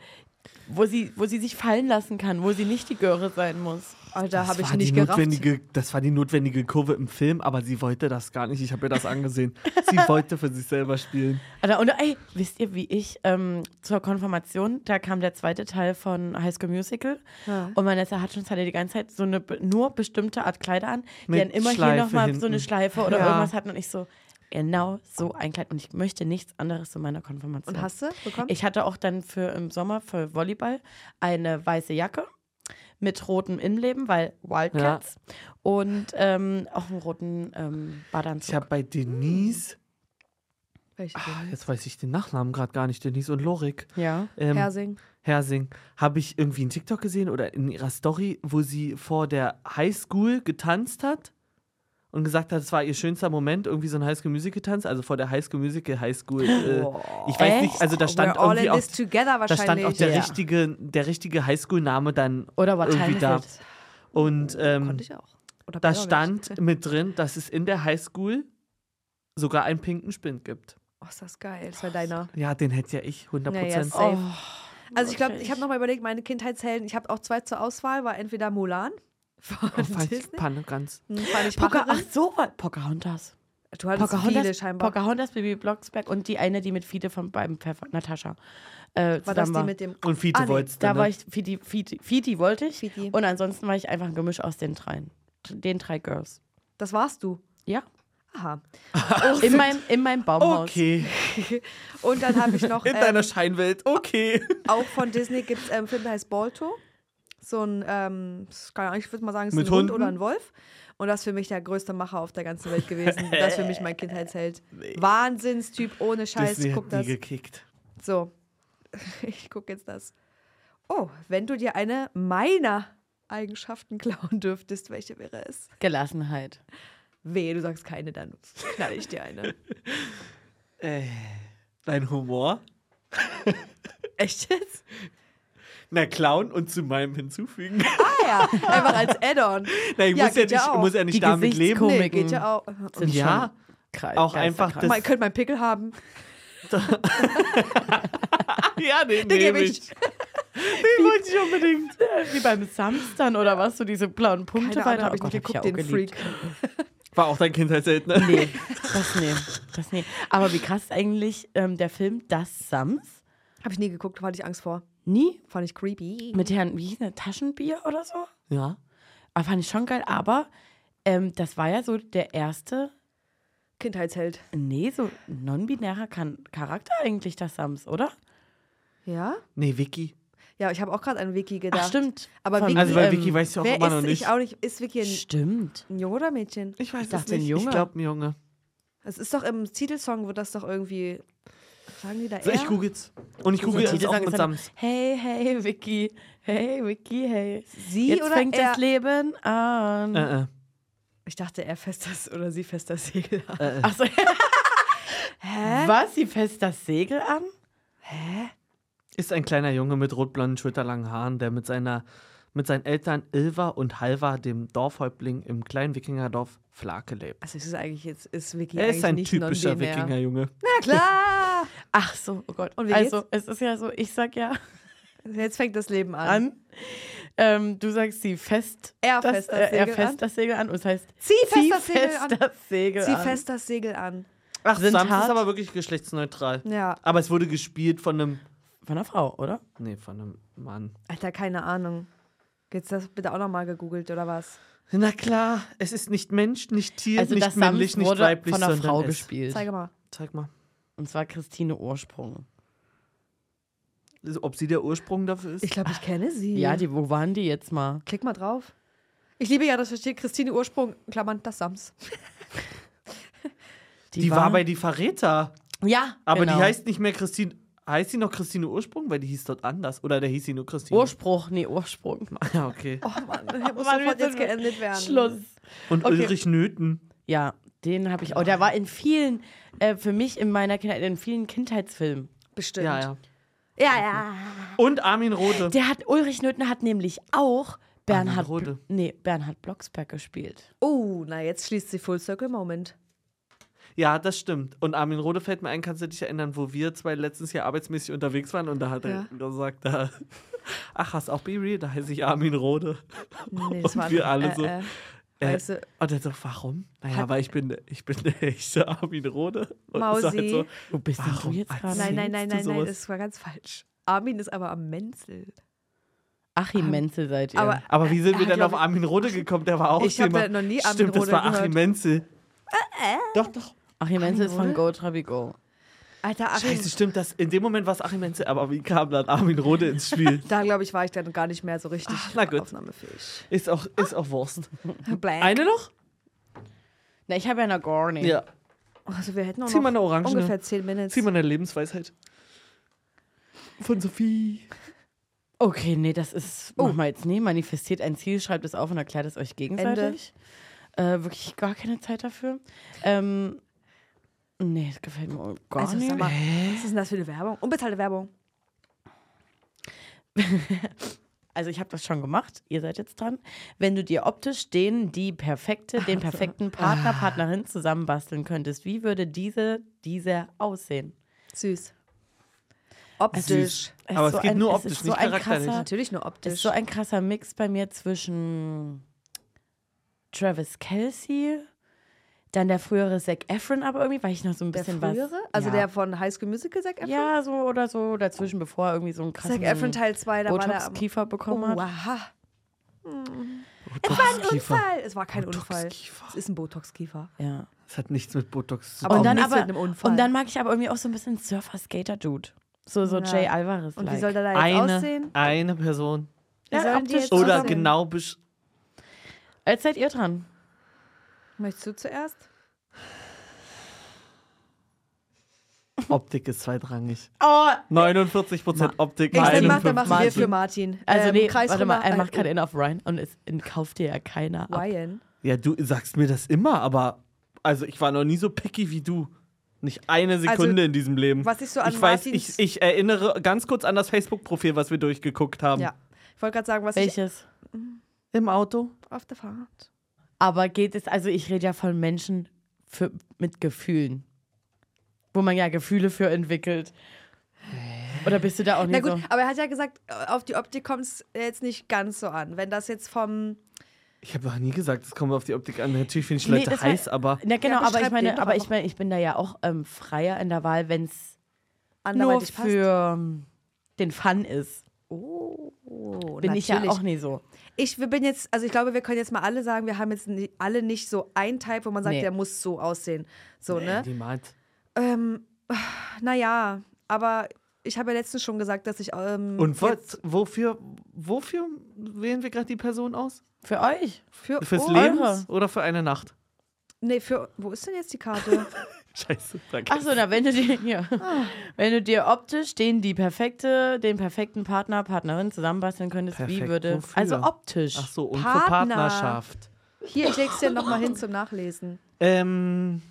Speaker 3: wo sie, wo sie sich fallen lassen kann, wo sie nicht die Göre sein muss.
Speaker 1: Alter,
Speaker 2: das
Speaker 1: habe ich
Speaker 2: war
Speaker 1: nicht
Speaker 2: die
Speaker 1: gerafft.
Speaker 2: notwendige, Das war die notwendige Kurve im Film, aber sie wollte das gar nicht. Ich habe ihr das angesehen. sie wollte für sich selber spielen.
Speaker 3: Alter, und ey, wisst ihr, wie ich ähm, zur Konfirmation, da kam der zweite Teil von High School Musical
Speaker 1: Ja.
Speaker 3: und Vanessa Hutchins hatte die ganze Zeit so eine be- nur bestimmte Art Kleider an, die
Speaker 2: Mit
Speaker 3: dann immer
Speaker 2: Schleife
Speaker 3: hier nochmal so
Speaker 2: hinten.
Speaker 3: eine Schleife oder
Speaker 2: Ja.
Speaker 3: irgendwas hatten und ich so, genau so ein Kleid und ich möchte nichts anderes zu meiner Konfirmation.
Speaker 1: Und hast du bekommen?
Speaker 3: Ich hatte auch dann für im Sommer für Volleyball eine weiße Jacke mit rotem Innenleben, weil Wildcats und ähm, auch einen roten ähm, Badeanzug.
Speaker 2: Ich habe bei Denise,
Speaker 1: Welche?
Speaker 2: Ah, jetzt weiß ich den Nachnamen gerade gar nicht, Denise und Lorik.
Speaker 3: Ja.
Speaker 2: Ähm,
Speaker 1: Hersing.
Speaker 2: Hersing. Habe ich irgendwie einen TikTok gesehen oder in ihrer Story, wo sie vor der Highschool getanzt hat und gesagt hat, es war ihr schönster Moment, irgendwie so ein Highschool Musical Tanz, also vor der Highschool Musical Highschool. Äh, ich weiß
Speaker 3: Echt?
Speaker 2: nicht, also da stand
Speaker 1: We're all
Speaker 2: irgendwie
Speaker 1: in
Speaker 2: auch,
Speaker 1: this together
Speaker 2: da
Speaker 1: wahrscheinlich.
Speaker 2: stand auch der
Speaker 3: Ja.
Speaker 2: richtige, der richtige Highschool Name dann
Speaker 3: Oder was
Speaker 2: irgendwie da.
Speaker 3: Teilfeld.
Speaker 2: Und ähm,
Speaker 1: Hm, Konnte ich auch. Oder
Speaker 2: da
Speaker 1: Bella
Speaker 2: stand
Speaker 1: nicht.
Speaker 2: mit drin, dass es in der Highschool sogar einen pinken Spind gibt.
Speaker 1: Oh, ist das geil. Das war deiner.
Speaker 2: Ja, den hätte ja ich, 100
Speaker 1: Naja,
Speaker 2: Prozent.
Speaker 1: safe. Also ich glaube,
Speaker 3: wirklich.
Speaker 1: ich habe nochmal überlegt, meine Kindheitshelden, ich habe auch zwei zur Auswahl, war entweder Mulan von
Speaker 2: oh, fand ich
Speaker 1: Disney.
Speaker 2: Panne ganz.
Speaker 1: Hm, Fand ich
Speaker 3: Poca Ach
Speaker 1: Macherin.
Speaker 3: so, weil- Pocahontas.
Speaker 1: Du hattest viele
Speaker 3: Pocahontas,
Speaker 1: scheinbar.
Speaker 3: Pocahontas, Bibi Blocksberg und die eine, die mit Fiete von beim Pfeffer, Natascha. Äh,
Speaker 1: War das
Speaker 3: zusammen
Speaker 1: die mit dem
Speaker 2: Und Fiete
Speaker 1: Ah, nee,
Speaker 2: wolltest du,
Speaker 3: Da
Speaker 2: ne?
Speaker 3: war ich, Fiti, Fiti, Fiti wollte ich.
Speaker 1: Fiti?
Speaker 3: Und ansonsten war ich einfach ein Gemisch aus den dreien. Den drei Girls.
Speaker 1: Das warst du.
Speaker 3: Ja.
Speaker 1: Aha.
Speaker 3: In meinem, in meinem Baumhaus.
Speaker 2: Oh, Okay,
Speaker 1: Und dann habe ich noch
Speaker 2: in deiner
Speaker 1: ähm,
Speaker 2: Scheinwelt, okay.
Speaker 1: auch von Disney gibt es ähm, einen Film, der heißt Balto. So ein, ähm, ich kann- ich würde mal sagen, es ist
Speaker 2: Mit
Speaker 1: ein Hund
Speaker 2: Hunden?
Speaker 1: oder ein Wolf. Und das ist für mich der größte Macher auf der ganzen Welt gewesen. Das ist für mich mein Kindheitsheld. Wahnsinnstyp, ohne Scheiß.
Speaker 2: Disney
Speaker 1: guck
Speaker 2: hat nie
Speaker 1: das.
Speaker 2: gekickt.
Speaker 1: So, ich gucke jetzt das. Oh, wenn du dir eine meiner Eigenschaften klauen dürftest, welche wäre es?
Speaker 3: Gelassenheit.
Speaker 1: Wehe, du sagst keine, dann knall ich dir eine.
Speaker 2: Dein Humor?
Speaker 1: Echt jetzt?
Speaker 2: Na, klauen und zu meinem hinzufügen.
Speaker 1: Ah ja, einfach als Add-on.
Speaker 2: Na, ich
Speaker 1: Ja,
Speaker 2: muss, ja
Speaker 1: geht ja
Speaker 2: nicht,
Speaker 1: auch.
Speaker 2: muss ja nicht
Speaker 3: Die
Speaker 2: damit leben.
Speaker 3: Gesichtskurve.
Speaker 1: Nee,
Speaker 3: Komiken.
Speaker 1: geht ja auch.
Speaker 3: Sind
Speaker 2: Ja,
Speaker 3: Kreis,
Speaker 2: Auch einfach
Speaker 1: Oh,
Speaker 3: geisterkrank.
Speaker 1: man könnte meinen Pickel haben.
Speaker 2: ja, den,
Speaker 1: Den
Speaker 2: nehme
Speaker 1: gebe
Speaker 2: ich.
Speaker 1: ich.
Speaker 2: Den wollte ich unbedingt.
Speaker 3: Wie beim Samstern oder was, so diese blauen Punkte
Speaker 1: Keine Ahnung,
Speaker 3: weiter.
Speaker 1: habe ich
Speaker 3: Oh
Speaker 1: nicht
Speaker 3: Gott,
Speaker 1: geguckt,
Speaker 3: hab ich
Speaker 1: den
Speaker 3: auch geliebt.
Speaker 1: Freak.
Speaker 2: War auch dein Kindheitsheld, ne?
Speaker 3: Nee, das nee, das nee. Aber wie krass eigentlich ähm, der Film Das Sams?
Speaker 1: Habe ich nie geguckt, hatte ich Angst vor.
Speaker 3: Nie?
Speaker 1: Fand ich creepy.
Speaker 3: Mit Herrn, wie hieß der, Taschenbier oder so?
Speaker 2: Ja.
Speaker 3: Aber fand ich schon geil, aber ähm, das war ja so der erste,
Speaker 1: Kindheitsheld.
Speaker 3: nee, so non-binärer kan Charakter eigentlich, das Sams, oder?
Speaker 1: Ja?
Speaker 2: Nee, Vicky.
Speaker 1: Ja, ich habe auch gerade an Vicky gedacht.
Speaker 3: Ach, stimmt.
Speaker 1: Aber
Speaker 3: Von-
Speaker 1: Vicky-
Speaker 2: Also bei
Speaker 3: ähm,
Speaker 2: Vicky weiß ich auch
Speaker 1: Wer
Speaker 2: immer
Speaker 1: ist,
Speaker 2: noch nicht.
Speaker 1: ich auch nicht. Ist Vicky ein,
Speaker 3: Stimmt.
Speaker 1: ein Junge oder Mädchen?
Speaker 2: Ich weiß
Speaker 3: Ich dachte, ein Junge.
Speaker 2: Ich glaube, ein Junge.
Speaker 1: Es ist doch im Titelsong, wird das doch irgendwie. Sagen die da
Speaker 2: So,
Speaker 1: er?
Speaker 2: ich googel's. Und ich google
Speaker 3: So
Speaker 2: es auch
Speaker 3: Titelsang
Speaker 2: mit
Speaker 3: ist dann,
Speaker 2: Sams.
Speaker 3: Hey, hey, Vicky. Hey, Vicky, hey.
Speaker 1: Sie
Speaker 3: Jetzt
Speaker 1: oder
Speaker 3: fängt
Speaker 1: er?
Speaker 3: das Leben an.
Speaker 2: Äh, äh,
Speaker 1: ich dachte, er fest das oder sie fest das Segel. an.
Speaker 2: äh, äh.
Speaker 3: Achso. Hä? Was? Sie fest das Segel an?
Speaker 2: Ist ein kleiner Junge mit rotblonden, schulterlangen Haaren, der mit seiner mit seinen Eltern Ilva und Halva, dem Dorfhäuptling im kleinen Wikingerdorf Flake lebt.
Speaker 1: Also es ist eigentlich jetzt ist Vicky
Speaker 2: Er ist
Speaker 1: eigentlich
Speaker 2: ein
Speaker 1: nicht
Speaker 2: typischer ne?
Speaker 1: non-binär.
Speaker 2: Wikingerjunge.
Speaker 1: Na klar.
Speaker 3: Ach so, oh Gott.
Speaker 1: Und wie
Speaker 3: also, es ist ja so, ich sag ja
Speaker 1: Jetzt fängt das Leben an.
Speaker 3: an. Ähm, du sagst, sie fest,
Speaker 1: Er fest das
Speaker 3: äh, er
Speaker 1: Segel
Speaker 3: fest
Speaker 1: an.
Speaker 3: das Segel an. Und es heißt,
Speaker 1: Zieh fest das Segel
Speaker 3: fest
Speaker 1: an.
Speaker 3: das Segel
Speaker 1: Zieh
Speaker 3: an.
Speaker 1: fest das Segel an.
Speaker 2: Ach,
Speaker 3: Sind
Speaker 2: Sams ist
Speaker 3: hart.
Speaker 2: aber wirklich geschlechtsneutral.
Speaker 1: Ja,
Speaker 2: Aber es wurde gespielt von einem.
Speaker 3: Von einer Frau, oder?
Speaker 2: Nee, von einem Mann.
Speaker 1: Alter, keine Ahnung. Jetzt das bitte auch nochmal gegoogelt oder was?
Speaker 2: Na klar, es ist nicht Mensch, nicht Tier,
Speaker 3: Also, das
Speaker 2: nicht männlich,
Speaker 3: Sams
Speaker 2: nicht
Speaker 3: wurde
Speaker 2: weiblich,
Speaker 3: von einer
Speaker 2: sondern
Speaker 3: Frau
Speaker 2: es.
Speaker 3: gespielt.
Speaker 1: Zeige mal.
Speaker 2: Zeig mal.
Speaker 3: Und zwar Christine Ursprung.
Speaker 2: Also, Ob sie der Ursprung dafür ist?
Speaker 1: Ich glaube, ich kenne sie.
Speaker 3: Ja, die, wo waren die jetzt mal?
Speaker 1: Klick mal drauf. Ich liebe ja, dass hier steht Christine Ursprung, in Klammern, das Sams.
Speaker 2: die war, bei Die Verräter.
Speaker 3: Ja,
Speaker 2: Aber
Speaker 3: genau.
Speaker 2: die heißt nicht mehr Christine. Heißt sie noch Christine Ursprung? Weil die hieß dort anders. Oder der hieß sie nur Christine.
Speaker 3: Ursprung, nee, Ursprung.
Speaker 2: Ja, okay.
Speaker 1: Oh Mann, hier muss
Speaker 3: Mann,
Speaker 1: sofort
Speaker 3: wir
Speaker 1: jetzt
Speaker 3: sind-
Speaker 1: geendet werden.
Speaker 3: Schluss.
Speaker 2: Und
Speaker 3: Okay.
Speaker 2: Ulrich Nöthen.
Speaker 3: Ja, den habe ich auch. Der war in vielen, äh, für mich in meiner Kindheit, in vielen Kindheitsfilmen.
Speaker 1: Bestimmt.
Speaker 2: Ja, ja.
Speaker 1: ja, ja.
Speaker 2: Und Armin Rote.
Speaker 3: Der hat, Ulrich Nöthen hat nämlich auch Bernhard,
Speaker 2: Armin Rohde.
Speaker 3: nee, Bernhard Blocksberg gespielt.
Speaker 1: Oh, na jetzt schließt sie Full Circle Moment.
Speaker 2: ja, das stimmt. Und Armin Rote fällt mir ein, kannst du dich erinnern, wo wir zwei letztens hier arbeitsmäßig unterwegs waren und da hat
Speaker 1: Ja.
Speaker 2: er gesagt, da, ach, hast auch Biri? Da heiße ich Armin Rote.
Speaker 1: Nee,
Speaker 2: Und wir alle so,
Speaker 1: Äh,
Speaker 2: Äh,
Speaker 1: weißt du,
Speaker 2: und er so, warum? Naja,
Speaker 1: Hat-
Speaker 2: weil ich bin, ich bin der echte Armin Rohde. Und es halt war
Speaker 1: Mausi.
Speaker 3: Wo bist denn du
Speaker 2: Warum
Speaker 3: jetzt
Speaker 2: als-
Speaker 3: gerade?
Speaker 1: nein, nein, nein,
Speaker 2: Singst
Speaker 1: nein,
Speaker 2: du
Speaker 1: nein,
Speaker 2: sowas?
Speaker 1: das war ganz falsch. Armin ist aber am Menzel.
Speaker 3: Achim Menzel seid ihr.
Speaker 1: Aber
Speaker 2: aber wie sind
Speaker 1: Er
Speaker 2: wir
Speaker 1: hat,
Speaker 2: dann auf
Speaker 1: glaub ich-
Speaker 2: Armin Rohde gekommen? Der war auch
Speaker 1: Ich hab
Speaker 2: Thema.
Speaker 1: ja noch nie Armin
Speaker 2: Stimmt, das
Speaker 1: Rohde
Speaker 2: war Achim
Speaker 1: gehört. Äh,
Speaker 2: Menzel. Doch, doch.
Speaker 3: Achim Menzel ist von
Speaker 1: Rohde?
Speaker 3: Go Trabigo.
Speaker 1: Alter, Armin,
Speaker 2: Scheiße, stimmt das. In dem Moment war es Achim Menzel, aber wie kam dann Armin Rohde ins Spiel?
Speaker 1: da glaube ich, war ich dann gar nicht mehr so richtig
Speaker 2: Ach, na gut.
Speaker 1: aufnahmefähig.
Speaker 2: Ist auch, ist auch Wurst.
Speaker 1: Black.
Speaker 2: Eine Äh. noch?
Speaker 3: Na, ich habe ja eine Gorni.
Speaker 2: Ja.
Speaker 1: Also wir hätten auch
Speaker 2: Zieh mal
Speaker 1: noch
Speaker 2: eine Orange. ne?
Speaker 1: ungefähr 10 Minutes.
Speaker 2: Zieh mal eine Lebensweisheit. Von Sophie.
Speaker 3: Okay, nee, das ist. Oh. Mach mal jetzt nie. Manifestiert ein Ziel, schreibt es auf und erklärt es euch gegenseitig. Äh, wirklich gar keine Zeit dafür. Ähm, nee, das gefällt mir gar
Speaker 1: also,
Speaker 3: nicht.
Speaker 1: sag mal, was ist denn das für eine Werbung? Unbezahlte Werbung.
Speaker 3: Also ich habe das schon gemacht, ihr seid jetzt dran. Wenn du dir optisch den, die perfekte, den perfekten Partner, Partnerin zusammenbasteln könntest, wie würde diese, diese aussehen?
Speaker 1: Süß. Optisch.
Speaker 3: Es
Speaker 2: Aber
Speaker 3: ist
Speaker 2: es geht nur
Speaker 3: ist
Speaker 2: optisch, nicht charakterlich.
Speaker 3: Krasser,
Speaker 1: Natürlich nur
Speaker 3: es
Speaker 1: optisch.
Speaker 3: ist so ein krasser Mix bei mir zwischen Travis Kelsey, dann der frühere Zac Efron, aber irgendwie war ich noch so ein
Speaker 1: der
Speaker 3: bisschen
Speaker 1: frühere,
Speaker 3: was.
Speaker 1: also
Speaker 3: ja.
Speaker 1: der von High School Musical, Zac Efron?
Speaker 3: Ja, so oder so dazwischen, bevor er irgendwie so einen
Speaker 1: Zac
Speaker 3: krassen
Speaker 1: Efron Teil 2, da war der am...
Speaker 3: Botox-Kiefer bekommen
Speaker 1: Oh,
Speaker 3: hat.
Speaker 1: aha.
Speaker 2: Es war
Speaker 1: Ein Unfall. Es war kein Unfall.
Speaker 2: Botox-Kiefer.
Speaker 1: Es ist ein Botox-Kiefer.
Speaker 3: Ja.
Speaker 2: Das hat nichts mit Botox zu
Speaker 1: Aber
Speaker 2: tun.
Speaker 3: und dann
Speaker 1: nichts
Speaker 3: aber,
Speaker 1: mit einem Unfall.
Speaker 3: Und dann mag ich aber irgendwie auch so ein bisschen Surfer-Skater-Dude. So, so
Speaker 1: Ja.
Speaker 3: Jay Alvarez.
Speaker 1: Und wie soll der da jetzt
Speaker 2: Eine,
Speaker 1: aussehen?
Speaker 2: eine Person.
Speaker 1: Wie
Speaker 3: Ja,
Speaker 1: sollen die
Speaker 3: optisch
Speaker 1: jetzt
Speaker 3: Das
Speaker 2: Oder
Speaker 1: aussehen?
Speaker 2: genau besch
Speaker 3: Jetzt seid ihr dran.
Speaker 1: Möchtest du zuerst?
Speaker 2: Optik ist zweitrangig.
Speaker 3: Oh,
Speaker 2: 49% Optik,
Speaker 1: Ich dann mach, dann
Speaker 2: 51.
Speaker 1: machen wir für Martin.
Speaker 3: also
Speaker 1: Ähm,
Speaker 3: nee,
Speaker 1: Kreis
Speaker 3: warte mal,
Speaker 1: rüber.
Speaker 3: er macht
Speaker 1: Äh,
Speaker 3: gerade in auf Ryan und es kauft dir ja keiner ab.
Speaker 1: Ryan.
Speaker 2: Ja, du sagst mir das immer, aber also ich war noch nie so picky wie du. Nicht eine Sekunde in diesem Leben.
Speaker 1: Also, was ich so an
Speaker 2: ich weiß,
Speaker 1: Martins-
Speaker 2: ich, ich erinnere ganz kurz an das Facebook-Profil, was wir durchgeguckt haben.
Speaker 1: Ja. Ich wollte gerade sagen, was
Speaker 3: Welches?
Speaker 2: Im Auto.
Speaker 1: ich auf der Fahrt.
Speaker 3: Aber geht es, also ich rede ja von Menschen für, mit Gefühlen. Wo man ja Gefühle für entwickelt. Oder bist du da auch
Speaker 1: Na
Speaker 3: nicht
Speaker 1: gut,
Speaker 3: so?
Speaker 1: aber er hat ja gesagt, auf die Optik kommt es jetzt nicht ganz so an. Wenn das jetzt vom
Speaker 2: Ich habe noch nie gesagt, es kommt auf die Optik an. Natürlich finde ich
Speaker 3: Nee,
Speaker 2: Leute
Speaker 3: das war-
Speaker 2: heiß, aber
Speaker 3: Na genau,
Speaker 1: Ja,
Speaker 3: aber ich
Speaker 1: beschreib den
Speaker 3: meine,
Speaker 1: doch
Speaker 3: aber ich
Speaker 1: einfach.
Speaker 3: meine, ich bin da ja auch ähm, freier in der Wahl, wenn es nur
Speaker 1: anderweitig passt.
Speaker 3: für ähm, den Fun ist.
Speaker 1: Oh,
Speaker 3: Bin ich ja
Speaker 1: natürlich.
Speaker 3: auch nie so.
Speaker 1: Ich wir bin jetzt, also ich glaube, wir können jetzt mal alle sagen, wir haben jetzt ni- alle nicht so ein Type, wo man sagt,
Speaker 3: Nee.
Speaker 1: der muss so aussehen. So, ne?
Speaker 2: niemals.
Speaker 1: Ähm, naja, aber ich habe ja letztens schon gesagt, dass ich. Ähm,
Speaker 2: Und
Speaker 1: jetzt
Speaker 2: was, wofür, wofür wählen wir gerade die Person aus?
Speaker 3: Für euch.
Speaker 1: Für,
Speaker 2: Fürs
Speaker 1: oh,
Speaker 2: Leben
Speaker 3: eure.
Speaker 2: oder für eine Nacht?
Speaker 1: Nee, für. Wo ist denn jetzt die Karte?
Speaker 2: Scheiße, danke.
Speaker 3: Achso, na, wenn du dir hier, wenn du dir optisch den die perfekte, den perfekten Partner, Partnerin zusammenbasteln könntest, wie
Speaker 2: Perfekt,
Speaker 3: würde.
Speaker 2: wofür?
Speaker 3: Also optisch.
Speaker 2: Ach so, und für
Speaker 1: Partner.
Speaker 2: Partnerschaft.
Speaker 1: Hier, ich leg's dir nochmal hin zum Nachlesen.
Speaker 2: Ähm,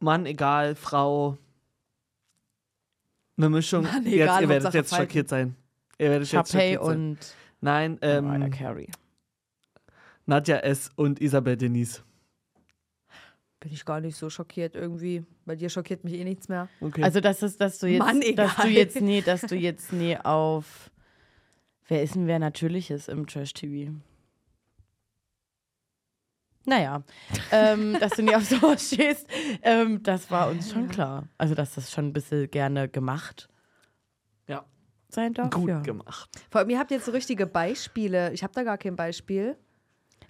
Speaker 2: Mann, egal, Frau. Eine Mischung.
Speaker 1: Mann,
Speaker 2: jetzt,
Speaker 1: egal,
Speaker 2: ihr werdet
Speaker 1: Hauptsache
Speaker 2: jetzt
Speaker 1: Falten.
Speaker 2: schockiert sein. Ihr werdet jetzt
Speaker 3: Chapey
Speaker 2: schockiert sein.
Speaker 3: und
Speaker 2: Nein,
Speaker 1: Oh,
Speaker 3: Mariah
Speaker 2: ähm,
Speaker 3: Carey.
Speaker 2: Nadja S. und Isabel Denise.
Speaker 1: Bin ich gar nicht so schockiert irgendwie. Bei dir schockiert mich eh nichts mehr.
Speaker 2: Okay.
Speaker 3: Also das ist, dass du jetzt,
Speaker 1: Mann,
Speaker 3: dass du
Speaker 1: egal.
Speaker 3: jetzt nie, dass du jetzt nie auf Wer ist denn wer Natürliches im Trash-TV? Naja, ähm, dass du nie auf sowas stehst, ähm, das war uns schon klar. Also, dass das schon ein bisschen gerne gemacht
Speaker 2: ja.
Speaker 3: sein darf.
Speaker 2: Gut
Speaker 3: ja.
Speaker 2: gemacht.
Speaker 1: Vor allem, ihr habt jetzt so richtige Beispiele. Ich habe da gar kein Beispiel.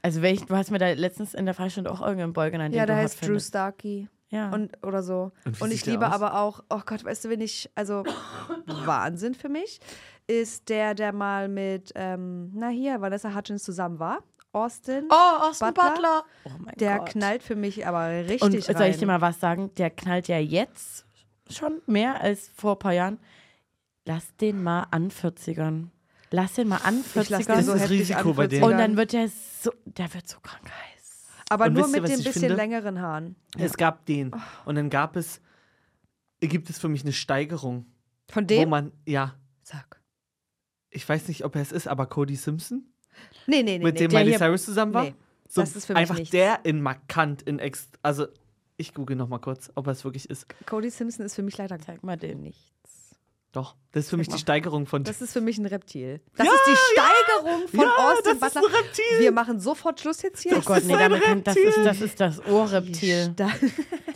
Speaker 3: Also welch, du hast mir da letztens in der Fahrstunde auch irgendeinen Boy genannt,
Speaker 1: ja,
Speaker 3: den
Speaker 1: der
Speaker 3: du
Speaker 1: heißt
Speaker 3: hot
Speaker 1: Drew
Speaker 3: findest.
Speaker 1: Starkey.
Speaker 3: Ja.
Speaker 1: Und, oder so.
Speaker 2: Und
Speaker 1: Und,
Speaker 2: wie
Speaker 1: ich
Speaker 2: sieht der
Speaker 1: liebe
Speaker 2: aus?
Speaker 1: aber auch, oh Gott, weißt du, wenn ich, also Wahnsinn für mich, ist der, der mal mit, ähm, na hier, Vanessa Hutchins zusammen war. Austin.
Speaker 3: oh, Austin
Speaker 1: Butler?
Speaker 3: Oh mein
Speaker 1: der
Speaker 3: Gott.
Speaker 1: knallt für mich aber richtig
Speaker 3: Und
Speaker 1: rein.
Speaker 3: soll ich dir mal was sagen? Der knallt ja jetzt schon mehr als vor ein paar Jahren. Lass den mal an 40ern. Lass den mal an
Speaker 1: ich lass den
Speaker 3: 40ern.
Speaker 2: Das
Speaker 1: so
Speaker 2: ist
Speaker 1: heftig
Speaker 2: Risiko bei
Speaker 1: anfurzen.
Speaker 2: denen.
Speaker 3: und dann wird der so, der wird so krank heiß.
Speaker 1: Aber
Speaker 2: Und
Speaker 1: nur
Speaker 2: wisst ihr,
Speaker 1: mit
Speaker 2: was
Speaker 1: den
Speaker 2: ich
Speaker 1: bisschen
Speaker 2: finde?
Speaker 1: längeren Haaren.
Speaker 2: Es gab den.
Speaker 1: Oh.
Speaker 2: Und dann gab es, gibt es für mich eine Steigerung,
Speaker 1: Von
Speaker 2: wo
Speaker 1: dem?
Speaker 2: man, ja,
Speaker 1: Sag.
Speaker 2: ich weiß nicht, ob er es ist, aber Cody Simpson,
Speaker 1: Nee, nee, nee.
Speaker 2: mit
Speaker 1: nee.
Speaker 2: dem
Speaker 3: der
Speaker 2: Miley
Speaker 3: hier-
Speaker 2: Cyrus zusammen war.
Speaker 1: Nee,
Speaker 2: so
Speaker 1: das ist für mich
Speaker 2: einfach
Speaker 1: nichts.
Speaker 2: der in markant, in ex, also ich google noch mal kurz, ob er es wirklich ist.
Speaker 1: Cody Simpson ist für mich leider
Speaker 3: Zeig mal den. Oh
Speaker 1: nicht.
Speaker 2: Doch, das ist für mich die Steigerung von
Speaker 1: Das ist für mich ein Reptil. Das
Speaker 2: Ja,
Speaker 1: ist die Steigerung von
Speaker 2: ja,
Speaker 1: Austin
Speaker 2: das ist
Speaker 1: Butler.
Speaker 2: ein Reptil.
Speaker 1: Wir machen sofort Schluss jetzt hier.
Speaker 3: Oh Gott, nee,
Speaker 2: ein
Speaker 3: damit kann, das,
Speaker 2: Reptil.
Speaker 3: ist, das ist das Ohrreptil.
Speaker 1: Da-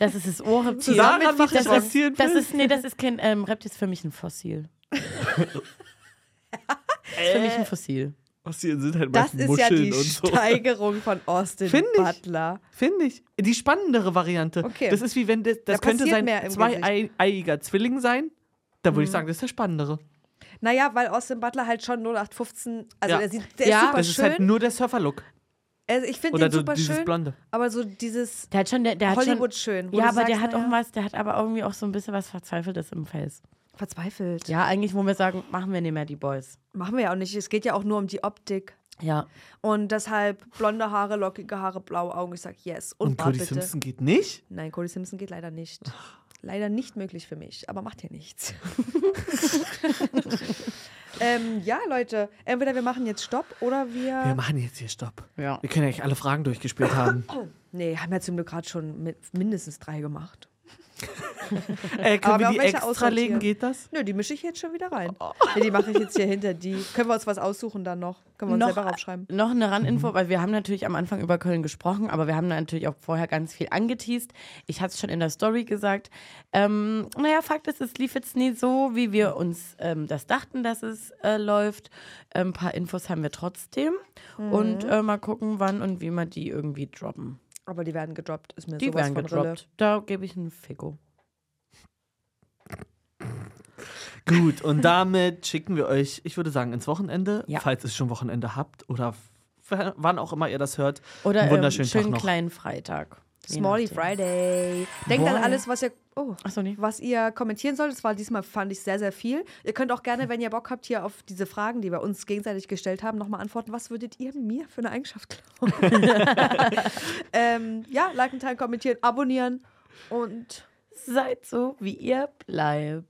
Speaker 3: Das ist das Ohrreptil.
Speaker 2: Sarah macht
Speaker 3: das,
Speaker 2: jetzt Reptilien
Speaker 3: ist, das
Speaker 2: fest.
Speaker 3: ist, nee, das ist kein ähm, Reptil, ist für mich ein Fossil. das ist für mich ein Fossil.
Speaker 2: Was die sind halt
Speaker 1: Das
Speaker 2: meist
Speaker 1: ist ja
Speaker 2: Muscheln
Speaker 1: die
Speaker 2: und so.
Speaker 1: Steigerung von Austin
Speaker 2: Find ich.
Speaker 1: Butler.
Speaker 2: Finde ich. Die spannendere Variante.
Speaker 1: Okay.
Speaker 2: Das ist wie wenn das, das
Speaker 1: Da
Speaker 2: könnte
Speaker 1: passiert
Speaker 2: sein
Speaker 1: mehr im Mhm.
Speaker 2: zweieiiger Zwilling sein. Da würde ich sagen, das ist der spannendere.
Speaker 1: Naja, weil Austin Butler halt schon 0815, also
Speaker 2: Ja.
Speaker 1: der, sieht, der
Speaker 3: Ja,
Speaker 1: ist super
Speaker 2: das ist
Speaker 3: halt
Speaker 1: schön.
Speaker 2: halt nur der Surfer-Look.
Speaker 1: Also ich finde
Speaker 2: Oder
Speaker 1: den
Speaker 2: so
Speaker 1: super
Speaker 2: dieses
Speaker 1: schön,
Speaker 2: Blonde.
Speaker 1: aber so dieses
Speaker 3: Der hat schon, der, der hat
Speaker 1: Hollywood
Speaker 3: schon,
Speaker 1: schön. wo
Speaker 3: Ja,
Speaker 1: du
Speaker 3: aber der
Speaker 1: sagst,
Speaker 3: hat
Speaker 1: na
Speaker 3: auch
Speaker 1: ja,
Speaker 3: was, der hat aber irgendwie auch so ein bisschen was Verzweifeltes im Fels.
Speaker 1: verzweifelt.
Speaker 3: Ja, eigentlich, wo wir sagen, machen wir nicht mehr die Boys.
Speaker 1: Machen wir ja auch nicht. Es geht ja auch nur um die Optik.
Speaker 3: Ja.
Speaker 1: Und deshalb blonde Haare, lockige Haare, blaue Augen. Ich sag yes. Und,
Speaker 2: Und
Speaker 1: Bart
Speaker 2: Um Cody
Speaker 1: bitte.
Speaker 2: Simpson geht nicht?
Speaker 1: Nein, Cody Simpson geht leider nicht. Leider nicht möglich für mich, aber macht ja nichts. ähm, ja, Leute, entweder wir machen jetzt Stopp oder
Speaker 2: Wir
Speaker 1: wir.
Speaker 2: machen jetzt hier Stopp.
Speaker 3: Ja.
Speaker 2: Wir können ja nicht alle Fragen durchgespielt haben.
Speaker 1: Nee, haben ja zum Glück gerade schon mit mindestens drei gemacht.
Speaker 2: Äh, können
Speaker 1: Aber
Speaker 2: wir
Speaker 1: auf
Speaker 2: die
Speaker 1: welche
Speaker 2: extra legen?
Speaker 1: aussortieren?
Speaker 2: Geht das?
Speaker 1: Nö, die mische ich jetzt schon wieder rein.
Speaker 3: Oh.
Speaker 1: Nee, die mache ich jetzt hier hinter die. Können wir uns was aussuchen dann noch? Können wir uns
Speaker 3: Noch,
Speaker 1: selber raufschreiben?
Speaker 3: Ähm, noch eine
Speaker 2: Mhm.
Speaker 3: Randinfo, weil wir haben natürlich am Anfang über Köln gesprochen, aber wir haben natürlich auch vorher ganz viel angeteased. Ich hatte es schon in der Story gesagt. Ähm, naja, Fakt ist, es lief jetzt nie so, wie wir uns ähm, das dachten, dass es äh, läuft. Äh, Ein paar Infos haben wir trotzdem
Speaker 2: Mhm.
Speaker 3: und äh, mal gucken, wann und wie wir die irgendwie droppen.
Speaker 1: Aber die werden gedroppt, ist mir
Speaker 3: Die
Speaker 1: sowas
Speaker 3: werden
Speaker 1: von
Speaker 3: gedroppt.
Speaker 1: Rille.
Speaker 3: Da gebe ich einen Figo.
Speaker 2: Gut, und damit schicken wir euch, ich würde sagen, ins Wochenende,
Speaker 3: Ja.
Speaker 2: falls ihr schon Wochenende habt oder f- wann auch immer ihr das hört.
Speaker 3: Oder
Speaker 2: Einen
Speaker 3: ähm,
Speaker 2: wunderschönen Tag
Speaker 3: schönen
Speaker 2: noch.
Speaker 3: kleinen Freitag. Je
Speaker 1: Smally
Speaker 3: nachdem.
Speaker 1: Friday. Denkt an alles, was ihr. Oh.
Speaker 3: Achso, nee.
Speaker 1: was ihr kommentieren sollt. Es war diesmal, fand ich, sehr, sehr viel. Ihr könnt auch gerne, wenn ihr Bock habt, hier auf diese Fragen, die wir uns gegenseitig gestellt haben, nochmal antworten. Was würdet ihr mir für eine Eigenschaft glauben? ähm, ja, liken, teilen, kommentieren, abonnieren und
Speaker 3: Seid so, wie ihr bleibt.